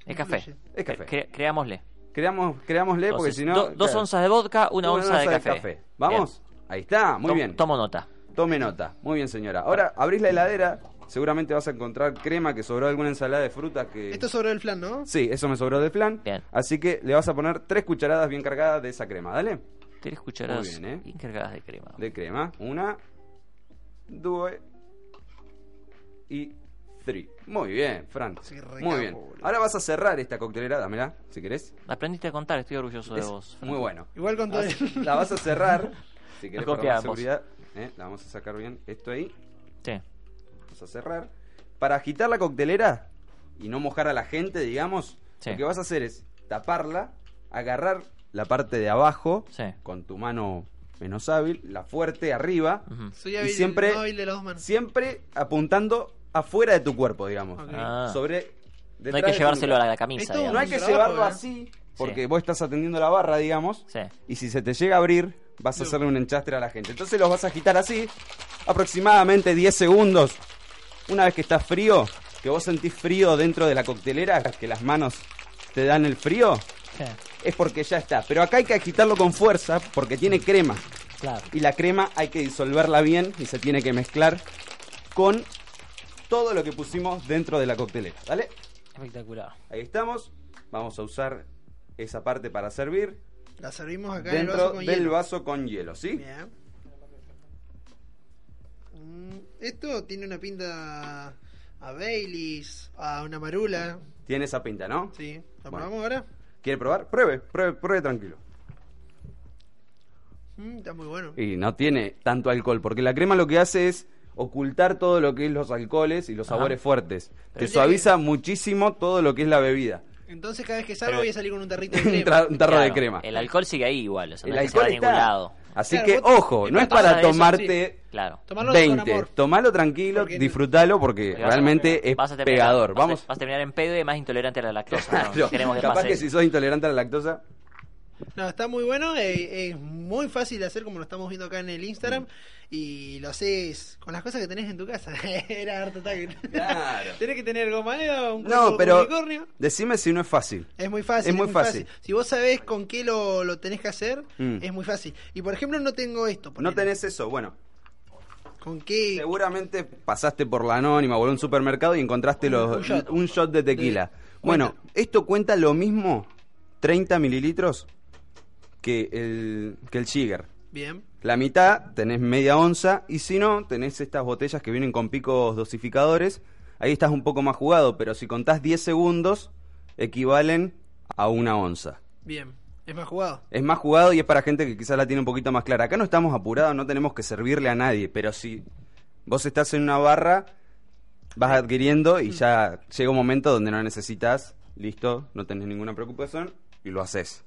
[SPEAKER 5] Es café.
[SPEAKER 1] Influye.
[SPEAKER 2] Es café.
[SPEAKER 5] Cre- creámosle.
[SPEAKER 2] creamos, creámosle porque
[SPEAKER 5] Entonces,
[SPEAKER 2] si no.
[SPEAKER 5] do- dos
[SPEAKER 2] claro,
[SPEAKER 5] onzas de vodka, una, onza, de, café.
[SPEAKER 2] Vamos. Ahí está, muy bien.
[SPEAKER 5] Tomo nota.
[SPEAKER 2] Tome nota. Muy bien, señora. Ahora
[SPEAKER 5] Ah.
[SPEAKER 2] abrís la heladera. Seguramente vas a encontrar crema que sobró de alguna ensalada de frutas que.
[SPEAKER 1] Esto es sobre el flan, ¿no?
[SPEAKER 2] Sí, eso me sobró del flan.
[SPEAKER 5] Bien.
[SPEAKER 2] Así que le vas a poner tres cucharadas bien cargadas de esa crema, ¿dale?
[SPEAKER 5] Tres cucharadas
[SPEAKER 2] Muy bien, ¿eh?
[SPEAKER 5] bien cargadas de crema.
[SPEAKER 2] De crema. Una, dos y tres. Muy bien, Fran.
[SPEAKER 1] Sí, recapo,
[SPEAKER 2] Muy bien.
[SPEAKER 1] boludo.
[SPEAKER 2] Ahora vas a cerrar esta coctelera, dámela, si querés.
[SPEAKER 5] Aprendiste a contar, estoy orgulloso de
[SPEAKER 2] Es
[SPEAKER 5] vos.
[SPEAKER 2] muy bueno.
[SPEAKER 1] Igual con todo
[SPEAKER 2] Ah,
[SPEAKER 1] el...
[SPEAKER 2] La vas a cerrar, si querés,
[SPEAKER 5] Nos
[SPEAKER 2] por más
[SPEAKER 5] confiamos.
[SPEAKER 2] seguridad. ¿eh? La vamos a sacar bien esto ahí.
[SPEAKER 5] Sí.
[SPEAKER 2] Vamos a cerrar. Para agitar la coctelera y no mojar a la gente, digamos,
[SPEAKER 5] Sí.
[SPEAKER 2] lo que vas a hacer es taparla, agarrar la parte de abajo
[SPEAKER 5] Sí.
[SPEAKER 2] con tu mano menos hábil, la fuerte arriba,
[SPEAKER 5] Ujú.
[SPEAKER 1] Soy
[SPEAKER 2] Y
[SPEAKER 1] hábil,
[SPEAKER 2] siempre-
[SPEAKER 1] no hábil de las dos manos.
[SPEAKER 2] siempre apuntando afuera de tu cuerpo, digamos.
[SPEAKER 1] Ok.
[SPEAKER 5] Ah.
[SPEAKER 2] Sobre
[SPEAKER 5] No hay que llevárselo a la camisa.
[SPEAKER 1] Esto no
[SPEAKER 5] digamos.
[SPEAKER 2] No hay que
[SPEAKER 1] Trabajo,
[SPEAKER 2] llevarlo
[SPEAKER 1] ¿eh?
[SPEAKER 2] así porque vos estás atendiendo la barra, digamos.
[SPEAKER 5] Sí.
[SPEAKER 2] Y si se te llega a abrir, vas a
[SPEAKER 1] No.
[SPEAKER 2] hacerle un enchastre a la gente. Entonces los vas a agitar así, aproximadamente 10 segundos. Una vez que está frío, que vos sentís frío dentro de la coctelera, que las manos te dan el frío, es porque ya está. Pero acá hay que agitarlo con fuerza porque tiene crema.
[SPEAKER 5] Claro.
[SPEAKER 2] Y la crema hay que disolverla bien y se tiene que mezclar con todo lo que pusimos dentro de la coctelera. ¿Vale?
[SPEAKER 5] Espectacular.
[SPEAKER 2] Ahí estamos. Vamos a usar esa parte para servir
[SPEAKER 1] La servimos acá en el vaso
[SPEAKER 2] dentro
[SPEAKER 1] con
[SPEAKER 2] del
[SPEAKER 1] hielo.
[SPEAKER 2] vaso con hielo, ¿sí?
[SPEAKER 1] Bien. Mm, Esto tiene una pinta a Baileys, a una marula.
[SPEAKER 2] Tiene esa pinta, ¿no?
[SPEAKER 1] Sí. ¿Lo
[SPEAKER 2] Bueno.
[SPEAKER 1] probamos ahora?
[SPEAKER 2] ¿Quiere probar? Pruebe, pruebe, pruebe tranquilo.
[SPEAKER 1] Mm, está muy bueno.
[SPEAKER 2] Y no tiene tanto alcohol, porque la crema lo que hace es ocultar todo lo que es los alcoholes y los
[SPEAKER 5] Ajá.
[SPEAKER 2] sabores fuertes.
[SPEAKER 1] Pero
[SPEAKER 2] Te
[SPEAKER 1] ya
[SPEAKER 2] suaviza muchísimo todo lo que es la bebida.
[SPEAKER 1] Entonces cada vez que salgo
[SPEAKER 5] Pero-
[SPEAKER 1] voy a salir con un tarrito de
[SPEAKER 2] un,
[SPEAKER 1] crema.
[SPEAKER 2] tra- un tarro de
[SPEAKER 5] Claro,
[SPEAKER 2] crema.
[SPEAKER 5] El alcohol sigue ahí igual, o sea,
[SPEAKER 2] El
[SPEAKER 5] no es que se va a ningún lado.
[SPEAKER 2] Así
[SPEAKER 1] Claro,
[SPEAKER 2] que,
[SPEAKER 1] vos-
[SPEAKER 2] ojo,
[SPEAKER 1] te
[SPEAKER 2] no es
[SPEAKER 1] pasás
[SPEAKER 2] para
[SPEAKER 1] de eso,
[SPEAKER 2] tomarte
[SPEAKER 5] Claro.
[SPEAKER 1] Tomarlo con
[SPEAKER 2] 20.
[SPEAKER 1] amor.
[SPEAKER 2] Tomalo tranquilo,
[SPEAKER 1] Porque-
[SPEAKER 2] disfrutalo, porque
[SPEAKER 5] Porque vas a-
[SPEAKER 2] realmente es
[SPEAKER 5] vas a terminar-
[SPEAKER 2] pegador.
[SPEAKER 5] vas a-
[SPEAKER 2] Vamos.
[SPEAKER 5] Vas a terminar en pedo y más intolerante a la lactosa. ¿no?
[SPEAKER 2] Claro,
[SPEAKER 5] Queremos que
[SPEAKER 2] capaz
[SPEAKER 5] pase
[SPEAKER 2] que
[SPEAKER 5] eso.
[SPEAKER 2] si sos intolerante a la lactosa,
[SPEAKER 1] No, está muy bueno, eh, es muy fácil de hacer como lo estamos viendo acá en el
[SPEAKER 2] Mm.
[SPEAKER 1] Instagram y lo haces con las cosas que tenés en tu casa. Era harto tag.
[SPEAKER 2] Claro.
[SPEAKER 1] tenés que tener gomaleo, un
[SPEAKER 2] No,
[SPEAKER 1] cuerpo
[SPEAKER 2] pero-
[SPEAKER 1] unicornio.
[SPEAKER 2] decime si no es fácil.
[SPEAKER 1] Es muy fácil.
[SPEAKER 2] Es muy fácil.
[SPEAKER 1] Si vos sabés con qué lo, lo tenés que hacer,
[SPEAKER 2] Mm.
[SPEAKER 1] es muy fácil. Y por ejemplo, no tengo esto.
[SPEAKER 2] No
[SPEAKER 1] ponele.
[SPEAKER 2] tenés eso, bueno.
[SPEAKER 1] ¿Con qué?
[SPEAKER 2] Seguramente pasaste por la anónima o a un supermercado y encontraste los,
[SPEAKER 1] Un shot.
[SPEAKER 2] un shot de tequila.
[SPEAKER 1] De-
[SPEAKER 2] Bueno,
[SPEAKER 1] cuenta.
[SPEAKER 2] esto cuenta lo mismo, 30 mililitros, que el, que el Jigger.
[SPEAKER 1] Bien.
[SPEAKER 2] La mitad tenés media onza y si no, tenés estas botellas que vienen con picos dosificadores. Ahí estás un poco más jugado, pero si contás 10 segundos, equivalen a una onza.
[SPEAKER 1] Bien, es más jugado.
[SPEAKER 2] Es más jugado y es para gente que quizás la tiene un poquito más clara. Acá no estamos apurados, no tenemos que servirle a nadie, pero si vos estás en una barra, vas adquiriendo y ya llega un momento donde no necesitas, listo, no tenés ninguna preocupación y lo haces.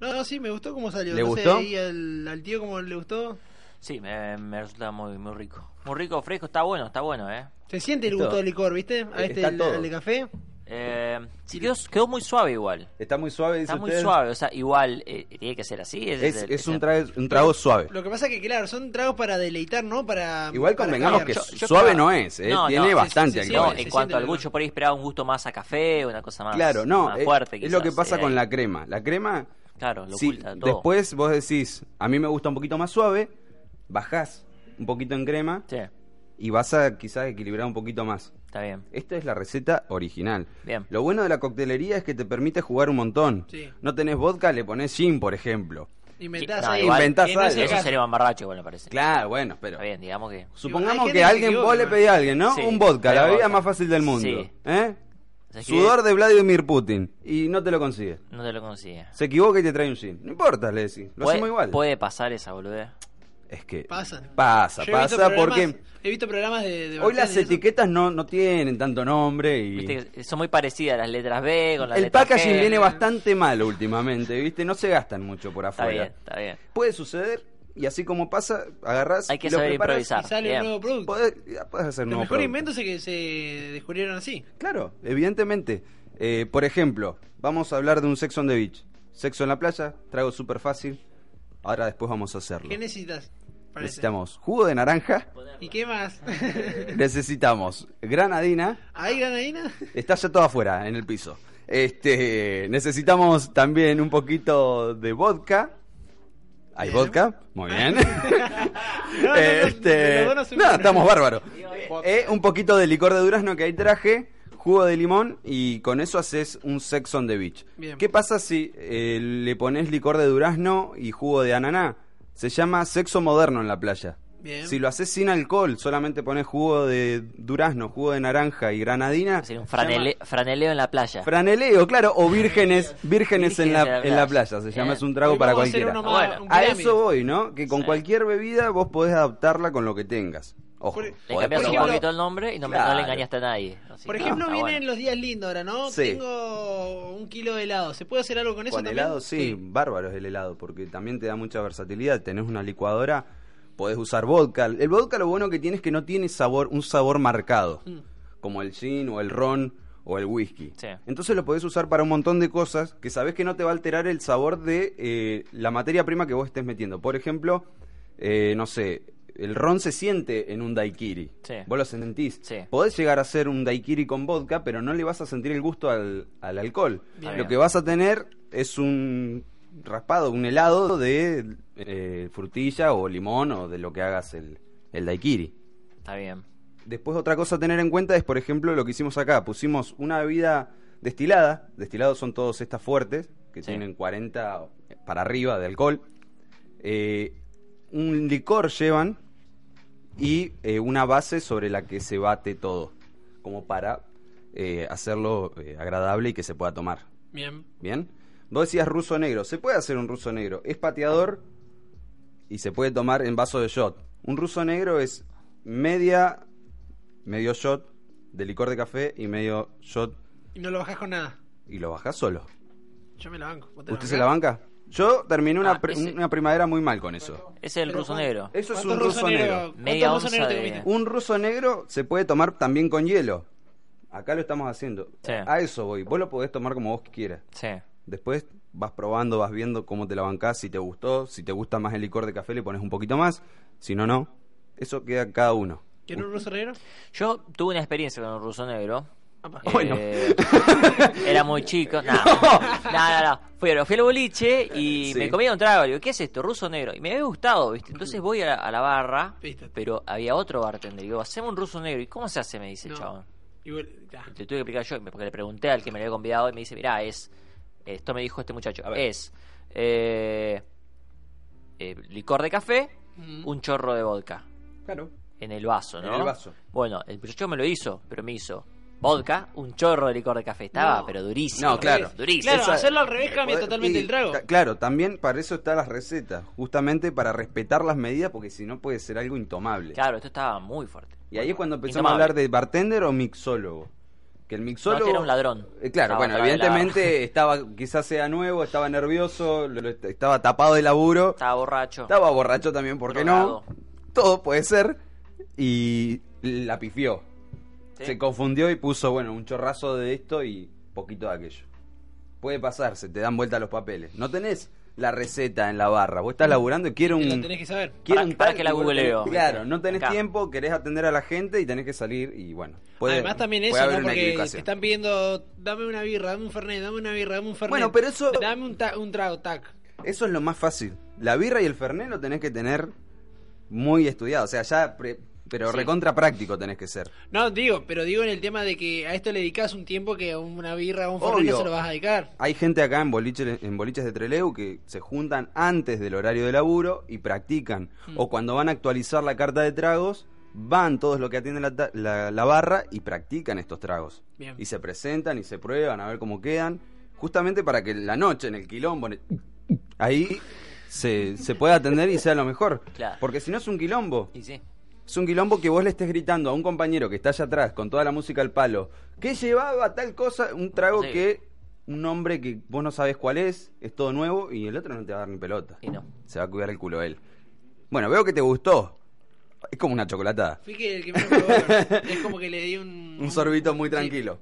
[SPEAKER 1] No, no, sí, me gustó cómo salió.
[SPEAKER 2] ¿Le
[SPEAKER 1] No sé,
[SPEAKER 2] gustó?
[SPEAKER 1] ahí al, al tío cómo le gustó.
[SPEAKER 5] Sí, me, me resulta muy, muy rico. Muy rico, fresco, está bueno, está bueno, ¿eh?
[SPEAKER 1] Se siente el
[SPEAKER 2] Esto-
[SPEAKER 1] gusto del licor, ¿viste? A
[SPEAKER 2] Eh,
[SPEAKER 1] este,
[SPEAKER 2] está
[SPEAKER 1] el,
[SPEAKER 2] todo.
[SPEAKER 1] al de café.
[SPEAKER 5] eh sí, quedó, quedó muy suave igual.
[SPEAKER 2] Está muy suave, dice
[SPEAKER 5] Está muy
[SPEAKER 2] usted.
[SPEAKER 5] suave, o sea, igual eh, tiene que ser así. ese
[SPEAKER 2] Es,
[SPEAKER 5] el-
[SPEAKER 2] es un,
[SPEAKER 5] el-
[SPEAKER 2] trago, un trago suave.
[SPEAKER 1] Lo que pasa que, claro, son tragos para deleitar, ¿no? Para.
[SPEAKER 2] Igual
[SPEAKER 1] para
[SPEAKER 2] convengamos
[SPEAKER 1] cagar.
[SPEAKER 2] que
[SPEAKER 5] yo-
[SPEAKER 2] su-
[SPEAKER 5] yo
[SPEAKER 2] suave
[SPEAKER 5] creo-
[SPEAKER 2] no es, ¿eh?
[SPEAKER 5] No,
[SPEAKER 2] tiene
[SPEAKER 5] no,
[SPEAKER 2] bastante
[SPEAKER 1] sí, sí,
[SPEAKER 5] No,
[SPEAKER 2] alcohol.
[SPEAKER 1] se
[SPEAKER 5] en
[SPEAKER 1] siente
[SPEAKER 5] cuanto
[SPEAKER 1] el
[SPEAKER 5] al
[SPEAKER 1] olor.
[SPEAKER 5] gusto, yo por ahí esperaba un gusto más a café, una cosa más,
[SPEAKER 2] claro, no,
[SPEAKER 5] más
[SPEAKER 2] es,
[SPEAKER 5] fuerte.
[SPEAKER 2] es lo que
[SPEAKER 5] quizás,
[SPEAKER 2] pasa
[SPEAKER 5] eh,
[SPEAKER 2] con la crema. La crema,
[SPEAKER 5] Claro, lo
[SPEAKER 2] si
[SPEAKER 5] oculta todo.
[SPEAKER 2] después vos decís, a mí me gusta un poquito más suave, bajás un poquito en crema
[SPEAKER 5] Sí,
[SPEAKER 2] y vas a quizás equilibrar un poquito más.
[SPEAKER 5] está bien.
[SPEAKER 2] Esta es la receta original.
[SPEAKER 5] Bien.
[SPEAKER 2] Lo bueno de la coctelería es que te permite jugar un montón.
[SPEAKER 1] Sí.
[SPEAKER 2] No tenés vodka, le pones gin, por ejemplo.
[SPEAKER 1] Inventás
[SPEAKER 5] No,
[SPEAKER 1] ahí.
[SPEAKER 5] igual,
[SPEAKER 2] Inventás
[SPEAKER 1] que no
[SPEAKER 2] algo.
[SPEAKER 1] se
[SPEAKER 5] Eso
[SPEAKER 1] gasta.
[SPEAKER 5] sería mamarracho, igual me parece.
[SPEAKER 2] Claro, bueno, pero...
[SPEAKER 5] Está bien, digamos que...
[SPEAKER 1] Hay
[SPEAKER 2] Supongamos
[SPEAKER 1] gente
[SPEAKER 2] que
[SPEAKER 1] que
[SPEAKER 2] alguien,
[SPEAKER 1] se
[SPEAKER 2] vos le
[SPEAKER 1] equivoca.
[SPEAKER 2] pedís a alguien, ¿no?
[SPEAKER 5] Sí,
[SPEAKER 2] un vodka,
[SPEAKER 5] pero
[SPEAKER 2] la bebida
[SPEAKER 5] vodka.
[SPEAKER 2] más fácil del mundo.
[SPEAKER 5] Sí.
[SPEAKER 2] ¿Eh?
[SPEAKER 5] ¿sabes qué?
[SPEAKER 2] Sudor de Vladimir Putin. Y no te lo consigue.
[SPEAKER 5] No te lo conocía.
[SPEAKER 2] Se equivoca y te trae un gin. No importa, le decís. Lo hacemos igual.
[SPEAKER 5] puede pasar esa boludez.
[SPEAKER 2] Es que...
[SPEAKER 1] Pasan.
[SPEAKER 2] Pasa,
[SPEAKER 1] Yo he visto
[SPEAKER 2] pasa,
[SPEAKER 1] programas-
[SPEAKER 2] porque...
[SPEAKER 1] He visto programas de. de
[SPEAKER 2] Hoy las
[SPEAKER 1] bartenders y eso.
[SPEAKER 2] etiquetas no, no tienen tanto nombre y...
[SPEAKER 5] Viste que son muy parecidas las letras B con las
[SPEAKER 2] El
[SPEAKER 5] letras
[SPEAKER 2] packaging
[SPEAKER 5] G.
[SPEAKER 2] viene bastante mal últimamente, ¿viste? No se gastan mucho por
[SPEAKER 5] Está
[SPEAKER 2] afuera.
[SPEAKER 5] bien, está bien.
[SPEAKER 2] Puede suceder y así como pasa, agarrás
[SPEAKER 5] Hay que
[SPEAKER 2] y lo
[SPEAKER 5] saber
[SPEAKER 2] preparás,
[SPEAKER 5] improvisar.
[SPEAKER 1] Y sale
[SPEAKER 5] Bien.
[SPEAKER 1] un nuevo producto.
[SPEAKER 2] Podés, ya podés hacer
[SPEAKER 1] Los
[SPEAKER 2] nuevos
[SPEAKER 1] mejores
[SPEAKER 2] productos.
[SPEAKER 1] inventos es que se descubrieron así.
[SPEAKER 2] Claro, evidentemente. Eh, por ejemplo, vamos a hablar de un sexo on the beach. Sexo en la playa, trago súper fácil. Ahora después vamos a hacerlo.
[SPEAKER 1] ¿Qué necesitas? Parece.
[SPEAKER 2] Necesitamos jugo de naranja,
[SPEAKER 1] ¿Y qué más?
[SPEAKER 2] necesitamos granadina,
[SPEAKER 1] ¿Hay granadina?
[SPEAKER 2] Está ya todo afuera, en el piso. Este, necesitamos también un poquito de vodka. ¿Hay
[SPEAKER 1] Bien.
[SPEAKER 2] vodka? Muy bien.
[SPEAKER 1] no, no, de
[SPEAKER 2] este,
[SPEAKER 1] los dos no se
[SPEAKER 2] no,
[SPEAKER 1] uno.
[SPEAKER 2] estamos bárbaros. Eh, un poquito de licor de durazno que ahí traje, jugo de limón y con eso haces un sex on the beach.
[SPEAKER 1] Bien.
[SPEAKER 2] ¿Qué pasa si eh, le pones licor de durazno y jugo de ananá? Se llama sexo moderno en la playa.
[SPEAKER 1] Bien.
[SPEAKER 2] Si lo haces sin alcohol, solamente pones jugo de durazno, jugo de naranja y granadina.
[SPEAKER 5] Sería un franele- franeleo en la playa.
[SPEAKER 2] Franeleo, claro, o vírgenes, vírgenes en la, en la playa, se llama, es un trago
[SPEAKER 1] Hoy
[SPEAKER 2] para
[SPEAKER 1] vamos a hacer
[SPEAKER 2] cualquiera.
[SPEAKER 1] uno más,
[SPEAKER 5] Bueno,
[SPEAKER 1] un
[SPEAKER 2] A
[SPEAKER 1] pirámide.
[SPEAKER 2] eso voy, ¿no? Que con
[SPEAKER 5] Sí.
[SPEAKER 2] cualquier bebida vos podés adaptarla con lo que tengas. Ojo,
[SPEAKER 1] Por- e-
[SPEAKER 2] podés
[SPEAKER 5] le cambias
[SPEAKER 1] por
[SPEAKER 5] un
[SPEAKER 1] ejemplo-
[SPEAKER 5] poquito el nombre y no, me- no
[SPEAKER 2] Claro.
[SPEAKER 5] le engañaste a nadie. Así
[SPEAKER 1] Por
[SPEAKER 5] que
[SPEAKER 1] ejemplo,
[SPEAKER 5] está
[SPEAKER 1] vienen
[SPEAKER 5] bueno.
[SPEAKER 1] los días lindos ahora, ¿no?
[SPEAKER 2] Sí.
[SPEAKER 1] Tengo un kilo de helado. ¿Se puede hacer algo con eso
[SPEAKER 2] Con
[SPEAKER 1] también?
[SPEAKER 2] helado, sí, bárbaro es el helado, porque también te da mucha versatilidad. Tenés una licuadora, podés usar vodka. El vodka lo bueno que tiene es que no tiene sabor, un sabor marcado,
[SPEAKER 1] Mm.
[SPEAKER 2] como el gin o el ron o el whisky.
[SPEAKER 5] Sí.
[SPEAKER 2] Entonces lo podés usar para un montón de cosas que sabés que no te va a alterar el sabor de eh, la materia prima que vos estés metiendo. Por ejemplo, eh, no sé, el ron se siente en un daiquiri.
[SPEAKER 5] Sí.
[SPEAKER 2] Vos lo sentís.
[SPEAKER 5] Sí.
[SPEAKER 2] Podés llegar a hacer un daiquiri con vodka, pero no le vas a sentir el gusto al, al alcohol.
[SPEAKER 5] Bien.
[SPEAKER 2] Lo que vas a tener es un raspado, un helado de eh, frutilla o limón o de lo que hagas el, el daiquiri.
[SPEAKER 5] Está bien.
[SPEAKER 2] Después otra cosa a tener en cuenta es, por ejemplo, lo que hicimos acá. Pusimos una bebida destilada. Destilados son todos estas fuertes, que
[SPEAKER 5] Sí.
[SPEAKER 2] tienen 40 para arriba de alcohol. Eh, un licor llevan y eh, una base sobre la que se bate todo, como para eh, hacerlo eh, agradable y que se pueda tomar.
[SPEAKER 1] Bien.
[SPEAKER 2] ¿Bien? Vos decías ruso negro. Se puede hacer un ruso negro. Es pateador, y se puede tomar en vaso de shot. Un ruso negro es media, medio shot de licor de café y medio shot
[SPEAKER 1] Y no lo bajás con nada.
[SPEAKER 2] y lo bajás solo.
[SPEAKER 1] Yo me la banco. ¿Vos te
[SPEAKER 2] ¿Usted
[SPEAKER 1] la
[SPEAKER 2] se la
[SPEAKER 1] bancás?
[SPEAKER 2] banca? Yo terminé una,
[SPEAKER 5] Ah,
[SPEAKER 2] pri-
[SPEAKER 5] ese-
[SPEAKER 2] una primavera muy mal con eso.
[SPEAKER 5] Ese es el
[SPEAKER 1] Pero
[SPEAKER 5] ruso
[SPEAKER 1] Juan,
[SPEAKER 5] negro.
[SPEAKER 2] Eso es un
[SPEAKER 1] ¿Cuántos rusos
[SPEAKER 2] ruso negro.
[SPEAKER 1] negros-
[SPEAKER 5] Media
[SPEAKER 1] ¿Cuántos rusos
[SPEAKER 5] onza
[SPEAKER 1] negros
[SPEAKER 5] de-
[SPEAKER 1] te comiste?
[SPEAKER 2] Un ruso negro se puede tomar también con hielo. Acá lo estamos haciendo.
[SPEAKER 5] Sí.
[SPEAKER 2] A eso voy. Vos lo podés tomar como vos quieras.
[SPEAKER 5] Sí.
[SPEAKER 2] Después vas probando, vas viendo cómo te la bancás, si te gustó, si te gusta más el licor de café le pones un poquito más, si no, no. Eso queda en cada uno.
[SPEAKER 1] ¿Quieres un ruso negro?
[SPEAKER 5] Yo tuve una experiencia con un ruso negro.
[SPEAKER 1] Apa.
[SPEAKER 5] Eh,
[SPEAKER 2] Bueno.
[SPEAKER 5] Era muy chico. Nah. No, no, no. Fui, fui al boliche y
[SPEAKER 2] Sí.
[SPEAKER 5] me comía un trago. Digo, ¿qué es esto? Ruso negro. Y me había gustado, ¿viste? Entonces voy a, a la barra,
[SPEAKER 1] Viste.
[SPEAKER 5] pero había otro bartender. Digo, hacemos un ruso negro. ¿Y cómo se hace? Me dice el
[SPEAKER 1] No.
[SPEAKER 5] chabón.
[SPEAKER 1] Y bueno, ya.
[SPEAKER 5] Le tuve que explicar yo, porque le pregunté al que me lo había convidado y me dice, mirá, es... Esto me dijo este muchacho.
[SPEAKER 2] A ver.
[SPEAKER 5] Es eh, eh, licor de café,
[SPEAKER 1] Mm.
[SPEAKER 5] un chorro de vodka.
[SPEAKER 2] Claro.
[SPEAKER 5] En el vaso, ¿no?
[SPEAKER 2] En el vaso.
[SPEAKER 5] Bueno, el muchacho me lo hizo, pero me hizo vodka, un chorro de licor de café. Estaba,
[SPEAKER 1] No.
[SPEAKER 5] pero durísimo.
[SPEAKER 2] No, claro.
[SPEAKER 5] Durísimo.
[SPEAKER 1] Claro,
[SPEAKER 2] Esa- Eh,
[SPEAKER 1] hacerlo al revés cambia
[SPEAKER 2] Poder-
[SPEAKER 1] totalmente
[SPEAKER 2] y-
[SPEAKER 1] el trago.
[SPEAKER 2] ta- Claro, también para eso están las recetas, justamente para respetar las medidas, porque si no puede ser algo intomable.
[SPEAKER 5] Claro, esto estaba muy fuerte.
[SPEAKER 2] Y ahí es cuando empezamos
[SPEAKER 5] Intomable.
[SPEAKER 2] a hablar de bartender o mixólogo. Que el mixólogo.
[SPEAKER 5] este era un ladrón.
[SPEAKER 2] Eh, claro,
[SPEAKER 5] Estaba
[SPEAKER 2] bueno,
[SPEAKER 5] atrás de la-
[SPEAKER 2] evidentemente estaba, quizás sea nuevo, estaba nervioso, lo- lo- estaba tapado de laburo.
[SPEAKER 5] Estaba borracho.
[SPEAKER 2] Estaba borracho también, ¿por qué no?
[SPEAKER 5] Drogado.
[SPEAKER 2] Todo puede ser. Y la pifió.
[SPEAKER 5] Sí.
[SPEAKER 2] Se confundió y puso, bueno, un chorrazo de esto y poquito de aquello. Puede pasar, se te dan vuelta los papeles. No tenés la receta en la barra. Vos estás laburando y quieres
[SPEAKER 1] Lo
[SPEAKER 2] un...
[SPEAKER 1] tenés que saber.
[SPEAKER 2] quiero
[SPEAKER 5] Para-
[SPEAKER 2] un
[SPEAKER 5] para
[SPEAKER 2] tal
[SPEAKER 5] que la
[SPEAKER 2] y vos no
[SPEAKER 5] googleo.
[SPEAKER 2] tenés- Claro, no tenés
[SPEAKER 5] Acá.
[SPEAKER 2] tiempo, querés atender a la gente y tenés que salir y bueno. puede-
[SPEAKER 1] Además también
[SPEAKER 2] puede
[SPEAKER 1] eso,
[SPEAKER 2] haber
[SPEAKER 1] ¿no?
[SPEAKER 2] una
[SPEAKER 1] Porque te
[SPEAKER 2] equivocación.
[SPEAKER 1] están pidiendo, dame una birra, dame un fernet, dame una birra, dame un fernet.
[SPEAKER 2] Bueno, pero eso-
[SPEAKER 1] Dame un, ta- un trago, tac.
[SPEAKER 2] Eso es lo más fácil. La birra y el fernet lo tenés que tener muy estudiado. O sea, ya... pre- Pero
[SPEAKER 5] Sí.
[SPEAKER 2] recontra práctico tenés que ser.
[SPEAKER 1] No, digo, pero digo en el tema de que a esto le dedicas un tiempo que a una birra o un fernet
[SPEAKER 2] Obvio.
[SPEAKER 1] no se lo vas a dedicar.
[SPEAKER 2] Hay gente acá en, boliche- en boliches de Treleu que se juntan antes del horario de laburo y practican.
[SPEAKER 5] Mm.
[SPEAKER 2] O cuando van a actualizar la carta de tragos, van todos los que atienden la, ta- la- la barra y practican estos tragos.
[SPEAKER 1] Bien.
[SPEAKER 2] Y se presentan y se prueban a ver cómo quedan. Justamente para que la noche en el quilombo, en el- ahí se, se pueda atender y sea lo mejor.
[SPEAKER 5] Claro.
[SPEAKER 2] Porque si no es un quilombo.
[SPEAKER 5] Y sí.
[SPEAKER 2] Es un quilombo que vos le estés gritando a un compañero que está allá atrás con toda la música al palo. que llevaba tal cosa? Un trago
[SPEAKER 5] Sí.
[SPEAKER 2] que un hombre que vos no sabes cuál es, es todo nuevo y el otro no te va a dar ni pelota.
[SPEAKER 5] Y no.
[SPEAKER 2] Se va a cuidar el culo él. Bueno, veo que te gustó. Es como una chocolatada.
[SPEAKER 1] Fui que el que menos probó, ¿no? es como que le di un...
[SPEAKER 2] Un sorbito muy tranquilo.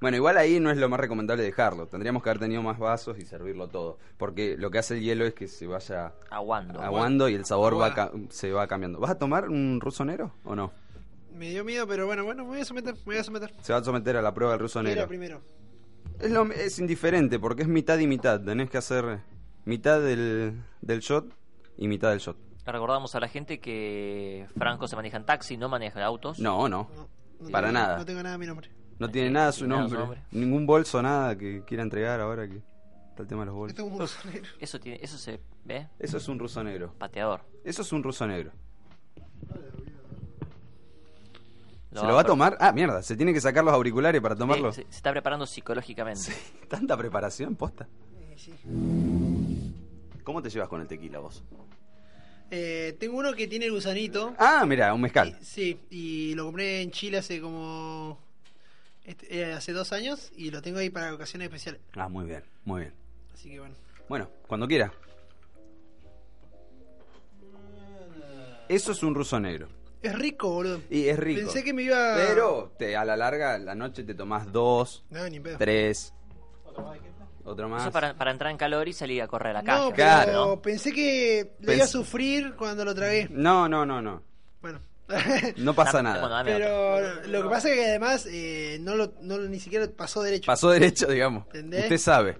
[SPEAKER 2] Bueno, igual ahí no es lo más recomendable dejarlo. Tendríamos que haber tenido más vasos y servirlo todo. Porque lo que hace el hielo es que se vaya
[SPEAKER 5] Aguando.
[SPEAKER 2] aguando y el sabor va ca- se va cambiando. ¿Vas a tomar un ruso negro o no?
[SPEAKER 1] Me dio miedo, pero bueno, bueno, me voy a someter, me voy a someter.
[SPEAKER 2] Se va a someter a la prueba del ruso
[SPEAKER 1] Mira
[SPEAKER 2] negro.
[SPEAKER 1] primero.
[SPEAKER 2] Es, lo- es indiferente porque es mitad y mitad. Tenés que hacer mitad del, del shot y mitad del shot.
[SPEAKER 5] Recordamos a la gente que Franco se maneja en taxi, no maneja autos.
[SPEAKER 2] No, no.
[SPEAKER 1] No, no
[SPEAKER 2] Para
[SPEAKER 1] tengo-
[SPEAKER 2] nada.
[SPEAKER 1] No tengo nada a mi nombre.
[SPEAKER 2] No tiene nada su
[SPEAKER 5] Nada su
[SPEAKER 2] nombre.
[SPEAKER 5] nombre.
[SPEAKER 2] Ningún bolso, nada que quiera entregar ahora que está el tema de los
[SPEAKER 1] Esto es
[SPEAKER 2] bolsos.
[SPEAKER 1] un ruso negro.
[SPEAKER 5] Eso, tiene, eso se ve
[SPEAKER 2] Eso es un ruso negro.
[SPEAKER 5] pateador.
[SPEAKER 2] Eso es un ruso negro.
[SPEAKER 5] Lo
[SPEAKER 2] ¿Se lo va a
[SPEAKER 5] pre-
[SPEAKER 2] tomar? Ah, mierda. ¿Se tiene que sacar los auriculares para tomarlo?
[SPEAKER 5] Sí, se, se está preparando psicológicamente.
[SPEAKER 2] Tanta preparación, posta.
[SPEAKER 1] Sí.
[SPEAKER 2] ¿Cómo te llevas con el tequila vos?
[SPEAKER 1] Eh, tengo uno que tiene el gusanito.
[SPEAKER 2] Ah, mira, un mezcal.
[SPEAKER 1] Y- Sí, y lo compré en Chile hace como. este, eh, hace dos años y lo tengo ahí para ocasiones especiales.
[SPEAKER 2] Ah, muy bien, muy bien.
[SPEAKER 1] Así que bueno.
[SPEAKER 2] Bueno, cuando quiera. Eso es un ruso negro.
[SPEAKER 1] Es rico, boludo.
[SPEAKER 2] Y es rico.
[SPEAKER 1] Pensé que me iba.
[SPEAKER 2] Pero te- a la larga, la noche te tomás dos,
[SPEAKER 1] No, ni pedo.
[SPEAKER 2] tres. Otro más.
[SPEAKER 5] Eso para, para entrar en calor y salir a correr a la
[SPEAKER 1] No,
[SPEAKER 5] calle.
[SPEAKER 1] pero
[SPEAKER 2] Claro.
[SPEAKER 1] pensé que le iba a
[SPEAKER 2] Pens-
[SPEAKER 1] sufrir cuando lo tragué.
[SPEAKER 2] No, no, no, no.
[SPEAKER 1] Bueno.
[SPEAKER 2] No pasa
[SPEAKER 5] Dame- bueno,
[SPEAKER 2] nada.
[SPEAKER 5] dame otro.
[SPEAKER 1] Pero lo que pasa es que además eh, no lo, no lo- ni siquiera pasó
[SPEAKER 5] eh.
[SPEAKER 1] derecho.
[SPEAKER 2] Pasó derecho, digamos.
[SPEAKER 1] ¿Entendés?
[SPEAKER 2] Usted sabe.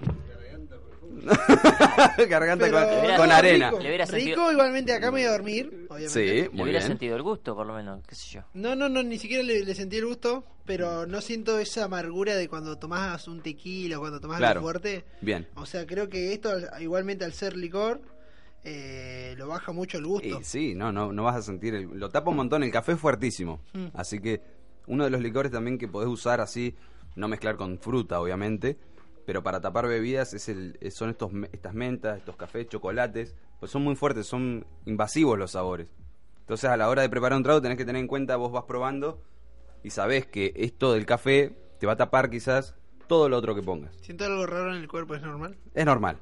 [SPEAKER 2] Garganta
[SPEAKER 1] Pero-
[SPEAKER 2] con,
[SPEAKER 5] Pero-
[SPEAKER 2] con
[SPEAKER 1] no,
[SPEAKER 2] arena.
[SPEAKER 1] Rico,
[SPEAKER 5] Le hubiera
[SPEAKER 1] Rico,
[SPEAKER 5] sentido-
[SPEAKER 1] igualmente acá me iba a dormir, obviamente.
[SPEAKER 2] Sí,
[SPEAKER 5] Le
[SPEAKER 2] muy
[SPEAKER 5] hubiera
[SPEAKER 2] bien.
[SPEAKER 5] sentido el gusto, por lo menos, qué sé yo.
[SPEAKER 1] No, no, no, ni siquiera le, le sentí el gusto, pero no siento esa amargura de cuando tomás un tequila o cuando tomás
[SPEAKER 2] Claro.
[SPEAKER 1] algo fuerte.
[SPEAKER 2] Bien.
[SPEAKER 1] O sea, creo que esto, al- igualmente al ser licor, eh, lo baja mucho el gusto.
[SPEAKER 2] Y sí, no, no, no vas a sentir. el- lo tapa un montón. El café es fuertísimo.
[SPEAKER 1] Mm.
[SPEAKER 2] Así que uno de los licores también que podés usar así, no mezclar con fruta, obviamente, pero para tapar bebidas es el, es- son estos, me- estas mentas, estos cafés, chocolates, pues son muy fuertes, son invasivos los sabores. Entonces a la hora de preparar un trago tenés que tener en cuenta, vos vas probando y sabés que esto del café te va a tapar quizás todo lo otro que pongas.
[SPEAKER 1] Siento algo raro en el cuerpo, ¿es normal?
[SPEAKER 2] Es normal.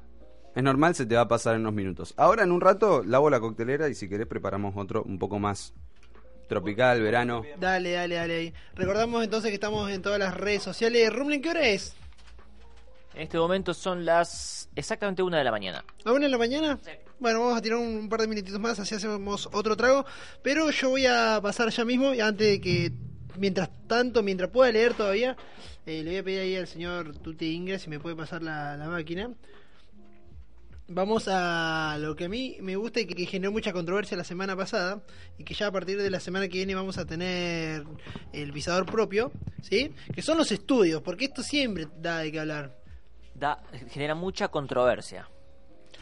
[SPEAKER 2] Es normal, se te va a pasar en unos minutos. Ahora en un rato lavo la coctelera y si querés preparamos otro un poco más tropical, verano.
[SPEAKER 1] Dale, dale, dale ahí. Recordamos entonces que estamos en todas las redes sociales. Rumblin, ¿qué hora es?
[SPEAKER 5] En este momento son las exactamente una de la mañana.
[SPEAKER 1] ¿A una de la mañana? Bueno, vamos a tirar un, un par de minutitos más, así hacemos otro trago. Pero yo voy a pasar ya mismo, y antes de que, mientras tanto, mientras pueda leer todavía, eh, le voy a pedir ahí al señor Tuti Ingra si me puede pasar la, la máquina. Vamos a lo que a mí me gusta y que, que generó mucha controversia la semana pasada y que ya a partir de la semana que viene vamos a tener el visador propio, ¿sí? Que son los estudios, porque esto siempre da de qué hablar.
[SPEAKER 5] Da, genera mucha controversia.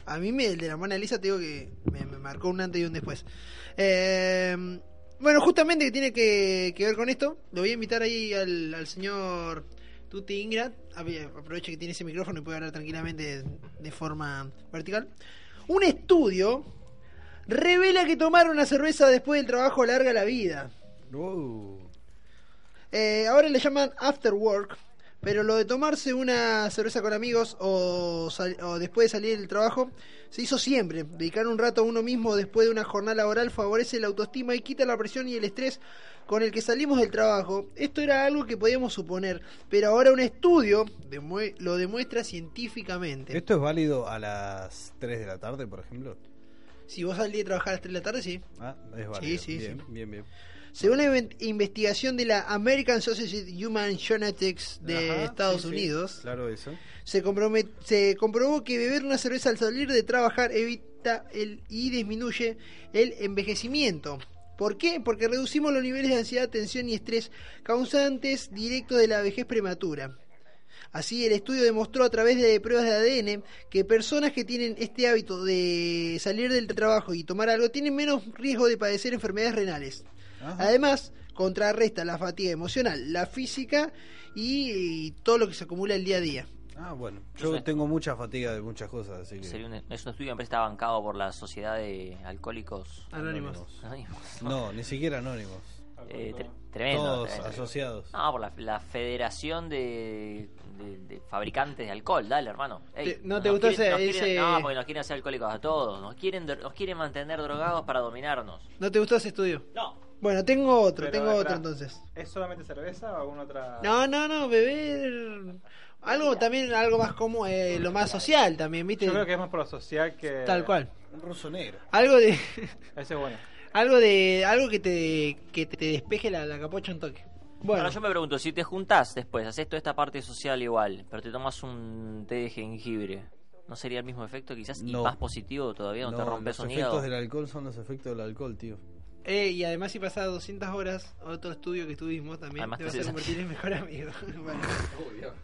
[SPEAKER 1] A mí me, el de la Mona Lisa te digo que me, me marcó un antes y un después. Eh, bueno, justamente que tiene que, que ver con esto, lo voy a invitar ahí al, al señor Tuti Ingrat. A ver, Aproveche que tiene ese micrófono y puede hablar tranquilamente de, de forma vertical. Un estudio revela que tomar una cerveza después del trabajo alarga la vida. Eh, ahora le llaman after work, pero lo de tomarse una cerveza con amigos o, sal- o después de salir del trabajo se hizo siempre. Dedicar un rato a uno mismo después de una jornada laboral favorece la autoestima y quita la presión y el estrés con el que salimos del trabajo. Esto era algo que podíamos suponer, pero ahora un estudio demue- lo demuestra científicamente.
[SPEAKER 7] ¿Esto es válido a las 3 de la tarde, por ejemplo?
[SPEAKER 1] Si vos salís de trabajar a las 3 de la tarde, sí.
[SPEAKER 7] Ah, es válido.
[SPEAKER 1] sí,
[SPEAKER 7] bien,
[SPEAKER 1] sí.
[SPEAKER 7] bien, bien.
[SPEAKER 1] Según la inven- investigación de la American Society of Human Genetics de
[SPEAKER 7] Ajá,
[SPEAKER 1] Estados
[SPEAKER 7] sí, sí,
[SPEAKER 1] Unidos,
[SPEAKER 7] Claro, eso.
[SPEAKER 1] Se, compromet- se comprobó que beber una cerveza al salir de trabajar evita el y disminuye el envejecimiento. ¿Por qué? Porque reducimos los niveles de ansiedad, tensión y estrés causantes directos de la vejez prematura. Así, el estudio demostró a través de pruebas de ADN que personas que tienen este hábito de salir del trabajo y tomar algo tienen menos riesgo de padecer enfermedades renales. Además, contrarresta la fatiga emocional, la física y, y todo lo que se acumula el día a día.
[SPEAKER 7] Ah, bueno.
[SPEAKER 5] Yo
[SPEAKER 7] Yo
[SPEAKER 5] sé.
[SPEAKER 7] tengo mucha fatiga de muchas cosas, así que...
[SPEAKER 5] Sería un, es un estudio que está bancado por la Sociedad de Alcohólicos
[SPEAKER 1] Anónimos.
[SPEAKER 5] Anónimos.
[SPEAKER 7] No, ni siquiera anónimos.
[SPEAKER 5] Eh, tre- tremendo.
[SPEAKER 7] Todos
[SPEAKER 5] tremendo.
[SPEAKER 7] asociados.
[SPEAKER 5] No, por la, la Federación de, de- de Fabricantes de Alcohol, dale, hermano. Ey,
[SPEAKER 1] Te- ¿no te gustó
[SPEAKER 5] quieren-
[SPEAKER 1] ese-
[SPEAKER 5] nos quieren-
[SPEAKER 1] ese-
[SPEAKER 5] No, porque nos quieren hacer alcohólicos a todos. Nos quieren, dro- nos quieren mantener drogados para dominarnos.
[SPEAKER 1] ¿No te gustó ese estudio?
[SPEAKER 5] No.
[SPEAKER 1] Bueno, tengo otro,
[SPEAKER 6] Pero,
[SPEAKER 1] tengo
[SPEAKER 6] espera.
[SPEAKER 1] otro entonces.
[SPEAKER 6] ¿Es solamente cerveza o alguna otra?
[SPEAKER 1] No, no, no, beber algo también, algo más como eh, lo más social también, ¿viste?
[SPEAKER 6] Yo creo que eh, es más por lo social que.
[SPEAKER 1] Tal cual.
[SPEAKER 7] Un ruso negro.
[SPEAKER 1] Algo de
[SPEAKER 6] Ese es bueno.
[SPEAKER 1] algo de algo que te que te despeje la, la capocha un toque. Bueno,
[SPEAKER 5] Ahora yo me pregunto, si te juntás después, haces toda esta parte social igual, pero te tomas un té de jengibre, ¿no sería el mismo efecto quizás?
[SPEAKER 7] No.
[SPEAKER 5] Y más positivo todavía, no, te
[SPEAKER 7] No,
[SPEAKER 5] rompes
[SPEAKER 7] los
[SPEAKER 5] un
[SPEAKER 7] efectos
[SPEAKER 5] hígado.
[SPEAKER 7] del alcohol son los efectos del alcohol, tío.
[SPEAKER 1] eh, y además si pasas 200 horas otro estudio que estuvimos también
[SPEAKER 5] Además
[SPEAKER 1] te
[SPEAKER 5] te
[SPEAKER 1] vas a
[SPEAKER 5] haces-
[SPEAKER 1] convertir en mejor amigo. Bueno.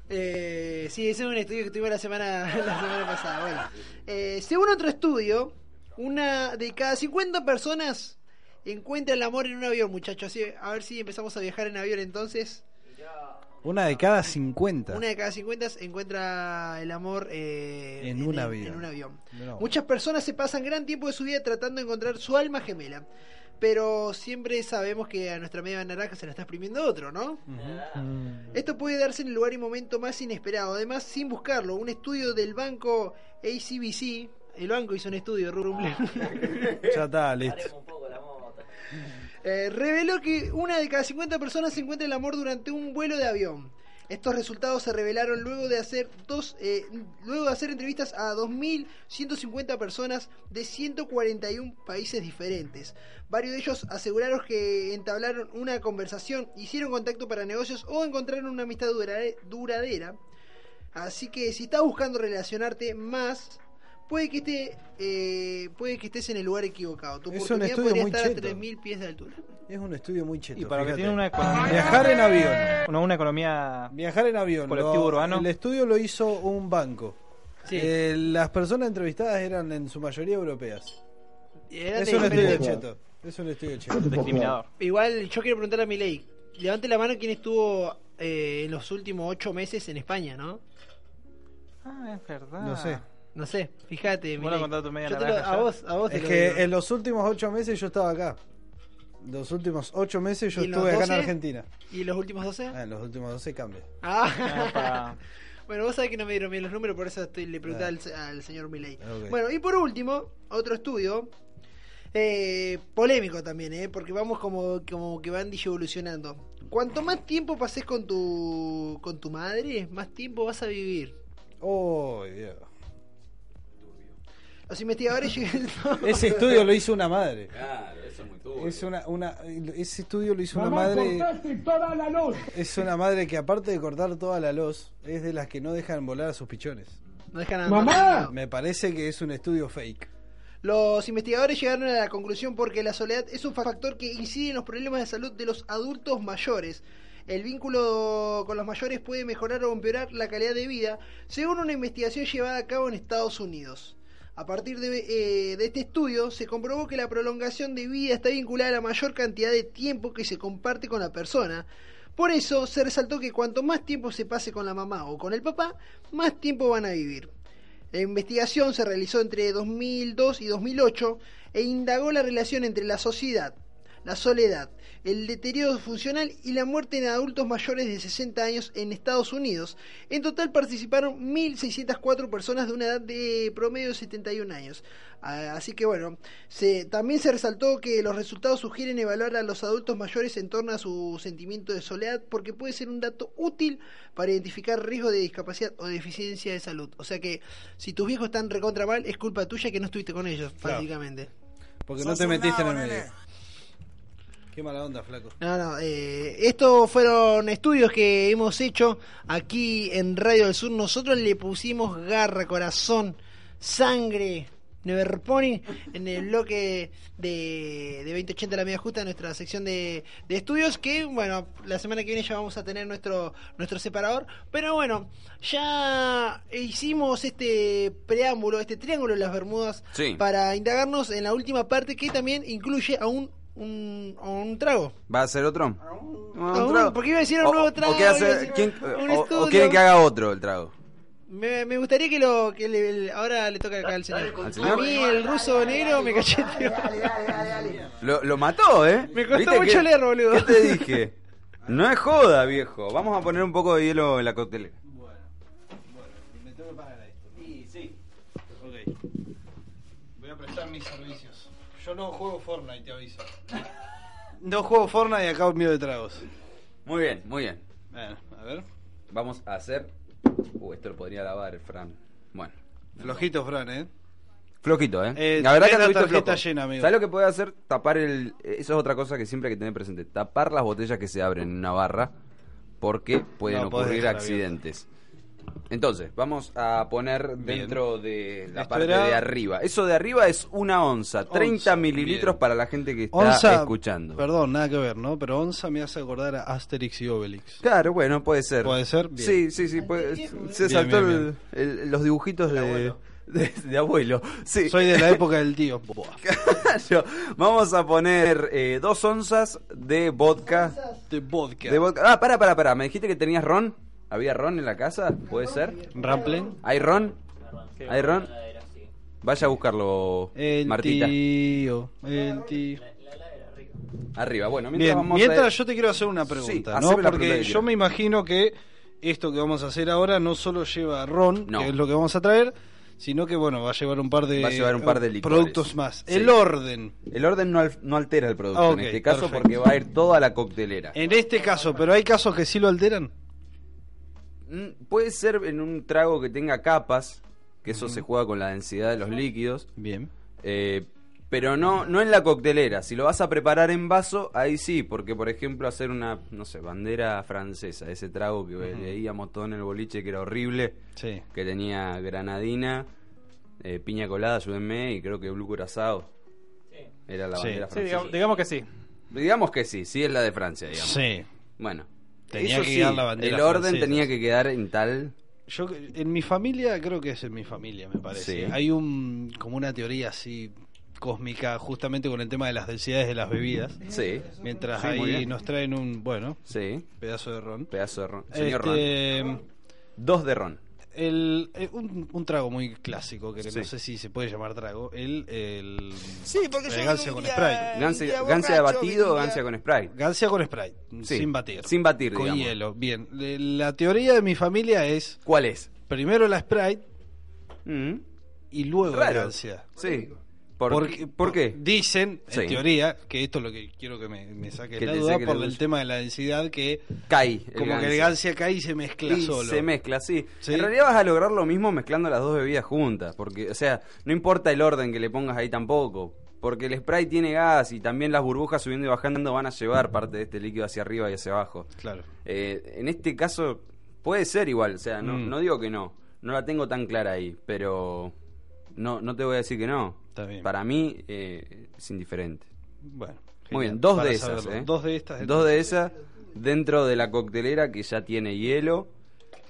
[SPEAKER 1] Eh, sí, ese es un estudio que tuvimos la semana, la semana pasada. Bueno, Eh, según otro estudio, una de cada 50 personas encuentra el amor en un avión, muchachos. Así, a ver si empezamos a viajar en avión entonces.
[SPEAKER 7] Una de cada 50.
[SPEAKER 1] Una de cada 50 encuentra el amor eh,
[SPEAKER 7] En un
[SPEAKER 1] el-
[SPEAKER 7] avión.
[SPEAKER 1] en un avión.
[SPEAKER 7] No.
[SPEAKER 1] Muchas personas se pasan gran tiempo de su vida tratando de encontrar su alma gemela. Pero siempre sabemos que a nuestra media naranja se la está exprimiendo otro, ¿no? Esto puede darse en el lugar y momento más inesperado. Además, sin buscarlo, un estudio del banco ACBC. El banco hizo un estudio, Rumble.
[SPEAKER 7] Ya está, listo.
[SPEAKER 1] Eh, reveló que una de cada 50 personas encuentra el amor durante un vuelo de avión. Estos resultados se revelaron luego de hacer dos, eh, luego de hacer entrevistas a 2.150 personas de 141 países diferentes. Varios de ellos aseguraron que entablaron una conversación, hicieron contacto para negocios o encontraron una amistad durare- duradera. Así que si estás buscando relacionarte más, puede que esté, eh, puede que estés en el lugar equivocado. Tu
[SPEAKER 7] Es un
[SPEAKER 1] oportunidad
[SPEAKER 7] estudio
[SPEAKER 1] podría
[SPEAKER 7] muy
[SPEAKER 1] estar a
[SPEAKER 7] cheto.
[SPEAKER 1] 3.000 pies de altura.
[SPEAKER 7] Es un estudio muy cheto.
[SPEAKER 6] Y para que
[SPEAKER 7] fíjate.
[SPEAKER 6] tiene una economía.
[SPEAKER 7] Viajar en avión.
[SPEAKER 6] Una, una economía.
[SPEAKER 7] Viajar en avión.
[SPEAKER 6] Colectivo
[SPEAKER 7] Lo-
[SPEAKER 6] urbano.
[SPEAKER 7] El estudio lo hizo un banco.
[SPEAKER 1] Sí.
[SPEAKER 7] Eh, las personas entrevistadas eran en su mayoría europeas.
[SPEAKER 1] Era
[SPEAKER 7] Es
[SPEAKER 1] de
[SPEAKER 7] un estudio
[SPEAKER 1] diferente.
[SPEAKER 7] cheto. Es un estudio cheto.
[SPEAKER 6] Discriminador.
[SPEAKER 1] Igual yo quiero preguntar a Milei. Levante la mano quién estuvo eh, en los últimos ocho meses en España, ¿no?
[SPEAKER 6] Ah, es verdad.
[SPEAKER 3] No sé.
[SPEAKER 1] No sé, fíjate.
[SPEAKER 6] Vos la
[SPEAKER 1] Milei.
[SPEAKER 6] contás tu media
[SPEAKER 1] Yo te lo-
[SPEAKER 6] naranja
[SPEAKER 1] a
[SPEAKER 6] ya.
[SPEAKER 1] vos, a vos te
[SPEAKER 3] Es
[SPEAKER 1] lo digo.
[SPEAKER 3] que en los últimos ocho meses yo estaba acá. Los últimos ocho meses yo
[SPEAKER 1] ¿Y los
[SPEAKER 3] estuve acá en
[SPEAKER 1] 12?
[SPEAKER 3] Argentina.
[SPEAKER 1] ¿Y los últimos 12?
[SPEAKER 3] Ah, en los últimos 12 cambios.
[SPEAKER 1] Ah.
[SPEAKER 6] Epa.
[SPEAKER 1] Bueno, vos sabés que no me dieron bien los números, por eso estoy- le pregunté
[SPEAKER 3] Ah.
[SPEAKER 1] al, se- al señor Milley.
[SPEAKER 3] Ok.
[SPEAKER 1] Bueno, y por último, otro estudio. eh, polémico también, ¿eh? Porque vamos como, como que van evolucionando. Cuanto más tiempo pases con tu, con tu madre, más tiempo vas a vivir.
[SPEAKER 3] Oh, Dios.
[SPEAKER 1] Los investigadores llegan...
[SPEAKER 3] Ese estudio lo hizo una madre.
[SPEAKER 2] Claro, eso es muy tuyo.
[SPEAKER 3] Es una, una, ese estudio lo hizo una madre. Es una madre que, aparte de cortar toda la luz, es de las que no dejan volar a sus pichones.
[SPEAKER 1] No dejan andar. ¡Mamá!
[SPEAKER 3] Me parece que es un estudio fake.
[SPEAKER 1] Los investigadores llegaron a la conclusión porque la soledad es un factor que incide en los problemas de salud de los adultos mayores. El vínculo con los mayores puede mejorar o empeorar la calidad de vida, según una investigación llevada a cabo en Estados Unidos. A partir de, eh, de este estudio, se comprobó que la prolongación de vida está vinculada a la mayor cantidad de tiempo que se comparte con la persona. Por eso, se resaltó que cuanto más tiempo se pase con la mamá o con el papá, más tiempo van a vivir. La investigación se realizó entre 2002 y 2008 e indagó la relación entre la sociedad, la soledad, el deterioro funcional y la muerte en adultos mayores de 60 años en Estados Unidos. En total participaron 1.604 personas de una edad de promedio de 71 años. Ah, Así que bueno, se, también se resaltó que los resultados sugieren evaluar a los adultos mayores en torno a su sentimiento de soledad porque puede ser un dato útil para identificar riesgos de discapacidad o deficiencia de salud. O sea que si tus viejos están recontra mal, es culpa tuya que no estuviste con ellos,
[SPEAKER 3] Claro.
[SPEAKER 1] básicamente.
[SPEAKER 3] Porque no te metiste en el medio. Qué mala onda, flaco.
[SPEAKER 1] No, no, eh, estos fueron estudios que hemos hecho aquí en Radio del Sur. Nosotros le pusimos garra, corazón, sangre, Never Pony en el bloque de, de 2080 La Media Justa, nuestra sección de, de estudios. Que bueno, la semana que viene ya vamos a tener nuestro, nuestro separador. Pero bueno, ya hicimos este preámbulo, este triángulo de las Bermudas
[SPEAKER 2] Sí.
[SPEAKER 1] para indagarnos en la última parte que también incluye a un, un, a un trago.
[SPEAKER 2] ¿Va a ser otro?
[SPEAKER 1] A un- porque iba a decir un
[SPEAKER 2] O-
[SPEAKER 1] nuevo
[SPEAKER 2] o-
[SPEAKER 1] trago,
[SPEAKER 2] O, qué hace-
[SPEAKER 1] iba a decir
[SPEAKER 2] quién-
[SPEAKER 1] un
[SPEAKER 2] o- o
[SPEAKER 1] estudio.
[SPEAKER 2] quieren que haga otro el trago.
[SPEAKER 1] Me, me gustaría que lo que le- el- ahora le toca acá al señor.
[SPEAKER 2] ¿Al
[SPEAKER 1] A
[SPEAKER 2] señor?
[SPEAKER 1] mí el ruso negro me cacheteó.
[SPEAKER 2] Lo, lo mató, ¿eh?
[SPEAKER 1] Me costó
[SPEAKER 2] ¿Viste
[SPEAKER 1] mucho
[SPEAKER 2] qué-
[SPEAKER 1] leer, boludo.
[SPEAKER 2] ¿Qué te dije? No es joda, viejo. Vamos a poner un poco de hielo en la coctelera.
[SPEAKER 3] Me tengo que parar esto. Sí, sí. Ok. Voy a prestar mis servicios. Yo no juego Fortnite, te aviso. No juego Fortnite y acá miedo de tragos.
[SPEAKER 2] Muy bien, muy bien.
[SPEAKER 3] Bueno, a ver.
[SPEAKER 2] Vamos a hacer. Uh, esto lo podría lavar, Fran. Bueno.
[SPEAKER 3] Flojito, Fran, ¿eh?
[SPEAKER 2] Flojito, ¿eh?
[SPEAKER 3] Eh,
[SPEAKER 2] la verdad
[SPEAKER 3] tenés
[SPEAKER 2] que anduviste
[SPEAKER 3] la tarjeta
[SPEAKER 2] flojo.
[SPEAKER 3] llena, amigo.
[SPEAKER 2] ¿Sabes lo que puede hacer? Tapar el. eh, Eso es otra cosa que siempre hay que tener presente. Tapar las botellas que se abren en una barra porque pueden
[SPEAKER 3] No podés
[SPEAKER 2] ocurrir
[SPEAKER 3] dejarla
[SPEAKER 2] accidentes. Entonces, vamos a poner dentro de la
[SPEAKER 3] Esto
[SPEAKER 2] parte
[SPEAKER 3] era-
[SPEAKER 2] de arriba. Eso de arriba es una onza, 30
[SPEAKER 3] Onza,
[SPEAKER 2] mililitros
[SPEAKER 3] bien.
[SPEAKER 2] para la gente que está escuchando.
[SPEAKER 3] Perdón, nada que ver, ¿no? Pero Onza me hace acordar a Asterix y Obelix.
[SPEAKER 2] Claro, bueno, puede ser.
[SPEAKER 3] ¿Puede ser? Bien.
[SPEAKER 2] Sí, sí, sí. puede- Se
[SPEAKER 3] Bien,
[SPEAKER 2] saltó
[SPEAKER 3] bien,
[SPEAKER 2] el- el- los dibujitos de abuelo. De, de abuelo. Sí.
[SPEAKER 3] Soy de la época del tío. Buah.
[SPEAKER 2] Yo- Vamos a poner eh, dos onzas de vodka.
[SPEAKER 3] De vodka.
[SPEAKER 2] De vodka. Ah, para, para, para. ¿Me dijiste que tenías ron? ¿Había ron en la casa? ¿Puede ser?
[SPEAKER 3] Ramplen.
[SPEAKER 2] ¿Hay ron? ¿Hay ron? Vaya a buscarlo,
[SPEAKER 3] El
[SPEAKER 2] Martita.
[SPEAKER 3] tío. El tío.
[SPEAKER 2] Arriba, bueno. Mientras
[SPEAKER 3] Bien,
[SPEAKER 2] vamos a-
[SPEAKER 3] mientras yo te quiero hacer una
[SPEAKER 2] Sí,
[SPEAKER 3] pregunta, ¿no?
[SPEAKER 2] haceme la pregunta
[SPEAKER 3] Porque
[SPEAKER 2] que
[SPEAKER 3] yo
[SPEAKER 2] quieras.
[SPEAKER 3] me imagino que esto que vamos a hacer ahora no solo lleva ron,
[SPEAKER 2] No.
[SPEAKER 3] que es lo que vamos a traer, sino que bueno, va a llevar un par de,
[SPEAKER 2] Va a llevar un par de licores.
[SPEAKER 3] productos más.
[SPEAKER 2] Sí.
[SPEAKER 3] El orden,
[SPEAKER 2] El orden no, al- no altera el producto
[SPEAKER 3] Ah,
[SPEAKER 2] en
[SPEAKER 3] ok,
[SPEAKER 2] este caso
[SPEAKER 3] perfecto.
[SPEAKER 2] porque va a ir toda la coctelera.
[SPEAKER 3] en este caso, pero hay casos que sí lo alteran.
[SPEAKER 2] Mm, Puede ser en un trago que tenga capas, que eso se juega con la densidad de los líquidos.
[SPEAKER 3] Bien.
[SPEAKER 2] Eh, pero no, no en la coctelera. Si lo vas a preparar en vaso, ahí sí. Porque, por ejemplo, hacer una, no sé, bandera francesa. Ese trago que leíamos todo en el boliche que era horrible.
[SPEAKER 3] Sí.
[SPEAKER 2] Que tenía granadina, eh, piña colada, ayúdenme, y creo que blue curazao. Era la
[SPEAKER 3] Sí.
[SPEAKER 2] bandera
[SPEAKER 6] Sí,
[SPEAKER 2] francesa.
[SPEAKER 6] digamos, digamos que sí.
[SPEAKER 2] digamos, que sí, sí es la de Francia, digamos.
[SPEAKER 3] Sí.
[SPEAKER 2] Bueno.
[SPEAKER 3] Tenía
[SPEAKER 2] eso
[SPEAKER 3] que
[SPEAKER 2] sí,
[SPEAKER 3] quedar la bandera
[SPEAKER 2] El orden
[SPEAKER 3] francesa.
[SPEAKER 2] tenía que quedar en tal...
[SPEAKER 3] Yo en mi familia, creo que es en mi familia, me parece.
[SPEAKER 2] Sí.
[SPEAKER 3] Hay un como una teoría así cósmica justamente con el tema de las densidades de las bebidas.
[SPEAKER 2] Sí,
[SPEAKER 3] Mientras
[SPEAKER 2] Sí, muy
[SPEAKER 3] ahí
[SPEAKER 2] bien.
[SPEAKER 3] nos traen un, bueno,
[SPEAKER 2] sí.
[SPEAKER 3] pedazo de ron.
[SPEAKER 2] Pedazo de ron. Señor ron.
[SPEAKER 3] Este,
[SPEAKER 2] Dos de ron.
[SPEAKER 3] el, eh, un, un trago muy clásico que
[SPEAKER 2] Sí.
[SPEAKER 3] no sé si se puede llamar trago. El, el
[SPEAKER 1] Sí, porque
[SPEAKER 3] el
[SPEAKER 1] yo
[SPEAKER 3] gancia
[SPEAKER 1] vine
[SPEAKER 3] con
[SPEAKER 1] un día-
[SPEAKER 3] Sprite.
[SPEAKER 1] un día
[SPEAKER 2] Gancia, gancia de
[SPEAKER 1] borracho,
[SPEAKER 2] batido o
[SPEAKER 1] vine un
[SPEAKER 2] gancia
[SPEAKER 1] día-
[SPEAKER 2] con Sprite.
[SPEAKER 3] Gancia con Sprite,
[SPEAKER 2] Sí,
[SPEAKER 3] sin batir.
[SPEAKER 2] sin batir,
[SPEAKER 3] Con
[SPEAKER 2] digamos.
[SPEAKER 3] hielo, bien. Le- La teoría de mi familia es
[SPEAKER 2] ¿Cuál es?
[SPEAKER 3] primero la Sprite
[SPEAKER 2] Mm,
[SPEAKER 3] y luego
[SPEAKER 2] Raro.
[SPEAKER 3] la Gancia.
[SPEAKER 2] Sí. ¿Por,
[SPEAKER 3] Porque-
[SPEAKER 2] ¿por qué?
[SPEAKER 3] Dicen, en
[SPEAKER 2] Sí.
[SPEAKER 3] teoría, que esto es lo que quiero que me, me saque
[SPEAKER 2] Que
[SPEAKER 3] la
[SPEAKER 2] te
[SPEAKER 3] duda
[SPEAKER 2] saque la
[SPEAKER 3] por
[SPEAKER 2] duda.
[SPEAKER 3] el tema de la densidad que
[SPEAKER 2] Cae. el
[SPEAKER 3] como que el Gancia cae y se mezcla
[SPEAKER 2] Y
[SPEAKER 3] solo.
[SPEAKER 2] se mezcla, sí.
[SPEAKER 3] Sí.
[SPEAKER 2] En realidad vas a lograr lo mismo mezclando las dos bebidas juntas, porque, o sea, no importa el orden que le pongas ahí tampoco, porque el spray tiene gas y también las burbujas subiendo y bajando van a llevar parte de este líquido hacia arriba y hacia abajo.
[SPEAKER 3] Claro.
[SPEAKER 2] Eh, en este caso puede ser igual, o sea, no,
[SPEAKER 3] Mm.
[SPEAKER 2] no digo que no, no la tengo tan clara ahí, pero no, no te voy a decir que no.
[SPEAKER 3] Está bien.
[SPEAKER 2] Para mí eh, es indiferente.
[SPEAKER 3] Bueno.
[SPEAKER 2] Muy
[SPEAKER 3] genial,
[SPEAKER 2] bien, dos
[SPEAKER 3] para
[SPEAKER 2] de esas.
[SPEAKER 3] saberlo.
[SPEAKER 2] ¿eh?
[SPEAKER 3] Dos de estas.
[SPEAKER 2] Dos de esas dentro de la coctelera que ya tiene hielo.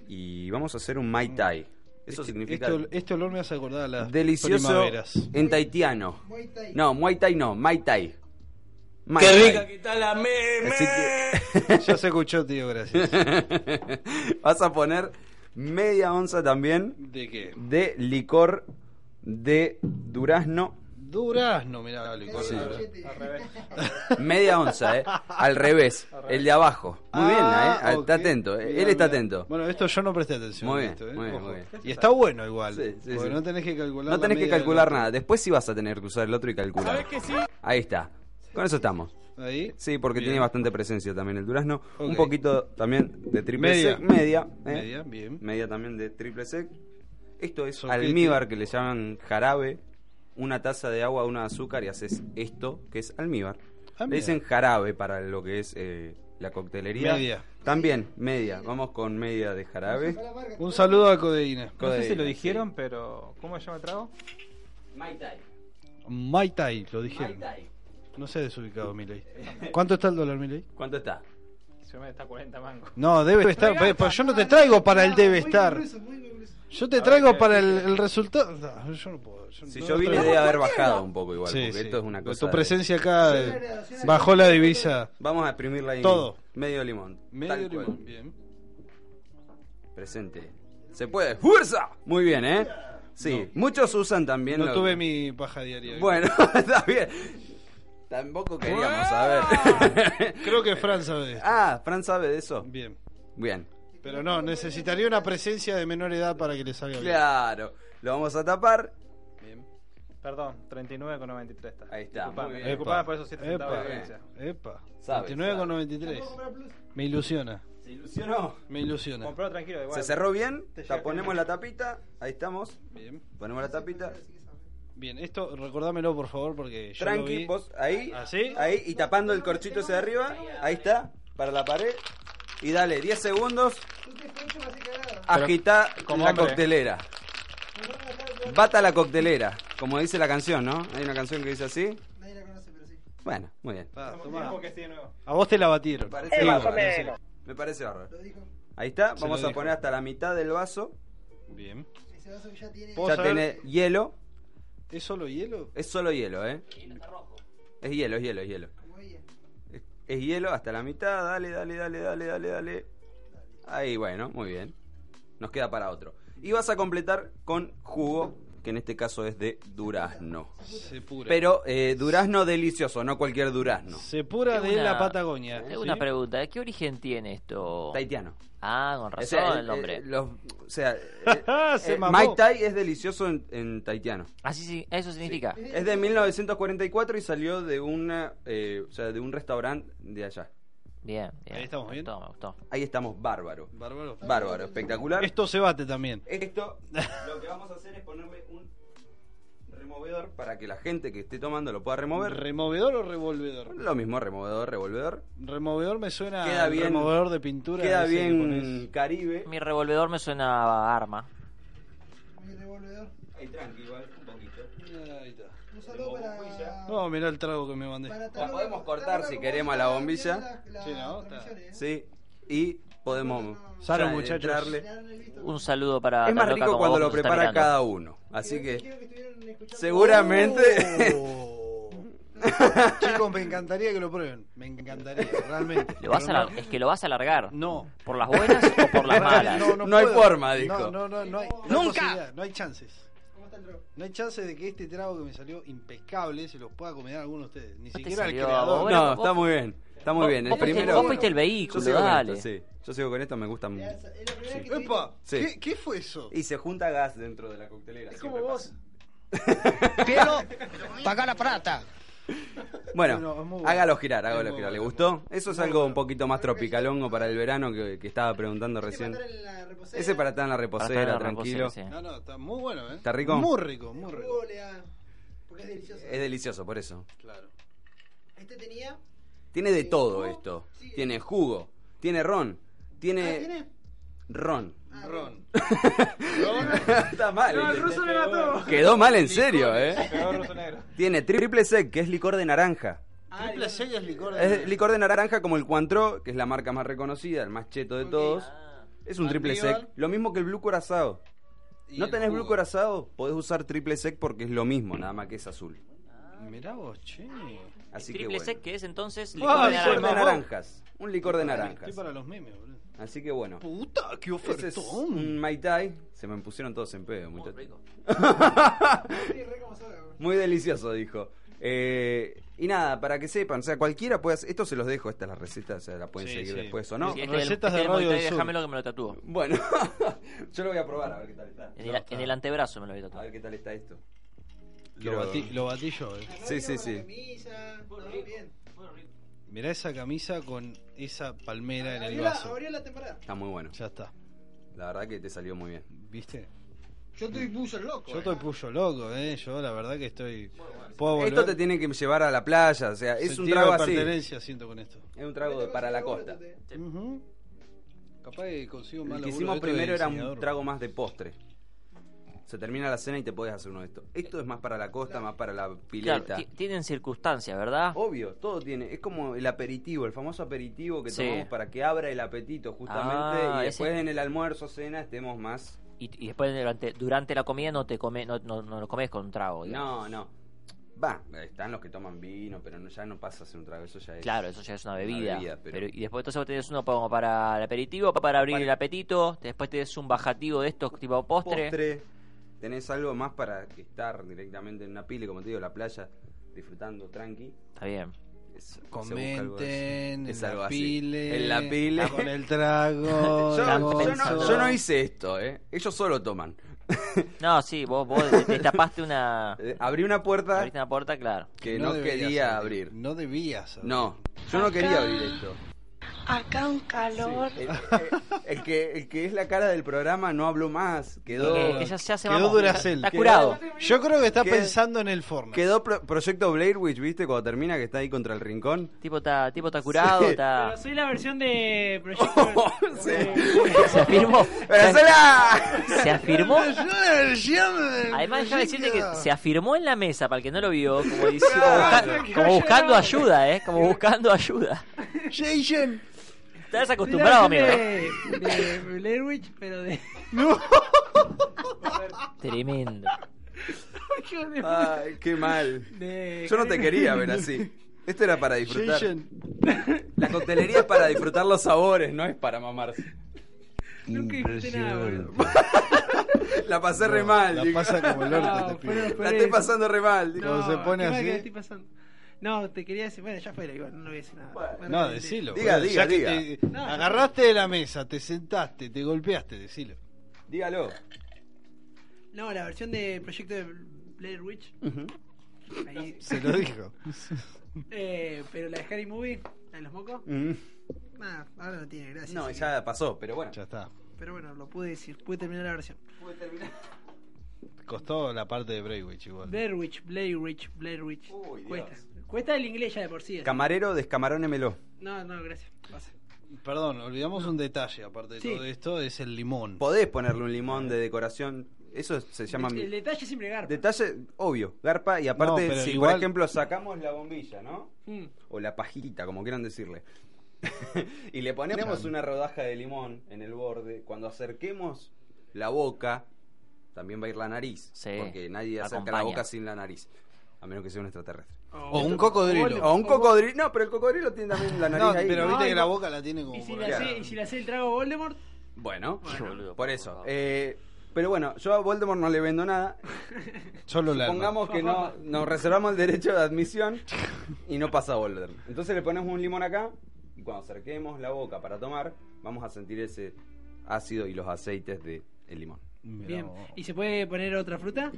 [SPEAKER 2] Y vamos a hacer un Mai Tai. Eso
[SPEAKER 3] Este-
[SPEAKER 2] significa
[SPEAKER 3] Este, ol- este olor me hace acordar a las
[SPEAKER 2] delicioso
[SPEAKER 3] primaveras.
[SPEAKER 2] en taitiano. No, Muay Thai no, Mai Tai. Mai
[SPEAKER 1] Qué
[SPEAKER 2] Tai.
[SPEAKER 1] rica que está la meme.
[SPEAKER 2] Así que
[SPEAKER 3] ya se escuchó, tío, gracias.
[SPEAKER 2] vas a poner media onza también
[SPEAKER 3] ¿De qué?
[SPEAKER 2] de licor de durazno.
[SPEAKER 3] Durazno, mirá, licor.
[SPEAKER 2] Sí.
[SPEAKER 3] de
[SPEAKER 2] Media onza, ¿eh? Al revés, el de abajo. Muy bien,
[SPEAKER 3] Ah,
[SPEAKER 2] ¿eh? Está
[SPEAKER 3] ok.
[SPEAKER 2] atento, eh.
[SPEAKER 3] Mirá,
[SPEAKER 2] él está
[SPEAKER 3] mirá.
[SPEAKER 2] atento.
[SPEAKER 3] Bueno, esto yo no presté atención.
[SPEAKER 2] Muy
[SPEAKER 3] a
[SPEAKER 2] bien,
[SPEAKER 3] esto, ¿eh?
[SPEAKER 2] muy bien,
[SPEAKER 3] Ojo.
[SPEAKER 2] muy bien.
[SPEAKER 3] Y está bueno igual.
[SPEAKER 2] Sí, sí,
[SPEAKER 3] porque
[SPEAKER 2] sí.
[SPEAKER 3] no tenés que calcular.
[SPEAKER 2] No
[SPEAKER 3] la
[SPEAKER 2] tenés que
[SPEAKER 3] media del
[SPEAKER 2] calcular
[SPEAKER 3] otro.
[SPEAKER 2] nada. Después sí vas a tener que usar el otro y calcular. Ahí está. Con eso estamos.
[SPEAKER 3] Ahí.
[SPEAKER 2] Sí, porque
[SPEAKER 3] Bien.
[SPEAKER 2] tiene bastante presencia también el durazno. Un
[SPEAKER 3] Ok.
[SPEAKER 2] poquito también de triple
[SPEAKER 3] Media.
[SPEAKER 2] sec. Media. ¿eh?
[SPEAKER 3] Media, bien.
[SPEAKER 2] Media también de triple sec. Esto es
[SPEAKER 3] Soquete.
[SPEAKER 2] almíbar que le llaman jarabe. Una taza de agua, una de azúcar y haces esto que es almíbar.
[SPEAKER 3] Ah,
[SPEAKER 2] le
[SPEAKER 3] mira.
[SPEAKER 2] dicen jarabe para lo que es eh, la coctelería.
[SPEAKER 3] Media.
[SPEAKER 2] También media. Vamos con media de jarabe. Este,
[SPEAKER 3] Un saludo a Codeína.
[SPEAKER 6] No sé si lo
[SPEAKER 2] Codeína,
[SPEAKER 6] dijeron, pero. ¿Cómo se llama el trago?
[SPEAKER 3] Mai Tai, lo dijeron. No sé desubicado, Miley. ¿Cuánto está el dólar, Miley?
[SPEAKER 2] ¿Cuánto está?
[SPEAKER 6] Se me está 40 mangos.
[SPEAKER 3] No, debe estar. pe- Pero yo no te traigo para el debe estar. Yo te traigo para el, el resultado. No, yo no puedo. yo
[SPEAKER 2] eh, Si
[SPEAKER 3] no-
[SPEAKER 2] yo
[SPEAKER 3] no
[SPEAKER 2] vine
[SPEAKER 3] traigo-
[SPEAKER 2] debe haber bajado un poco igual,
[SPEAKER 3] Sí,
[SPEAKER 2] porque
[SPEAKER 3] sí.
[SPEAKER 2] esto es una cosa.
[SPEAKER 3] Tu
[SPEAKER 2] de-
[SPEAKER 3] presencia acá eh, bajó la divisa.
[SPEAKER 2] Vamos a exprimirla ahí.
[SPEAKER 3] Todo.
[SPEAKER 2] Medio limón.
[SPEAKER 3] Medio
[SPEAKER 2] tal cual.
[SPEAKER 3] limón, bien.
[SPEAKER 2] Presente. Se puede. ¡Fuerza! Muy bien, ¿eh? Sí. Muchos usan también.
[SPEAKER 3] No
[SPEAKER 2] lo-
[SPEAKER 3] tuve mi paja diaria.
[SPEAKER 2] Bueno, está bien. Tampoco queríamos saber.
[SPEAKER 3] Creo que Fran sabe. esto.
[SPEAKER 2] ah, Fran sabe de eso.
[SPEAKER 3] Bien.
[SPEAKER 2] Bien.
[SPEAKER 3] Pero no, necesitaría una presencia de menor edad para que le salga bien.
[SPEAKER 2] Claro. Lo vamos a tapar.
[SPEAKER 6] Perdón, 39,93 está.
[SPEAKER 2] Ahí está, muy
[SPEAKER 6] Disculpame,
[SPEAKER 2] bien.
[SPEAKER 6] disculpame por esos 7
[SPEAKER 3] Epa.
[SPEAKER 6] centavos de
[SPEAKER 2] Muy bien.
[SPEAKER 6] diferencia.
[SPEAKER 3] Epa.
[SPEAKER 2] Sabe,
[SPEAKER 3] 29,93. Me ilusiona.
[SPEAKER 2] ¿Se ilusionó?
[SPEAKER 3] Me ilusiona.
[SPEAKER 6] Compró tranquilo, igual.
[SPEAKER 2] Se cerró bien.
[SPEAKER 6] Te llega
[SPEAKER 2] Ta- Ponemos la tapita. Ahí estamos.
[SPEAKER 3] Bien.
[SPEAKER 2] Ponemos la tapita.
[SPEAKER 3] Bien, esto recordámelo por favor porque yo lo
[SPEAKER 2] Tranqui,
[SPEAKER 3] vi. ¿Ah,
[SPEAKER 2] vos ahí,
[SPEAKER 3] ¿Así?
[SPEAKER 2] ahí y tapando el corchito hacia arriba, ahí está, para la pared. Y dale, 10 segundos. Agita
[SPEAKER 6] como
[SPEAKER 2] la
[SPEAKER 6] hombre.
[SPEAKER 2] coctelera. Bata la coctelera, como dice la canción, ¿no? Hay una canción que dice así. Nadie la conoce, pero sí. Bueno, muy bien.
[SPEAKER 3] Ah, tomá.
[SPEAKER 6] Dijo que sí de nuevo.
[SPEAKER 3] A vos te la batieron.
[SPEAKER 2] Me parece bárbaro. Me parece bárbaro. Ahí está,
[SPEAKER 3] Se
[SPEAKER 2] vamos
[SPEAKER 3] lo
[SPEAKER 2] a
[SPEAKER 3] dijo.
[SPEAKER 2] poner hasta la mitad del vaso.
[SPEAKER 3] Bien.
[SPEAKER 2] Ya
[SPEAKER 3] ¿Puedo saber?
[SPEAKER 2] tiene hielo.
[SPEAKER 3] ¿Es solo hielo?
[SPEAKER 2] Es solo hielo, ¿eh? Es hielo, es hielo, es hielo. Es, es hielo hasta la mitad, dale, dale, dale, dale, dale, dale. Ahí, bueno, muy bien. Nos queda para otro. Y vas a completar con jugo, que en este caso es de durazno.
[SPEAKER 3] Se pura.
[SPEAKER 2] Pero eh, durazno delicioso, no cualquier durazno.
[SPEAKER 3] Se pura
[SPEAKER 5] Tengo
[SPEAKER 3] de
[SPEAKER 5] una-
[SPEAKER 3] la Patagonia.
[SPEAKER 5] Tengo
[SPEAKER 3] ¿sí?
[SPEAKER 5] una pregunta. ¿Qué origen tiene esto?
[SPEAKER 2] Taitiano.
[SPEAKER 5] Ah, con
[SPEAKER 2] O
[SPEAKER 5] razón
[SPEAKER 2] sea,
[SPEAKER 5] el
[SPEAKER 2] eh,
[SPEAKER 5] nombre.
[SPEAKER 2] eh, los- o sea,
[SPEAKER 3] Se mamó.
[SPEAKER 2] Mike Tai es delicioso en, en taitiano.
[SPEAKER 5] Así Ah, sí, eso significa.
[SPEAKER 2] Es de 1944 y salió de una, eh, o sea, de un restaurante de allá.
[SPEAKER 5] Bien, bien.
[SPEAKER 3] Ahí estamos
[SPEAKER 5] me
[SPEAKER 3] bien.
[SPEAKER 5] Gustó, me gustó.
[SPEAKER 2] Ahí estamos, bárbaro.
[SPEAKER 3] Bárbaro.
[SPEAKER 2] Bárbaro, espectacular.
[SPEAKER 3] Esto se bate también.
[SPEAKER 2] Esto lo que vamos a hacer es ponerle un removedor para que la gente que esté tomando lo pueda remover.
[SPEAKER 3] ¿Removedor o revolvedor?
[SPEAKER 2] Lo mismo, removedor, revolvedor.
[SPEAKER 3] Removedor me suena
[SPEAKER 2] Queda
[SPEAKER 3] a
[SPEAKER 2] bien-
[SPEAKER 3] removedor de pintura.
[SPEAKER 2] Queda
[SPEAKER 3] ese que
[SPEAKER 2] bien
[SPEAKER 3] pones.
[SPEAKER 2] caribe.
[SPEAKER 5] Mi revolvedor me suena a arma.
[SPEAKER 2] Ahí tranqui, igual, un poquito.
[SPEAKER 3] Ahí está. No, mirá el trago que me mandé.
[SPEAKER 2] La podemos cortar si queremos a la bombilla.
[SPEAKER 3] Sí, no, está.
[SPEAKER 2] Sí. Y podemos
[SPEAKER 3] Salud,
[SPEAKER 2] ya
[SPEAKER 3] muchachos.
[SPEAKER 2] entrarle.
[SPEAKER 5] Un saludo para.
[SPEAKER 2] Es más rico
[SPEAKER 5] Taloca como
[SPEAKER 2] cuando
[SPEAKER 5] vos,
[SPEAKER 2] lo
[SPEAKER 5] que nos está
[SPEAKER 2] prepara
[SPEAKER 5] mirando.
[SPEAKER 2] cada uno. Así que seguramente
[SPEAKER 3] Oh.
[SPEAKER 7] Chicos, me encantaría que lo prueben. Me encantaría, realmente.
[SPEAKER 5] Lo vas a
[SPEAKER 7] Pero
[SPEAKER 5] alar- Es que lo vas a alargar.
[SPEAKER 7] No.
[SPEAKER 5] ¿Por las buenas o por las malas?
[SPEAKER 2] No hay
[SPEAKER 7] puedo.
[SPEAKER 2] forma, dijo.
[SPEAKER 7] No, no, no, no hay, no hay posibilidad, no hay chances. No hay chances de que este trago que me salió impecable se los pueda comer a alguno de ustedes. Ni
[SPEAKER 5] te
[SPEAKER 7] siquiera al
[SPEAKER 5] salió a
[SPEAKER 7] creador.
[SPEAKER 5] vos,
[SPEAKER 2] no,
[SPEAKER 5] vos-
[SPEAKER 2] está muy bien. Está muy
[SPEAKER 5] vos-
[SPEAKER 2] bien. El
[SPEAKER 5] vos fuiste-
[SPEAKER 2] primero.
[SPEAKER 5] vos fuiste el
[SPEAKER 2] Yo
[SPEAKER 5] vehículo,
[SPEAKER 2] sigo con
[SPEAKER 5] dale.
[SPEAKER 2] esto, sí. Yo sigo con esto, me gusta mucho.
[SPEAKER 7] ¡Epa!
[SPEAKER 2] Sí.
[SPEAKER 7] ¿Qué, qué fue eso?
[SPEAKER 2] Y se junta gas dentro de la coctelera.
[SPEAKER 7] Es como
[SPEAKER 2] siempre
[SPEAKER 7] vos.
[SPEAKER 8] Quiero pagar la plata.
[SPEAKER 2] pasa. Bueno,
[SPEAKER 7] No, es muy bueno.
[SPEAKER 2] hágalo girar,
[SPEAKER 7] Es
[SPEAKER 2] hágalo
[SPEAKER 7] muy
[SPEAKER 2] girar. ¿Le
[SPEAKER 7] bueno,
[SPEAKER 2] gustó? Eso es algo un poquito más tropicalongo para el verano que, que estaba preguntando recién. Ese para estar en la
[SPEAKER 5] Para estar en
[SPEAKER 2] reposera,
[SPEAKER 5] la
[SPEAKER 2] tranquilo.
[SPEAKER 5] reposera, sí.
[SPEAKER 7] No, no, está muy bueno, ¿eh?
[SPEAKER 2] ¿Está rico?
[SPEAKER 7] Muy rico, muy rico.
[SPEAKER 1] Porque es delicioso.
[SPEAKER 2] Es delicioso, por eso.
[SPEAKER 7] Claro.
[SPEAKER 1] Este tenía.
[SPEAKER 2] Tiene de todo
[SPEAKER 1] ¿Jugo?
[SPEAKER 2] esto.
[SPEAKER 1] Sí.
[SPEAKER 2] Tiene jugo, tiene ron,
[SPEAKER 7] Ah,
[SPEAKER 2] tiene,
[SPEAKER 1] ¿Tiene?
[SPEAKER 2] ron.
[SPEAKER 7] Ron.
[SPEAKER 2] Está mal.
[SPEAKER 6] No, el
[SPEAKER 2] ¿viste?
[SPEAKER 6] ruso le mató.
[SPEAKER 2] Quedó mal en serio, eh.
[SPEAKER 6] Pegó el ruso negro.
[SPEAKER 2] Tiene triple sec, que es licor de naranja.
[SPEAKER 7] Triple C es licor de.
[SPEAKER 2] Es licor de naranja como el Cointreau, que es la marca más reconocida, el más cheto de todos.
[SPEAKER 7] Ah.
[SPEAKER 2] Es un triple
[SPEAKER 7] Mandíbal.
[SPEAKER 2] sec. Lo mismo que el Blue Corazado.
[SPEAKER 7] Y
[SPEAKER 2] No
[SPEAKER 7] el
[SPEAKER 2] tenés Blue
[SPEAKER 7] jugo.
[SPEAKER 2] Corazado, podés usar triple sec porque es lo mismo, nada más que es azul.
[SPEAKER 7] Mirá vos, che.
[SPEAKER 2] Así
[SPEAKER 5] ¿El triple
[SPEAKER 2] que bueno. Ah,
[SPEAKER 5] sec que es entonces?
[SPEAKER 2] Un
[SPEAKER 5] Licor de
[SPEAKER 2] licor de
[SPEAKER 5] naranja.
[SPEAKER 2] naranjas. Un licor de
[SPEAKER 7] Estoy
[SPEAKER 2] naranjas.
[SPEAKER 7] para los memes, boludo.
[SPEAKER 2] Así que bueno.
[SPEAKER 7] Puta, qué
[SPEAKER 2] Ese es un Mai Tai. Se me pusieron todos en pedo, muchachos. Muy delicioso, dijo. Eh, y nada, para que sepan, o sea, cualquiera puede hacer. Esto se los dejo, esta es la receta, o sea, la pueden
[SPEAKER 7] Sí,
[SPEAKER 2] seguir
[SPEAKER 7] sí.
[SPEAKER 2] después o no.
[SPEAKER 5] Sí, este es el-
[SPEAKER 7] Recetas de
[SPEAKER 5] este es el
[SPEAKER 7] Radio
[SPEAKER 5] Monterrey,
[SPEAKER 7] del Sur.
[SPEAKER 5] Déjamelo que me lo tatúo.
[SPEAKER 2] Bueno, yo lo voy a probar a ver qué tal está.
[SPEAKER 5] En el, en el antebrazo me lo voy a
[SPEAKER 2] A
[SPEAKER 5] tatuar.
[SPEAKER 2] ver qué tal está esto.
[SPEAKER 7] Lo batí, lo batí yo, eh.
[SPEAKER 2] Sí, sí, sí.
[SPEAKER 1] Camisa. Todo bien.
[SPEAKER 7] Mirá esa camisa con esa palmera en el
[SPEAKER 1] Abrió la,
[SPEAKER 7] vaso.
[SPEAKER 1] abrió la temporada.
[SPEAKER 2] Está muy bueno.
[SPEAKER 7] Ya está.
[SPEAKER 2] La verdad que te salió muy bien.
[SPEAKER 7] ¿Viste?
[SPEAKER 8] Yo estoy puso loco. eh.
[SPEAKER 7] Yo estoy puyo loco, eh. Yo la verdad que estoy. Puedo volver.
[SPEAKER 2] Esto te tiene que llevar a la playa, o sea, es un
[SPEAKER 7] Oh, eh. Sentido
[SPEAKER 2] trago
[SPEAKER 7] de
[SPEAKER 2] así.
[SPEAKER 7] pertenencia siento con esto.
[SPEAKER 2] Es un trago de- para la costa.
[SPEAKER 7] Ujú. Capaz que consigo más
[SPEAKER 2] El que
[SPEAKER 7] laburo
[SPEAKER 2] hicimos
[SPEAKER 7] de esto de
[SPEAKER 2] primero era un
[SPEAKER 7] diseñador.
[SPEAKER 2] trago más de postre. Se termina la cena y te podés hacer uno de estos. Esto es más para la costa, más para la
[SPEAKER 5] Claro,
[SPEAKER 2] pileta.
[SPEAKER 5] ti- ah. tienen circunstancias, ¿verdad?
[SPEAKER 2] Obvio, todo tiene. Es como el aperitivo, el famoso aperitivo que
[SPEAKER 5] Sí.
[SPEAKER 2] tomamos para que abra el apetito, justamente.
[SPEAKER 5] Ah,
[SPEAKER 2] y
[SPEAKER 5] ese-
[SPEAKER 2] después en el almuerzo, cena, estemos más.
[SPEAKER 5] Y, y después durante, durante la comida no te come, no, no, no lo comes con un trago. digamos.
[SPEAKER 2] No, no. Va, están los que toman vino, pero no- ya no pasa a ser un trago. Eso ya es.
[SPEAKER 5] Claro, eso ya es una bebida.
[SPEAKER 2] bebida, pero-
[SPEAKER 5] pero... y después entonces vos tenés uno como para el aperitivo, para abrir
[SPEAKER 2] Para-
[SPEAKER 5] el apetito, después tenés un bajativo de estos tipo postre.
[SPEAKER 2] Postre. Tenés algo más para que estar directamente en una pile, como te digo, la playa, disfrutando tranqui.
[SPEAKER 5] Está bien.
[SPEAKER 2] Es- se busca algo de eso.
[SPEAKER 7] Comenten,
[SPEAKER 2] Es
[SPEAKER 7] en
[SPEAKER 2] algo
[SPEAKER 7] la
[SPEAKER 2] así.
[SPEAKER 7] pile,
[SPEAKER 2] En la pile.
[SPEAKER 7] con el trago.
[SPEAKER 2] Yo,
[SPEAKER 7] la
[SPEAKER 2] yo no,
[SPEAKER 7] bolsa.
[SPEAKER 2] yo no hice esto, ¿eh? Ellos solo toman.
[SPEAKER 5] No, sí, vos, vos te- te tapaste una,
[SPEAKER 2] Eh, Abrí una puerta
[SPEAKER 5] abriste una puerta, claro.
[SPEAKER 2] que no,
[SPEAKER 7] deberías
[SPEAKER 2] quería abrir.
[SPEAKER 7] No debías abrir.
[SPEAKER 2] No, yo no quería abrir esto.
[SPEAKER 9] Acá un calor.
[SPEAKER 2] El, el- el que, el que es la cara del programa no habló más. Quedó,
[SPEAKER 5] Eh, Que- que ya, ya se
[SPEAKER 7] Quedó
[SPEAKER 5] mamó,
[SPEAKER 7] Duracell.
[SPEAKER 5] Está, está
[SPEAKER 7] Quedó-
[SPEAKER 5] curado.
[SPEAKER 7] Yo creo que está
[SPEAKER 2] ¿Qué?
[SPEAKER 7] pensando en el forno.
[SPEAKER 2] quedó pro- Proyecto Blair Witch, ¿viste? Cuando termina que está ahí contra el rincón.
[SPEAKER 5] Tipo está, tipo está curado,
[SPEAKER 2] Sí.
[SPEAKER 5] está.
[SPEAKER 1] Pero soy la versión de Proyecto.
[SPEAKER 5] Se afirmó.
[SPEAKER 2] ¡Brazuela!
[SPEAKER 5] Se afirmó. Además,
[SPEAKER 7] Además,
[SPEAKER 5] déjame decirte que se afirmó en la mesa, para el que no lo vio, como, dici- como busca- como buscando ayuda, ¿eh? Como buscando ayuda.
[SPEAKER 7] Jason.
[SPEAKER 5] Estás acostumbrado, amigo. ¿eh?
[SPEAKER 1] De Blair Witch, pero de.
[SPEAKER 5] Tremendo.
[SPEAKER 2] Ay, qué mal.
[SPEAKER 1] de-
[SPEAKER 2] Ah, Yo no te quería ver así. Esto era para disfrutar.
[SPEAKER 7] Jason.
[SPEAKER 2] La coctelería es para disfrutar los sabores, no es para mamarse.
[SPEAKER 1] Nunca disfruté nada, boludo.
[SPEAKER 2] La pasé re mal.
[SPEAKER 7] La
[SPEAKER 2] digo.
[SPEAKER 7] pasa como el orto, este
[SPEAKER 1] No,
[SPEAKER 7] pibe.
[SPEAKER 1] pero-
[SPEAKER 2] La estoy pasando re mal. digo.
[SPEAKER 7] Cuando se pone
[SPEAKER 1] qué mal
[SPEAKER 7] así.
[SPEAKER 1] que la estoy pasando. No, te quería decir. Bueno, ya fuera, igual, no voy a decir nada. Me
[SPEAKER 7] No,
[SPEAKER 1] arrepentí.
[SPEAKER 7] decilo.
[SPEAKER 2] Diga,
[SPEAKER 7] boludo.
[SPEAKER 2] diga,
[SPEAKER 7] Ya que
[SPEAKER 2] diga.
[SPEAKER 7] te-
[SPEAKER 1] No,
[SPEAKER 7] agarraste de la mesa, te sentaste, te golpeaste, decilo.
[SPEAKER 2] Dígalo.
[SPEAKER 1] No, la versión de Proyecto de Blair Witch. Ahí,
[SPEAKER 7] Se lo dijo.
[SPEAKER 1] eh, pero la de Harry Movie, la de los mocos.
[SPEAKER 2] Mm.
[SPEAKER 1] Nada, ahora no tiene gracia.
[SPEAKER 2] No,
[SPEAKER 1] así
[SPEAKER 2] ya pasó, pero bueno.
[SPEAKER 7] Ya está.
[SPEAKER 1] que- Pero bueno, lo pude decir. Pude terminar la versión.
[SPEAKER 7] Costó la parte de Braywitch igual.
[SPEAKER 1] Blair Witch, Blair Witch, Blair Witch.
[SPEAKER 2] Uy,
[SPEAKER 1] Cuesta. Cuesta el inglés ya de por sí. así.
[SPEAKER 2] Camarero, descamarónemelo.
[SPEAKER 1] No, no, gracias. Pasa.
[SPEAKER 7] Perdón, olvidamos un detalle aparte de
[SPEAKER 1] Sí.
[SPEAKER 7] todo esto, es el limón.
[SPEAKER 2] Podés ponerle un limón de decoración. Eso se llama.
[SPEAKER 1] El, el detalle siempre garpa.
[SPEAKER 2] Detalle, obvio, garpa. Y aparte,
[SPEAKER 7] No, pero
[SPEAKER 2] si
[SPEAKER 7] igual-
[SPEAKER 2] por ejemplo sacamos la bombilla, ¿no?
[SPEAKER 1] Mm.
[SPEAKER 2] O la pajita, como quieran decirle. y le ponemos una rodaja de limón en el borde. Cuando acerquemos la boca, también va a ir la nariz.
[SPEAKER 5] Sí,
[SPEAKER 2] Porque nadie acerca la
[SPEAKER 5] acompaña.
[SPEAKER 2] boca sin la nariz. A menos que sea un extraterrestre.
[SPEAKER 7] O
[SPEAKER 2] Oh,
[SPEAKER 7] un cocodrilo.
[SPEAKER 2] O un cocodrilo. No, pero el cocodrilo tiene también la nariz
[SPEAKER 7] No,
[SPEAKER 2] ahí.
[SPEAKER 7] pero viste que la boca la tiene como.
[SPEAKER 1] ¿Y si
[SPEAKER 7] por
[SPEAKER 1] le
[SPEAKER 7] acá.
[SPEAKER 1] hace, y si le hace el trago a Voldemort?
[SPEAKER 2] Bueno,
[SPEAKER 5] Qué boludo,
[SPEAKER 2] por
[SPEAKER 5] por
[SPEAKER 2] eso.
[SPEAKER 5] favor.
[SPEAKER 2] eh, pero bueno, yo a Voldemort no le vendo nada.
[SPEAKER 7] Solo la.
[SPEAKER 2] Pongamos que no, nos reservamos el derecho de admisión y no pasa Voldemort. Entonces le ponemos un limón acá y cuando acerquemos la boca para tomar, vamos a sentir ese ácido y los aceites del el limón.
[SPEAKER 1] Bien. ¿Y se puede poner otra fruta?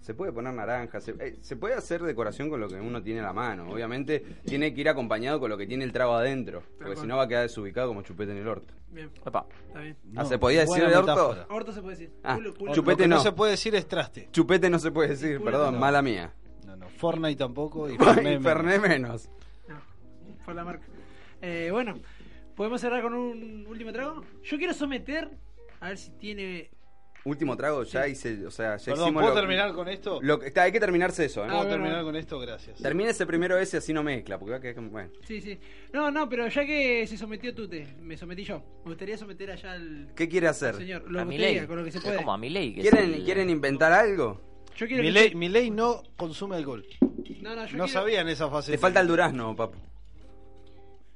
[SPEAKER 2] Se puede poner naranja, se, eh, se puede hacer decoración con lo que uno tiene en la mano. Obviamente tiene que ir acompañado con lo que tiene el trago adentro, porque si no va a quedar desubicado como chupete en el orto.
[SPEAKER 1] Bien,
[SPEAKER 5] Opa.
[SPEAKER 1] está bien.
[SPEAKER 2] Ah, ¿se podía decir
[SPEAKER 7] buena
[SPEAKER 2] el orto?
[SPEAKER 7] metáfora.
[SPEAKER 1] Orto se puede decir.
[SPEAKER 2] Ah,
[SPEAKER 1] Culo, culo.
[SPEAKER 2] chup- Chupete
[SPEAKER 7] Lo que no.
[SPEAKER 2] no.
[SPEAKER 7] se puede decir es traste.
[SPEAKER 2] Chupete no se puede decir,
[SPEAKER 1] Culo,
[SPEAKER 2] perdón,
[SPEAKER 1] no.
[SPEAKER 2] mala mía.
[SPEAKER 7] No, no. Fortnite tampoco. Y
[SPEAKER 2] Y
[SPEAKER 7] Fernet
[SPEAKER 2] Ferné
[SPEAKER 7] menos.
[SPEAKER 2] menos.
[SPEAKER 1] No, por la marca. Eh, bueno, ¿podemos cerrar con un último trago? Yo quiero someter, a ver si tiene...
[SPEAKER 2] Último trago, ya hice, o sea, ya
[SPEAKER 7] Perdón,
[SPEAKER 2] hicimos
[SPEAKER 7] ¿puedo
[SPEAKER 2] lo-
[SPEAKER 7] terminar con esto?
[SPEAKER 2] lo que- está, hay que terminarse eso, ¿eh?
[SPEAKER 1] Ah,
[SPEAKER 7] ¿Puedo
[SPEAKER 1] bueno,
[SPEAKER 7] terminar
[SPEAKER 1] bueno.
[SPEAKER 7] con esto? Gracias.
[SPEAKER 2] Termínese primero ese así no mezcla, porque va a quedar como- bueno.
[SPEAKER 1] Sí, sí. No, no, pero ya que se sometió Tute, me sometí yo. Me gustaría someter allá al
[SPEAKER 2] ¿Qué quiere hacer?
[SPEAKER 1] señor.
[SPEAKER 5] a
[SPEAKER 1] Lo
[SPEAKER 5] mi
[SPEAKER 1] gustaría, con lo que se
[SPEAKER 5] Es
[SPEAKER 1] puede.
[SPEAKER 5] como a mi ley.
[SPEAKER 2] ¿Quieren, ¿Quieren inventar algo?
[SPEAKER 1] Yo quiero que-
[SPEAKER 7] Milei, Milei no consume alcohol.
[SPEAKER 1] No, no, yo
[SPEAKER 7] No
[SPEAKER 1] quiero-
[SPEAKER 7] sabían esa fase.
[SPEAKER 2] Le falta el durazno, papu.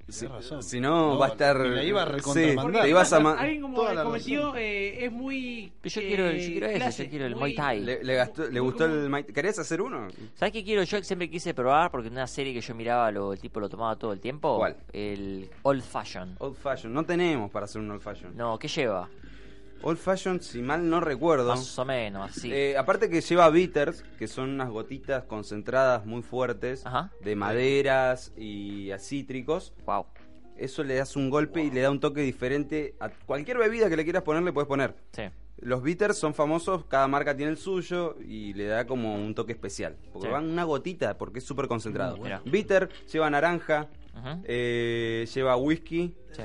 [SPEAKER 2] Si,
[SPEAKER 7] razón.
[SPEAKER 2] si no,
[SPEAKER 7] No,
[SPEAKER 2] va a estar.
[SPEAKER 7] la iba a
[SPEAKER 2] sí,
[SPEAKER 7] recontramandar.
[SPEAKER 1] Porque
[SPEAKER 2] te ibas a. ma-
[SPEAKER 1] alguien como
[SPEAKER 7] Toda la
[SPEAKER 1] como el tío
[SPEAKER 7] razón.
[SPEAKER 1] eh, es muy...
[SPEAKER 5] Pero yo
[SPEAKER 1] eh,
[SPEAKER 5] quiero- yo quiero ese, yo quiero el
[SPEAKER 1] muy-
[SPEAKER 5] Muay Thai.
[SPEAKER 2] Le, le gastó-
[SPEAKER 1] muy
[SPEAKER 2] le gustó
[SPEAKER 1] común.
[SPEAKER 2] el. ma- ¿Querés hacer uno?
[SPEAKER 5] ¿Sabes qué quiero? Yo siempre quise probar porque en una serie que yo miraba lo, el tipo lo tomaba todo el tiempo.
[SPEAKER 2] ¿Cuál?
[SPEAKER 5] El Old Fashion.
[SPEAKER 2] Old Fashion. No tenemos para hacer un Old Fashion.
[SPEAKER 5] No, ¿qué lleva?
[SPEAKER 2] Old Fashion, si mal no recuerdo.
[SPEAKER 5] Más o menos, así.
[SPEAKER 2] Eh, aparte que lleva bitters, que son unas gotitas concentradas muy fuertes
[SPEAKER 5] Ajá.
[SPEAKER 2] de maderas y a cítricos.
[SPEAKER 5] Wow.
[SPEAKER 2] Eso le das un golpe y le da un toque diferente a cualquier bebida que le quieras poner, le puedes poner.
[SPEAKER 5] Sí.
[SPEAKER 2] Los bitters son famosos, cada marca tiene el suyo y le da como un toque especial. Porque
[SPEAKER 5] Sí.
[SPEAKER 2] van una gotita, porque es súper concentrado.
[SPEAKER 5] Mira.
[SPEAKER 2] Bitter lleva naranja,
[SPEAKER 5] Ujú.
[SPEAKER 2] eh, lleva whisky
[SPEAKER 5] Sí.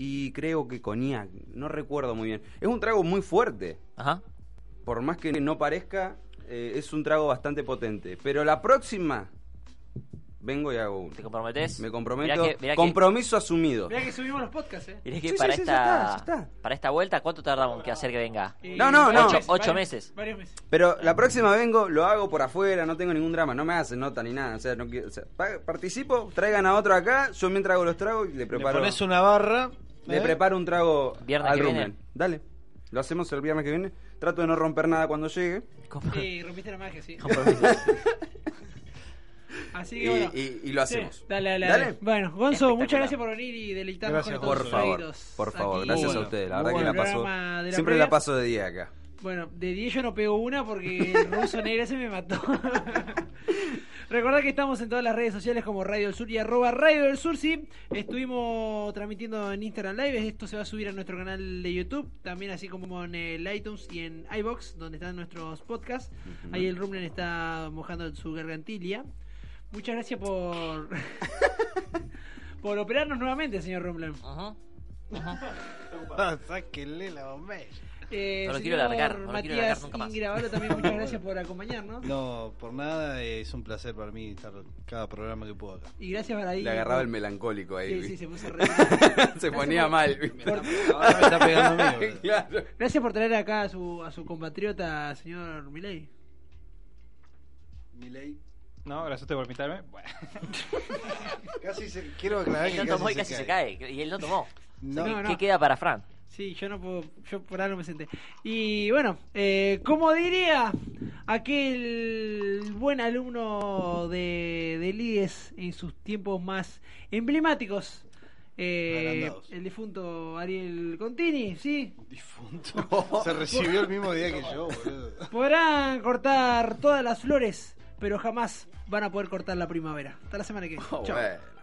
[SPEAKER 2] y creo que coñac. No recuerdo muy bien. Es un trago muy fuerte.
[SPEAKER 5] Ajá.
[SPEAKER 2] Por más que no parezca, eh, es un trago bastante potente. Pero la próxima, vengo y hago uno.
[SPEAKER 5] ¿Te comprometes?
[SPEAKER 2] Me comprometo.
[SPEAKER 5] Mirá que, mirá que-
[SPEAKER 2] compromiso asumido.
[SPEAKER 1] Mirá que subimos los podcasts, eh.
[SPEAKER 5] mirá que
[SPEAKER 2] Sí, sí,
[SPEAKER 5] para
[SPEAKER 2] sí,
[SPEAKER 5] esta.
[SPEAKER 2] ya está, ya está.
[SPEAKER 5] Para esta vuelta, ¿cuánto tardamos que hacer que venga?
[SPEAKER 1] Eh,
[SPEAKER 2] No, no, no.
[SPEAKER 5] Ocho- ocho
[SPEAKER 1] varios-
[SPEAKER 5] meses.
[SPEAKER 1] Varios meses.
[SPEAKER 2] Pero la próxima vengo, lo hago por afuera, no tengo ningún drama, no me hacen nota ni nada. O sea, no quiero- o sea, pa- participo, traigan a otro acá, yo mientras hago los tragos y le
[SPEAKER 7] Le
[SPEAKER 2] preparo. Le,
[SPEAKER 7] pones una barra. ¿eh?
[SPEAKER 2] preparo un trago
[SPEAKER 5] Viernes
[SPEAKER 2] al
[SPEAKER 5] que
[SPEAKER 2] rumen.
[SPEAKER 5] viene.
[SPEAKER 2] Dale. Lo hacemos el viernes que viene. Trato de no romper nada cuando llegue.
[SPEAKER 5] Compro-
[SPEAKER 1] Sí, Eh, rompiste la magia, sí.
[SPEAKER 5] compromiso.
[SPEAKER 1] Así
[SPEAKER 2] Y,
[SPEAKER 1] que bueno.
[SPEAKER 2] y- y lo
[SPEAKER 1] Sí,
[SPEAKER 2] hacemos.
[SPEAKER 1] dale, dale,
[SPEAKER 2] Dale.
[SPEAKER 1] dale. Bueno, Gonzo, muchas
[SPEAKER 5] Espectacular.
[SPEAKER 1] gracias por venir y deleitarnos
[SPEAKER 7] Gracias,
[SPEAKER 1] con estos
[SPEAKER 2] Por favor,
[SPEAKER 1] traguitos
[SPEAKER 2] por favor,
[SPEAKER 1] aquí.
[SPEAKER 2] gracias a
[SPEAKER 1] Bueno,
[SPEAKER 2] ustedes. La
[SPEAKER 1] muy
[SPEAKER 2] verdad que
[SPEAKER 1] bueno.
[SPEAKER 2] la paso.
[SPEAKER 1] Programa de
[SPEAKER 2] siempre
[SPEAKER 1] previa.
[SPEAKER 2] la paso de día acá.
[SPEAKER 1] Bueno, de 10 yo no pego una porque el ruso negro se me mató. Recordad que estamos en todas las redes sociales como Radio del Sur y arroba Radio del Sur, sí. Estuvimos transmitiendo en Instagram Live, esto se va a subir a nuestro canal de YouTube, también así como en eh, el iTunes y en iBox, donde están nuestros podcasts. Ahí el Rumlen está mojando su gargantilla. Muchas gracias por por operarnos nuevamente, señor Rumlen.
[SPEAKER 5] Ujú.
[SPEAKER 7] Ah, Sáquenle la bombella.
[SPEAKER 1] Eh,
[SPEAKER 5] No lo quiero
[SPEAKER 1] señor
[SPEAKER 5] largar, no lo quiero largar
[SPEAKER 1] Matías
[SPEAKER 5] nunca más.
[SPEAKER 1] Ingravalo, también muchas gracias por acompañarnos.
[SPEAKER 7] No, por nada, eh, es un placer para mí estar cada programa que puedo acá.
[SPEAKER 1] Y gracias para ahí.
[SPEAKER 2] Le agarraba el melancólico ahí.
[SPEAKER 1] Sí, sí,
[SPEAKER 2] ¿viste?
[SPEAKER 1] se puso re-
[SPEAKER 2] se ponía mal. ¿viste?
[SPEAKER 7] Ahora Ah, me está pegando eh. a mí, boludo.
[SPEAKER 2] Claro.
[SPEAKER 1] Gracias por traer acá a su, a su compatriota, señor Milei.
[SPEAKER 7] Milei.
[SPEAKER 6] No, gracias a usted por invitarme. Bueno,
[SPEAKER 7] Casi se, quiero aclarar que
[SPEAKER 5] Él no tomó y casi se cae. Y él no tomó.
[SPEAKER 7] No,
[SPEAKER 5] ¿Qué,
[SPEAKER 1] No, no.
[SPEAKER 5] qué queda para Fran?
[SPEAKER 1] Sí, yo no puedo, yo por algo me senté. Y bueno, eh, como diría aquel buen alumno de, del IES en sus tiempos más emblemáticos, eh,
[SPEAKER 7] Agrandados.
[SPEAKER 1] el difunto Ariel Contini, ¿sí?
[SPEAKER 7] difunto. Se recibió el mismo día que yo, boludo.
[SPEAKER 1] Podrán cortar todas las flores, pero jamás van a poder cortar la primavera. Hasta la semana que viene.
[SPEAKER 2] Oh,
[SPEAKER 1] Chao.
[SPEAKER 2] bueno.